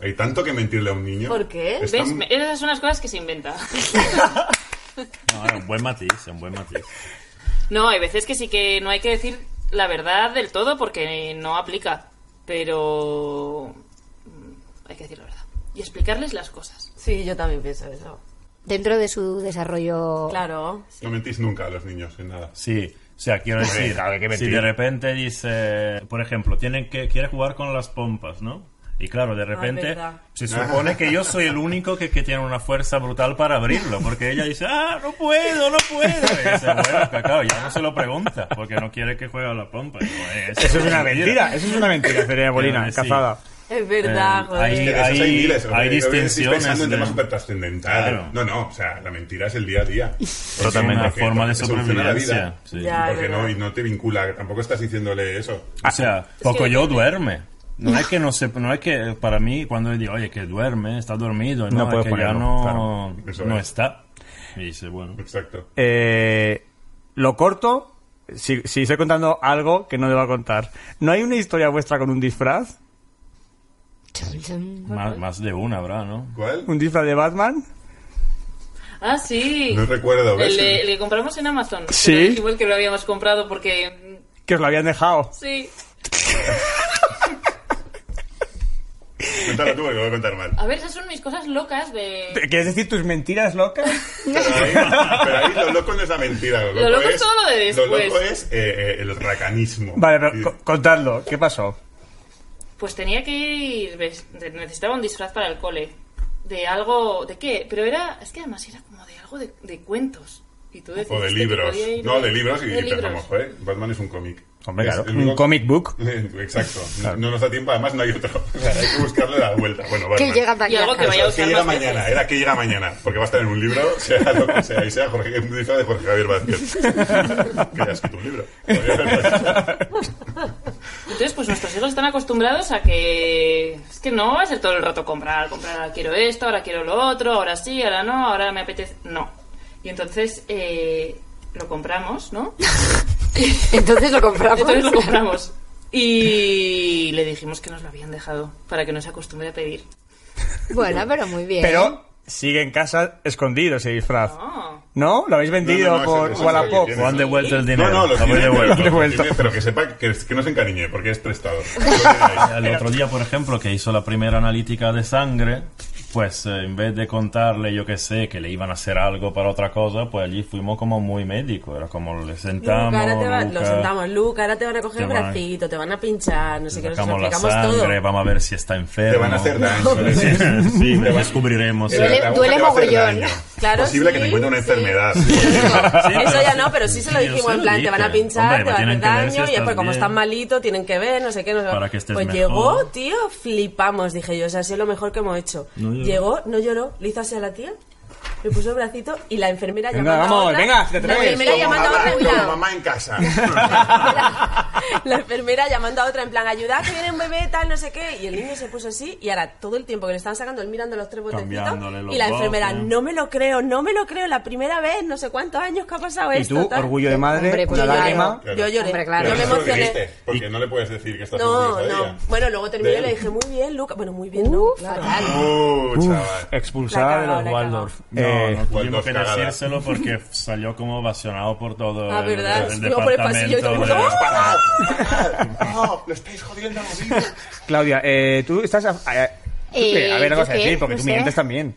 [SPEAKER 6] Hay tanto que mentirle a un niño.
[SPEAKER 4] ¿Por qué?
[SPEAKER 6] Es
[SPEAKER 7] ¿Ves?
[SPEAKER 6] tan-
[SPEAKER 7] Me- Esas son las cosas que se inventa.
[SPEAKER 5] No, era un buen matiz, un buen matiz.
[SPEAKER 7] No, hay veces que sí que no hay que decir la verdad del todo porque no aplica. Pero. mm, Hay que decir la verdad. Y explicarles las cosas.
[SPEAKER 4] Sí, yo también pienso eso.
[SPEAKER 9] Dentro de su desarrollo.
[SPEAKER 4] Claro.
[SPEAKER 6] No mentís nunca a los niños en nada.
[SPEAKER 5] Sí, o sea, quiero decir,
[SPEAKER 2] claro, hay que
[SPEAKER 5] si
[SPEAKER 2] mentir.
[SPEAKER 5] de repente dice, por ejemplo, tienen que quiere jugar con las pompas, ¿no? Y claro, de repente
[SPEAKER 4] Ah, verdad.
[SPEAKER 5] se supone que yo soy el único que, que tiene una fuerza brutal para abrirlo, porque ella dice, ah, no puedo, no puedo. Y dice, bueno, cacao, ya no se lo pregunta, porque no quiere que juegue a la pompa. Y digo, "Eh,
[SPEAKER 2] Eso es una mentira, eso es una mentira, Celia Molina,
[SPEAKER 5] Sí.
[SPEAKER 2] cazada.
[SPEAKER 4] Es verdad,
[SPEAKER 5] Eh,
[SPEAKER 4] joder.
[SPEAKER 5] ahí-
[SPEAKER 6] De esos hay,
[SPEAKER 5] hay-
[SPEAKER 6] miles.
[SPEAKER 5] hay
[SPEAKER 6] Yo estoy
[SPEAKER 5] distinciones
[SPEAKER 6] Pensando en
[SPEAKER 5] de-
[SPEAKER 6] temas súper trascendentales.
[SPEAKER 5] Claro.
[SPEAKER 6] No, no, o sea, la mentira es el día a día.
[SPEAKER 5] Totalmente.
[SPEAKER 6] Porque-
[SPEAKER 5] Una forma de
[SPEAKER 6] porque soluciona la vida.
[SPEAKER 5] sobrevivencia, sí.
[SPEAKER 4] Ya,
[SPEAKER 6] Porque
[SPEAKER 4] es
[SPEAKER 6] no,
[SPEAKER 4] verdad.
[SPEAKER 6] y no te vincula, que tampoco estás diciéndole eso.
[SPEAKER 5] O sea, poco yo duerme. No es que no se, no es que para mí cuando yo digo, oye, que duerme, está dormido,
[SPEAKER 2] No
[SPEAKER 5] no, es
[SPEAKER 2] puedes
[SPEAKER 5] que ya
[SPEAKER 2] ponerlo,
[SPEAKER 5] no,
[SPEAKER 6] claro. Eso
[SPEAKER 5] no
[SPEAKER 6] es.
[SPEAKER 5] está. Y dice, bueno,
[SPEAKER 6] Exacto.
[SPEAKER 2] Eh, lo corto, si, si estoy contando algo que no deba contar. ¿No hay una historia vuestra con un disfraz?
[SPEAKER 9] Chum, chum.
[SPEAKER 5] más, más de una habrá, ¿no?
[SPEAKER 6] ¿Cuál?
[SPEAKER 2] ¿Un disfraz de Batman?
[SPEAKER 7] Ah, sí.
[SPEAKER 6] No recuerdo, ¿ves?
[SPEAKER 7] El, de- el que compramos en Amazon.
[SPEAKER 2] Sí.
[SPEAKER 7] Pero Igual que lo habíamos comprado porque. mm,
[SPEAKER 2] Que os lo habían dejado.
[SPEAKER 7] Sí.
[SPEAKER 6] Cuéntalo tú, que lo voy a contar mal.
[SPEAKER 7] A ver, esas son mis cosas locas de.
[SPEAKER 2] ¿Quieres decir tus mentiras locas?
[SPEAKER 6] Pero ahí, pero ahí lo loco no es la mentira. Lo loco,
[SPEAKER 7] Lo loco es todo lo de
[SPEAKER 6] Lo
[SPEAKER 7] después.
[SPEAKER 6] loco es eh, eh, el racanismo.
[SPEAKER 2] Vale,
[SPEAKER 6] Sí.
[SPEAKER 2] pero co- contadlo, ¿qué pasó?
[SPEAKER 7] Pues tenía que ir. ves, Necesitaba un disfraz para el cole. De algo. ¿De qué? Pero era. Es que además era como de algo de, de cuentos. Y tú
[SPEAKER 6] O
[SPEAKER 7] decidiste
[SPEAKER 6] de
[SPEAKER 7] que
[SPEAKER 6] libros.
[SPEAKER 7] podía ir
[SPEAKER 6] No, de libros y
[SPEAKER 7] de libros.
[SPEAKER 6] pensamos, joder, Batman es un cómic.
[SPEAKER 2] Hombre,
[SPEAKER 6] Es
[SPEAKER 2] claro,
[SPEAKER 6] el
[SPEAKER 2] un
[SPEAKER 6] único-
[SPEAKER 2] comic book.
[SPEAKER 6] Exacto. No nos da tiempo, además no hay otro. O sea, hay que buscarle la vuelta. Bueno,
[SPEAKER 9] Que
[SPEAKER 6] Batman.
[SPEAKER 9] llega
[SPEAKER 7] Y algo
[SPEAKER 9] mañana.
[SPEAKER 7] que vaya a
[SPEAKER 6] que
[SPEAKER 7] buscar
[SPEAKER 6] llega
[SPEAKER 7] más
[SPEAKER 6] mañana, ¿eh?
[SPEAKER 7] veces.
[SPEAKER 6] era que llega mañana, porque va a estar en un libro, sea lo que sea, y sea Jorge, un disfraz de Jorge Javier Vázquez. que ya has escrito un libro.
[SPEAKER 7] Entonces, pues nuestros hijos están acostumbrados a que es que no va a ser todo el rato comprar, comprar, ahora quiero esto, ahora quiero lo otro, ahora sí, ahora no, ahora me apetece. No. Y entonces eh, lo compramos, ¿no?
[SPEAKER 9] Entonces lo compramos.
[SPEAKER 7] Entonces lo compramos. Y le dijimos que nos lo habían dejado para que no se acostumbre a pedir.
[SPEAKER 9] Bueno, pero muy bien.
[SPEAKER 2] Pero sigue en casa escondido ese disfraz.
[SPEAKER 7] No.
[SPEAKER 2] ¿No? ¿Lo habéis vendido
[SPEAKER 6] No, no, no,
[SPEAKER 2] por
[SPEAKER 6] ese- ese
[SPEAKER 2] Wallapop?
[SPEAKER 6] es el que
[SPEAKER 5] O han devuelto el
[SPEAKER 6] No,
[SPEAKER 5] dinero.
[SPEAKER 6] no, lo
[SPEAKER 5] habéis
[SPEAKER 6] tiene,
[SPEAKER 5] devuelto.
[SPEAKER 6] lo
[SPEAKER 2] Devuelto.
[SPEAKER 6] tiene, pero que sepa que, que no se encariñe, porque es prestado. Lo digáis.
[SPEAKER 5] El otro día, por ejemplo, que hizo la primera analítica de sangre, pues eh, en vez de contarle, yo que sé, que le iban a hacer algo para otra cosa, pues allí fuimos como muy médico. Era como le sentamos.
[SPEAKER 4] Luca, ahora te va- lo
[SPEAKER 5] Luca,
[SPEAKER 4] sentamos, Luca, ahora te van a coger
[SPEAKER 5] Te
[SPEAKER 4] el
[SPEAKER 5] van-
[SPEAKER 4] bracito, te van a pinchar, no
[SPEAKER 5] le
[SPEAKER 4] sé qué, nos
[SPEAKER 5] sacamos la
[SPEAKER 4] explicamos todo.
[SPEAKER 5] sangre, vamos a ver si está enfermo.
[SPEAKER 6] Te van a hacer daño.
[SPEAKER 5] Sí, sí, descubriremos.
[SPEAKER 9] Duele-
[SPEAKER 6] La aguja
[SPEAKER 9] duele
[SPEAKER 6] te va a hacer
[SPEAKER 9] mogollón.
[SPEAKER 6] daño.
[SPEAKER 4] Claro,
[SPEAKER 6] Es posible que
[SPEAKER 4] sí,
[SPEAKER 6] te encuentre una
[SPEAKER 4] sí.
[SPEAKER 6] enfermedad.
[SPEAKER 5] Sí,
[SPEAKER 4] Eso
[SPEAKER 5] pero
[SPEAKER 4] ya
[SPEAKER 5] sí-
[SPEAKER 4] no, pero sí se lo
[SPEAKER 5] sí, yo
[SPEAKER 4] dijimos, en
[SPEAKER 5] lo
[SPEAKER 4] plan, te van a
[SPEAKER 5] dije.
[SPEAKER 4] pinchar,
[SPEAKER 5] Hombre,
[SPEAKER 4] te van a hacer
[SPEAKER 5] tienen que ver
[SPEAKER 4] daño,
[SPEAKER 5] si
[SPEAKER 4] y después
[SPEAKER 5] estás
[SPEAKER 4] como
[SPEAKER 5] bien.
[SPEAKER 4] estás malito, tienen que ver, no sé qué, no sé
[SPEAKER 5] Para que estés
[SPEAKER 4] Pues
[SPEAKER 5] mejor.
[SPEAKER 4] llegó, tío, flipamos, dije yo, o sea, ha sido lo mejor que hemos hecho.
[SPEAKER 5] No lloró.
[SPEAKER 4] llegó, no lloró, le hizo así a la tía, le puso el bracito y la enfermera
[SPEAKER 2] Venga,
[SPEAKER 4] llamando
[SPEAKER 2] vamos,
[SPEAKER 4] a otra,
[SPEAKER 2] venga, si te
[SPEAKER 4] La
[SPEAKER 2] atreves.
[SPEAKER 4] enfermera
[SPEAKER 6] Como
[SPEAKER 4] llamando a
[SPEAKER 6] mamá,
[SPEAKER 4] otra,
[SPEAKER 6] como
[SPEAKER 4] cuidado.
[SPEAKER 6] mamá en casa.
[SPEAKER 4] la enfermera llamando a otra en plan, ayudad que viene un bebé, tal, no sé qué. Y el niño se puso así y ahora todo el tiempo que le están sacando, él mirando los tres botecitos.
[SPEAKER 5] Cambiándole los
[SPEAKER 4] Y la
[SPEAKER 5] botes.
[SPEAKER 4] enfermera, no me lo creo, no me lo creo, la primera vez, no sé cuántos años que ha pasado
[SPEAKER 2] Y
[SPEAKER 4] esto.
[SPEAKER 2] tú,
[SPEAKER 4] tal.
[SPEAKER 2] orgullo de madre,
[SPEAKER 3] Hombre, pues
[SPEAKER 2] una
[SPEAKER 4] yo lloré.
[SPEAKER 2] lágrima.
[SPEAKER 6] Claro.
[SPEAKER 4] Yo lloré.
[SPEAKER 3] Hombre, claro.
[SPEAKER 4] Yo me
[SPEAKER 6] Pero eso lo
[SPEAKER 4] emocioné.
[SPEAKER 6] dijiste, porque no le puedes decir que estás
[SPEAKER 4] No,
[SPEAKER 6] orgullosa de
[SPEAKER 4] no.
[SPEAKER 6] ella.
[SPEAKER 4] Bueno, luego terminé
[SPEAKER 6] De
[SPEAKER 4] y le
[SPEAKER 6] él.
[SPEAKER 4] dije, muy bien, Luca. Bueno, muy bien, ¿no?
[SPEAKER 3] Fatal.
[SPEAKER 6] Uh, chaval.
[SPEAKER 4] La he
[SPEAKER 2] Expulsar
[SPEAKER 4] cagado,
[SPEAKER 2] al
[SPEAKER 4] la he
[SPEAKER 2] Waldorf.
[SPEAKER 5] No,
[SPEAKER 2] Eh,
[SPEAKER 5] no tuvimos
[SPEAKER 6] Waldorf
[SPEAKER 5] que
[SPEAKER 6] cagada.
[SPEAKER 5] decírselo porque salió como ovacionado por todo
[SPEAKER 4] Ah,
[SPEAKER 5] el,
[SPEAKER 4] ¿verdad?
[SPEAKER 5] el
[SPEAKER 4] Luego por el pasillo y todo el mundo,
[SPEAKER 5] departamento de-
[SPEAKER 6] ¡Parad! ¡Parad! ¡No! ¡Lo estáis jodiendo! horrible!
[SPEAKER 2] Claudia, eh, tú estás. A, a-
[SPEAKER 3] Eh,
[SPEAKER 2] a ver, algo
[SPEAKER 3] ¿yo
[SPEAKER 2] vas a
[SPEAKER 3] qué?
[SPEAKER 2] decir, porque
[SPEAKER 3] No
[SPEAKER 2] tú
[SPEAKER 3] sé.
[SPEAKER 2] mientes también.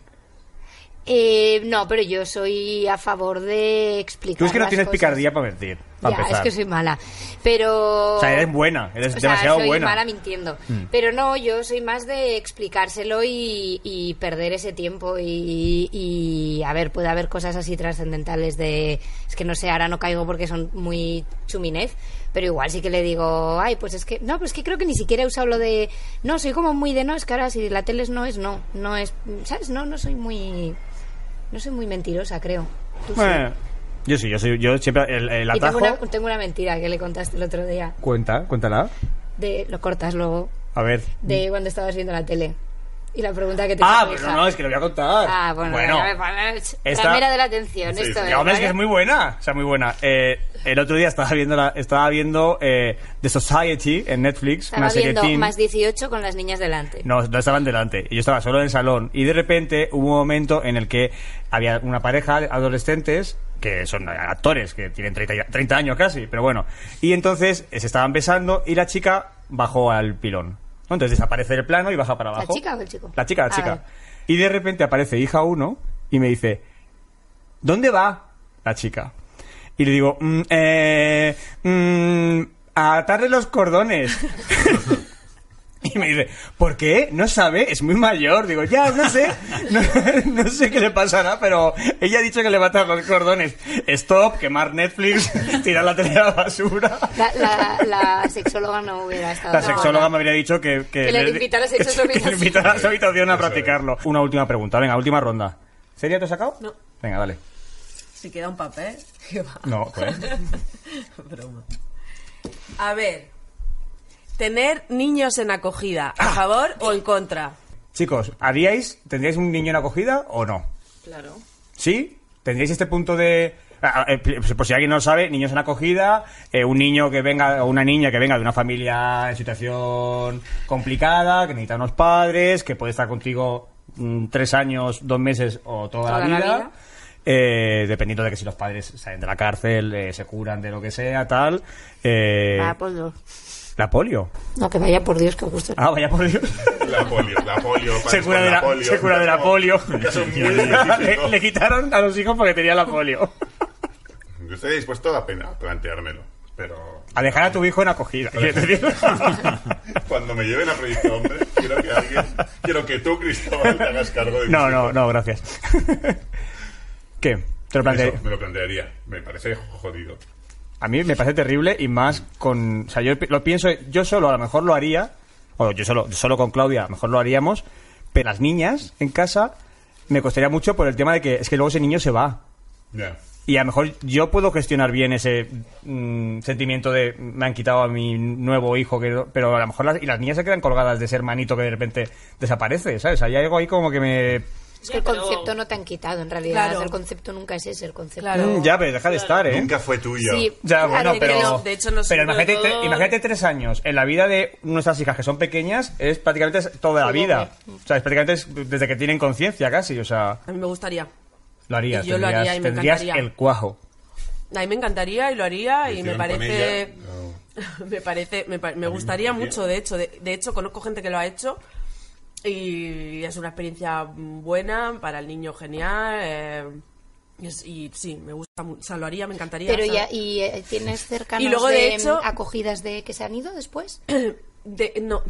[SPEAKER 3] Eh, no, pero yo soy a favor de explicar.
[SPEAKER 2] Tú es que no
[SPEAKER 3] las
[SPEAKER 2] tienes
[SPEAKER 3] cosas.
[SPEAKER 2] picardía para mentir. Para
[SPEAKER 3] Ya, es
[SPEAKER 2] empezar.
[SPEAKER 3] que soy mala. Pero.
[SPEAKER 2] O sea, eres buena, eres
[SPEAKER 3] O sea,
[SPEAKER 2] demasiado
[SPEAKER 3] soy
[SPEAKER 2] buena. Mm.
[SPEAKER 3] mala mintiendo. Pero no, yo soy más de explicárselo y, y perder ese tiempo. Y, y, a ver, puede haber cosas así trascendentales de. Es que no sé, ahora no caigo porque son muy chuminez. Pero igual sí que le digo, ay, pues es que. No, pero es que creo que ni siquiera he usado lo de. No, soy como muy de no, es que ahora si la tele es no, es no. No es. ¿Sabes? No, no soy muy. No soy muy mentirosa, creo. Tú sí.
[SPEAKER 2] Bueno, yo sí, yo, soy, yo siempre. El, el
[SPEAKER 3] Y tengo
[SPEAKER 2] atajo.
[SPEAKER 3] una, tengo una mentira que le contaste el otro día.
[SPEAKER 2] Cuenta, cuéntala.
[SPEAKER 3] De, lo cortas luego.
[SPEAKER 2] A ver.
[SPEAKER 3] de cuando estabas viendo la tele. Y la pregunta que te
[SPEAKER 2] Mm. Ah,
[SPEAKER 3] hizo tu
[SPEAKER 2] pero
[SPEAKER 3] hija.
[SPEAKER 2] no, es que lo voy a contar.
[SPEAKER 3] Ah, bueno,
[SPEAKER 2] bueno.
[SPEAKER 3] ya me pones-
[SPEAKER 2] Esta-
[SPEAKER 3] Ramera de la atención,
[SPEAKER 6] Sí,
[SPEAKER 3] esto
[SPEAKER 6] sí.
[SPEAKER 3] es.
[SPEAKER 2] Ya, hombre,
[SPEAKER 3] ¿vale?
[SPEAKER 2] es que es muy buena. O sea, muy buena. Eh, el otro día estaba viendo, la, estaba viendo eh, The Society en
[SPEAKER 3] ¿eh?
[SPEAKER 2] Netflix,
[SPEAKER 3] Estaba
[SPEAKER 2] una serie
[SPEAKER 3] viendo
[SPEAKER 2] teen.
[SPEAKER 3] más 18 con las niñas delante.
[SPEAKER 2] No, no estaban delante. Y Yo estaba solo en el salón. Y de repente hubo un momento en el que había una pareja de adolescentes que son actores, que tienen 30, ya- 30 años casi, pero bueno. Y entonces eh, se estaban besando y la chica bajó al pilón. ¿no? Entonces desaparece el plano y baja para abajo.
[SPEAKER 3] chica o el chico?
[SPEAKER 2] La chica, la
[SPEAKER 3] Ah,
[SPEAKER 2] chica.
[SPEAKER 3] vale.
[SPEAKER 2] Y de repente aparece hija uno y me dice, ¿dónde va la chica? Y le digo, "Mm, eh, mm, a atarle los cordones. Y me dice, ¿por qué? No sabe, es muy mayor. Digo, ya, no sé, no, no sé qué le pasará, pero ella ha dicho que le va a atar los cordones. Stop, quemar Netflix, tirar la tele a la basura.
[SPEAKER 3] La, la, la sexóloga no hubiera estado.
[SPEAKER 2] La
[SPEAKER 3] No,
[SPEAKER 2] sexóloga
[SPEAKER 3] no.
[SPEAKER 2] me habría dicho que...
[SPEAKER 3] Que le invitara a sexo a su
[SPEAKER 2] que le
[SPEAKER 3] habitación.
[SPEAKER 2] invitara a su habitación a
[SPEAKER 6] Eso es.
[SPEAKER 2] practicarlo. Una última pregunta, venga, última ronda. ¿Sería te has sacado?
[SPEAKER 4] No.
[SPEAKER 2] Venga, dale.
[SPEAKER 4] Si queda un papel, ¿qué va?
[SPEAKER 2] No, joder.
[SPEAKER 4] Broma. A ver. ¿Tener niños en acogida,
[SPEAKER 6] Ah.
[SPEAKER 4] a favor o en contra?
[SPEAKER 2] Chicos, ¿haríais, tendríais un niño en acogida o no?
[SPEAKER 7] Claro.
[SPEAKER 2] ¿Sí? ¿Tendríais este punto de...? ah, ah, eh, pl- Por si alguien no lo sabe, niños en acogida, eh, un niño que venga, o una niña que venga de una familia en situación complicada, que necesita unos padres, que puede estar contigo mm, tres años, dos meses o toda, la
[SPEAKER 3] Toda la
[SPEAKER 2] vida.
[SPEAKER 3] vida.
[SPEAKER 2] eh, dependiendo de que si los padres salen de la cárcel, eh, se curan de lo que sea, tal. eh,
[SPEAKER 3] Ah, pues no.
[SPEAKER 2] la polio.
[SPEAKER 3] No, que vaya por Dios, que os guste.
[SPEAKER 2] Ah, vaya por Dios.
[SPEAKER 6] La polio, la polio.
[SPEAKER 2] se
[SPEAKER 6] padres
[SPEAKER 2] cura
[SPEAKER 6] con
[SPEAKER 2] de la, se cura de la polio.
[SPEAKER 6] Un caso muy
[SPEAKER 2] le,
[SPEAKER 6] específico.
[SPEAKER 2] le quitaron a los hijos porque tenía la polio.
[SPEAKER 6] Yo estoy dispuesto a pena- a planteármelo, pero
[SPEAKER 2] A dejar a tu hijo en acogida. quiero decir.
[SPEAKER 6] cuando me lleven a Proyecto Hombre, quiero que alguien, quiero que tú, Cristóbal, te hagas cargo de
[SPEAKER 2] No,
[SPEAKER 6] mis
[SPEAKER 2] no,
[SPEAKER 6] hijos.
[SPEAKER 2] no, gracias. ¿Qué? Te lo planteé.
[SPEAKER 6] Eso, me lo plantearía. Me parece jodido.
[SPEAKER 2] A mí me parece terrible y más con... O sea, yo pi- lo pienso, yo solo a lo mejor lo haría, o yo solo, solo con Claudia a lo mejor lo haríamos, pero las niñas en casa me costaría mucho por el tema de que es que luego ese niño se va.
[SPEAKER 6] Ya.
[SPEAKER 2] Y a lo mejor yo puedo gestionar bien ese mm, sentimiento de me han quitado a mi nuevo hijo, que, pero a lo mejor las, y las niñas se quedan colgadas de ese hermanito que de repente desaparece, ¿sabes? Hay algo ahí como que me...
[SPEAKER 3] Es que el
[SPEAKER 7] Ya, pero-
[SPEAKER 3] concepto no te han quitado, en realidad.
[SPEAKER 4] Claro.
[SPEAKER 3] El concepto nunca es ese, el concepto.
[SPEAKER 4] Claro.
[SPEAKER 2] Mm, ya, pero deja de estar, ¿eh?
[SPEAKER 6] Nunca fue tuyo.
[SPEAKER 3] Sí,
[SPEAKER 2] Ya,
[SPEAKER 3] claro,
[SPEAKER 2] bueno, pero...
[SPEAKER 4] no- de hecho no
[SPEAKER 2] pero
[SPEAKER 4] sé,
[SPEAKER 2] imagínate,
[SPEAKER 7] pero
[SPEAKER 2] tre-
[SPEAKER 7] todo-
[SPEAKER 2] imagínate tres años. En la vida de nuestras hijas que son pequeñas es prácticamente toda la vida. O sea, es prácticamente es desde que tienen conciencia casi, o sea...
[SPEAKER 4] A mí me gustaría.
[SPEAKER 2] Lo harías,
[SPEAKER 4] Y yo lo
[SPEAKER 2] tendrías,
[SPEAKER 4] haría y me
[SPEAKER 2] tendrías
[SPEAKER 4] encantaría.
[SPEAKER 2] el cuajo.
[SPEAKER 4] A mí me encantaría y lo haría
[SPEAKER 6] Lo
[SPEAKER 4] y me
[SPEAKER 6] hicieron con
[SPEAKER 4] parece...
[SPEAKER 6] ella, no.
[SPEAKER 4] me parece me, pa- me gustaría
[SPEAKER 6] gustaría.
[SPEAKER 4] mucho de hecho de, de hecho conozco gente que lo ha hecho y es una experiencia buena para el niño genial eh, y, es- y sí me gusta mu- o sea, lo haría me encantaría
[SPEAKER 3] Pero ya,
[SPEAKER 4] ¿sabes?
[SPEAKER 3] ¿y eh, tienes cercanos
[SPEAKER 4] Y luego, de hecho-
[SPEAKER 3] acogidas de que se han ido después?
[SPEAKER 4] de, no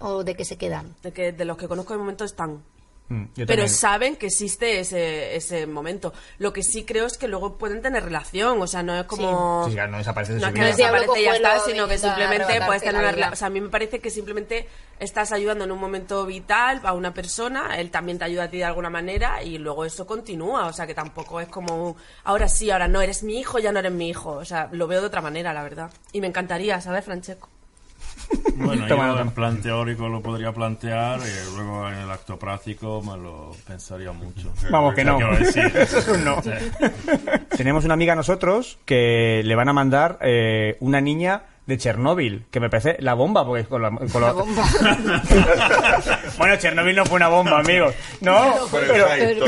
[SPEAKER 3] ¿O de que se quedan?
[SPEAKER 4] de que de los que conozco de momento están
[SPEAKER 2] Mm, yo
[SPEAKER 4] pero
[SPEAKER 2] también.
[SPEAKER 4] saben que existe ese, ese momento. Lo que sí creo es que luego pueden tener relación, o sea, no es como...
[SPEAKER 2] Sí, ya no desaparece de su
[SPEAKER 4] No es que
[SPEAKER 2] vida.
[SPEAKER 3] sea
[SPEAKER 4] desaparece y ya
[SPEAKER 3] Diablo
[SPEAKER 4] está,
[SPEAKER 3] Cojuelo
[SPEAKER 4] sino que
[SPEAKER 3] viniendo a
[SPEAKER 4] simplemente
[SPEAKER 3] arrebatarte
[SPEAKER 4] puedes tener
[SPEAKER 3] la
[SPEAKER 4] una
[SPEAKER 3] vida.
[SPEAKER 4] relación. O sea, a mí me parece que simplemente estás ayudando en un momento vital a una persona, él también te ayuda a ti de alguna manera y luego eso continúa. O sea, que tampoco es como, ahora sí, ahora no, eres mi hijo, ya no eres mi hijo. O sea, lo veo de otra manera, la verdad. Y me encantaría, ¿sabes, Francesco?
[SPEAKER 5] Bueno,
[SPEAKER 2] Toma
[SPEAKER 5] yo
[SPEAKER 2] nota.
[SPEAKER 5] en plan teórico lo podría plantear y luego en el acto práctico me lo pensaría mucho.
[SPEAKER 2] Vamos, que no.
[SPEAKER 5] Quiero decir,
[SPEAKER 2] No.
[SPEAKER 5] sí.
[SPEAKER 2] Tenemos una amiga a nosotros que le van a mandar eh, una niña de Chernóbil, que me parece la bomba, porque con la, con la-
[SPEAKER 3] Bomba.
[SPEAKER 2] bueno, Chernóbil no fue una bomba, amigos. No,
[SPEAKER 6] Por el
[SPEAKER 2] pero,
[SPEAKER 6] hype, todo.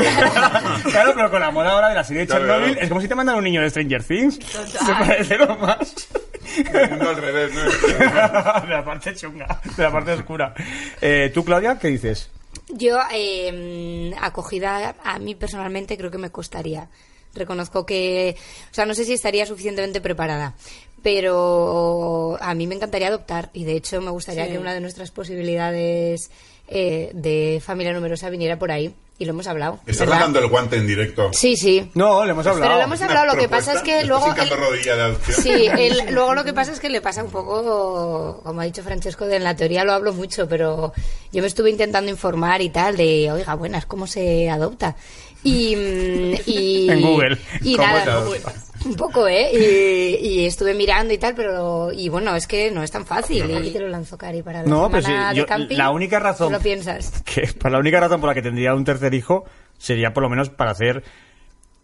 [SPEAKER 2] claro, pero con la moda ahora de la serie de
[SPEAKER 6] Claro,
[SPEAKER 2] Chernóbil,
[SPEAKER 6] claro.
[SPEAKER 2] es como si te mandan un niño de Stranger Things. Se parece lo más.
[SPEAKER 6] El mundo al revés, ¿no?
[SPEAKER 2] de la parte chunga, de la parte oscura. Eh, ¿Tú, Claudia, qué dices?
[SPEAKER 3] Yo, eh, mm, acogida, a mí personalmente creo que me costaría. Reconozco que, o sea, no sé si estaría suficientemente preparada, pero a mí me encantaría adoptar y de hecho me gustaría
[SPEAKER 4] Sí.
[SPEAKER 3] que una de nuestras posibilidades eh, de familia numerosa viniera por ahí y lo hemos hablado.
[SPEAKER 6] Estás
[SPEAKER 3] ¿verdad?
[SPEAKER 6] dando el guante en directo.
[SPEAKER 3] Sí, sí.
[SPEAKER 2] No, le hemos hablado.
[SPEAKER 3] Pero lo hemos
[SPEAKER 6] Una
[SPEAKER 3] hablado, lo que
[SPEAKER 6] propuesta.
[SPEAKER 3] pasa es que
[SPEAKER 6] Estoy
[SPEAKER 3] luego...
[SPEAKER 6] hincando
[SPEAKER 3] el-
[SPEAKER 6] rodilla de adopción.
[SPEAKER 3] Sí, el- luego lo que pasa es que le pasa un poco, como ha dicho Francesco, de en la teoría lo hablo mucho, pero yo me estuve intentando informar y tal, de, oiga, buenas, ¿cómo se adopta? Y, mm, y-
[SPEAKER 2] En Google.
[SPEAKER 3] Y
[SPEAKER 2] ¿Cómo
[SPEAKER 3] nada,
[SPEAKER 2] se adopta?
[SPEAKER 3] un poco, ¿eh? Y, y estuve mirando y tal, pero... Y bueno, es que no es tan fácil. Y te lo lanzo, Cari, para la
[SPEAKER 2] No, pero
[SPEAKER 3] semana
[SPEAKER 2] sí,
[SPEAKER 3] de
[SPEAKER 2] yo-
[SPEAKER 3] camping.
[SPEAKER 2] la única razón-
[SPEAKER 3] Tú lo piensas.
[SPEAKER 2] que para la única razón por la que tendría un tercer hijo sería por lo menos para hacer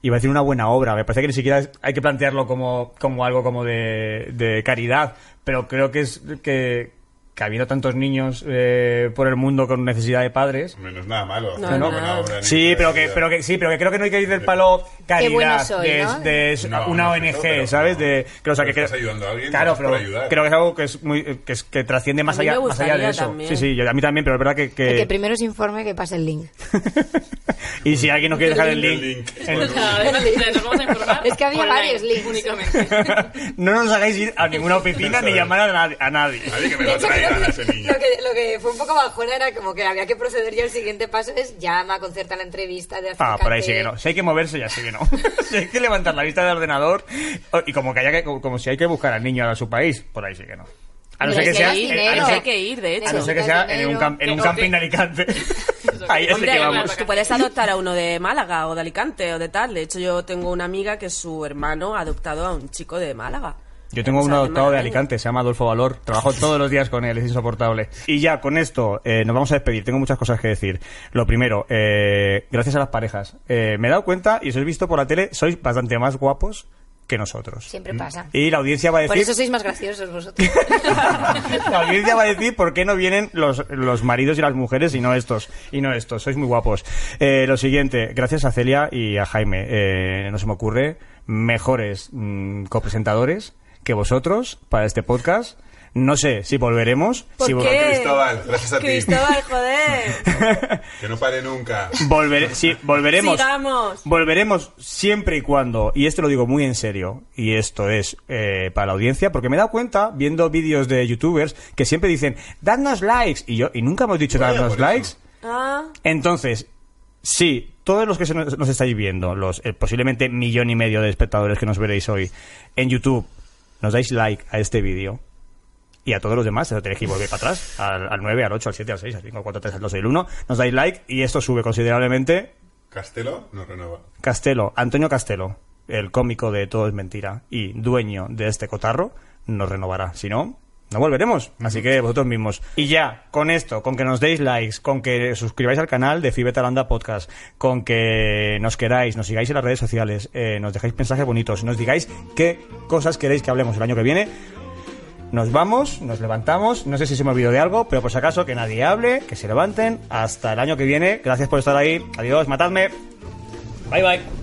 [SPEAKER 2] iba a decir una buena obra me parece que ni siquiera es- hay que plantearlo como, como algo como de, de caridad pero creo que es que, que habiendo tantos niños eh, por el mundo con necesidad de padres
[SPEAKER 6] Hombre, No es nada malo.
[SPEAKER 4] No,
[SPEAKER 6] hacer
[SPEAKER 4] no.
[SPEAKER 6] buena obra, ni
[SPEAKER 2] sí
[SPEAKER 6] nada,
[SPEAKER 2] pero
[SPEAKER 6] ni
[SPEAKER 2] que
[SPEAKER 6] nada.
[SPEAKER 2] pero que sí pero que creo que no hay que ir del palo caridad
[SPEAKER 3] bueno soy,
[SPEAKER 2] de,
[SPEAKER 3] ¿no?
[SPEAKER 2] de s-
[SPEAKER 6] No,
[SPEAKER 2] una
[SPEAKER 6] no,
[SPEAKER 2] ONG
[SPEAKER 6] eso, pero-
[SPEAKER 2] sabes de que, o sea,
[SPEAKER 6] Pero
[SPEAKER 2] que
[SPEAKER 6] estás
[SPEAKER 2] creo-
[SPEAKER 6] ayudando a alguien,
[SPEAKER 2] claro
[SPEAKER 6] estás
[SPEAKER 2] pero
[SPEAKER 6] por ayudar.
[SPEAKER 2] creo que es algo que es muy que, es- que trasciende más
[SPEAKER 4] A mí me
[SPEAKER 2] allá más allá de
[SPEAKER 4] gustaría
[SPEAKER 2] eso
[SPEAKER 4] también.
[SPEAKER 2] sí sí yo- a mí también pero es verdad que, que-
[SPEAKER 3] El que primero se informe que pase el link.
[SPEAKER 2] y si alguien nos quiere dejar el
[SPEAKER 6] El
[SPEAKER 2] link,
[SPEAKER 6] link.
[SPEAKER 2] el-
[SPEAKER 7] Nada, nos vamos a informar
[SPEAKER 3] Es que había
[SPEAKER 7] online,
[SPEAKER 3] varios links.
[SPEAKER 7] Únicamente.
[SPEAKER 2] no nos hagáis ir a ninguna oficina ni llamar a, nadie- a nadie.
[SPEAKER 6] A mí que me lo traigan a ese niño.
[SPEAKER 3] Lo que, lo que fue un poco bajona era como que había que proceder ya al siguiente paso es llama, concerta la entrevista de
[SPEAKER 2] Ah,
[SPEAKER 3] acércate.
[SPEAKER 2] por ahí sí que no. Si hay que moverse, ya sí que no. si hay que levantar la vista del ordenador o- y como que haya que, como, como si hay que buscar al niño a su país, por ahí sí que no. A no
[SPEAKER 3] Hombre,
[SPEAKER 2] ser que
[SPEAKER 3] es que
[SPEAKER 2] sea,
[SPEAKER 3] hay
[SPEAKER 2] eh,
[SPEAKER 3] dinero.
[SPEAKER 2] a no ser-
[SPEAKER 4] hay que ir, de hecho.
[SPEAKER 2] a no ser que sea en un, cam- en un
[SPEAKER 7] Necesitas
[SPEAKER 2] camping de
[SPEAKER 7] dinero.
[SPEAKER 2] Alicante. ahí es
[SPEAKER 4] Hombre,
[SPEAKER 2] que
[SPEAKER 7] hay
[SPEAKER 2] vamos.
[SPEAKER 7] una-
[SPEAKER 4] tú puedes adoptar a uno de Málaga o de Alicante o de tal. De hecho, yo tengo una amiga que su hermano ha adoptado a un chico de Málaga.
[SPEAKER 2] Yo tengo
[SPEAKER 4] O sea,
[SPEAKER 2] un adoptado de
[SPEAKER 4] Málaga.
[SPEAKER 2] Alicante, se llama Adolfo Valor. Trabajo todos los días con él, es insoportable. Y ya, con esto, eh, nos vamos a despedir. Tengo muchas cosas que decir. Lo primero, eh, gracias a las parejas. Eh, me he dado cuenta, y os he visto por la tele, sois bastante más guapos que nosotros.
[SPEAKER 3] Siempre pasa.
[SPEAKER 2] Y la audiencia va a
[SPEAKER 3] Por
[SPEAKER 2] decir...
[SPEAKER 3] eso sois más graciosos vosotros.
[SPEAKER 2] la audiencia va a decir por qué no vienen los, los maridos y las mujeres y no estos. Y no estos, sois muy guapos. Eh, lo siguiente, gracias a Celia y a Jaime. Eh, no se me ocurre mejores mm, copresentadores que vosotros para este podcast. No sé si volveremos.
[SPEAKER 4] ¿Por
[SPEAKER 2] si vo-
[SPEAKER 4] qué?
[SPEAKER 6] Cristóbal, gracias a ti.
[SPEAKER 4] Cristóbal, joder.
[SPEAKER 6] Que no pare nunca.
[SPEAKER 2] Volvere- sí, volveremos.
[SPEAKER 4] Sigamos.
[SPEAKER 2] Volveremos siempre y cuando, y esto lo digo muy en serio, y esto es eh, para la audiencia, porque me he dado cuenta, viendo vídeos de youtubers, que siempre dicen, dadnos likes, y yo, y nunca hemos dicho
[SPEAKER 6] Bueno,
[SPEAKER 2] dadnos
[SPEAKER 6] por eso.
[SPEAKER 2] likes.
[SPEAKER 4] Ah,
[SPEAKER 2] Entonces, sí, todos los que se nos, nos estáis viendo, los eh, posiblemente millón y medio de espectadores que nos veréis hoy en YouTube, nos dais like a este vídeo. Y a todos los demás, eso tenéis que volver para atrás, al, al 9, al 8, al 7, al 6, al 5, al 4, al 3, al 2, al 1. Nos dais like y esto sube considerablemente.
[SPEAKER 6] Castelo no renueva.
[SPEAKER 2] Castelo, Antonio Castelo, el cómico de Todo es Mentira y dueño de este cotarro, nos renovará. Si no, no volveremos. Así que vosotros mismos. Y ya, con esto, con que nos deis likes, con que suscribáis al canal de Fibetalanda Podcast, con que nos queráis, nos sigáis en las redes sociales, eh, nos dejáis mensajes bonitos, nos digáis qué cosas queréis que hablemos el año que viene. Nos vamos, nos levantamos. No sé si se me olvidó de algo, pero por si acaso que nadie hable, que se levanten. Hasta el año que viene. Gracias por estar ahí. Adiós, matadme. Bye bye.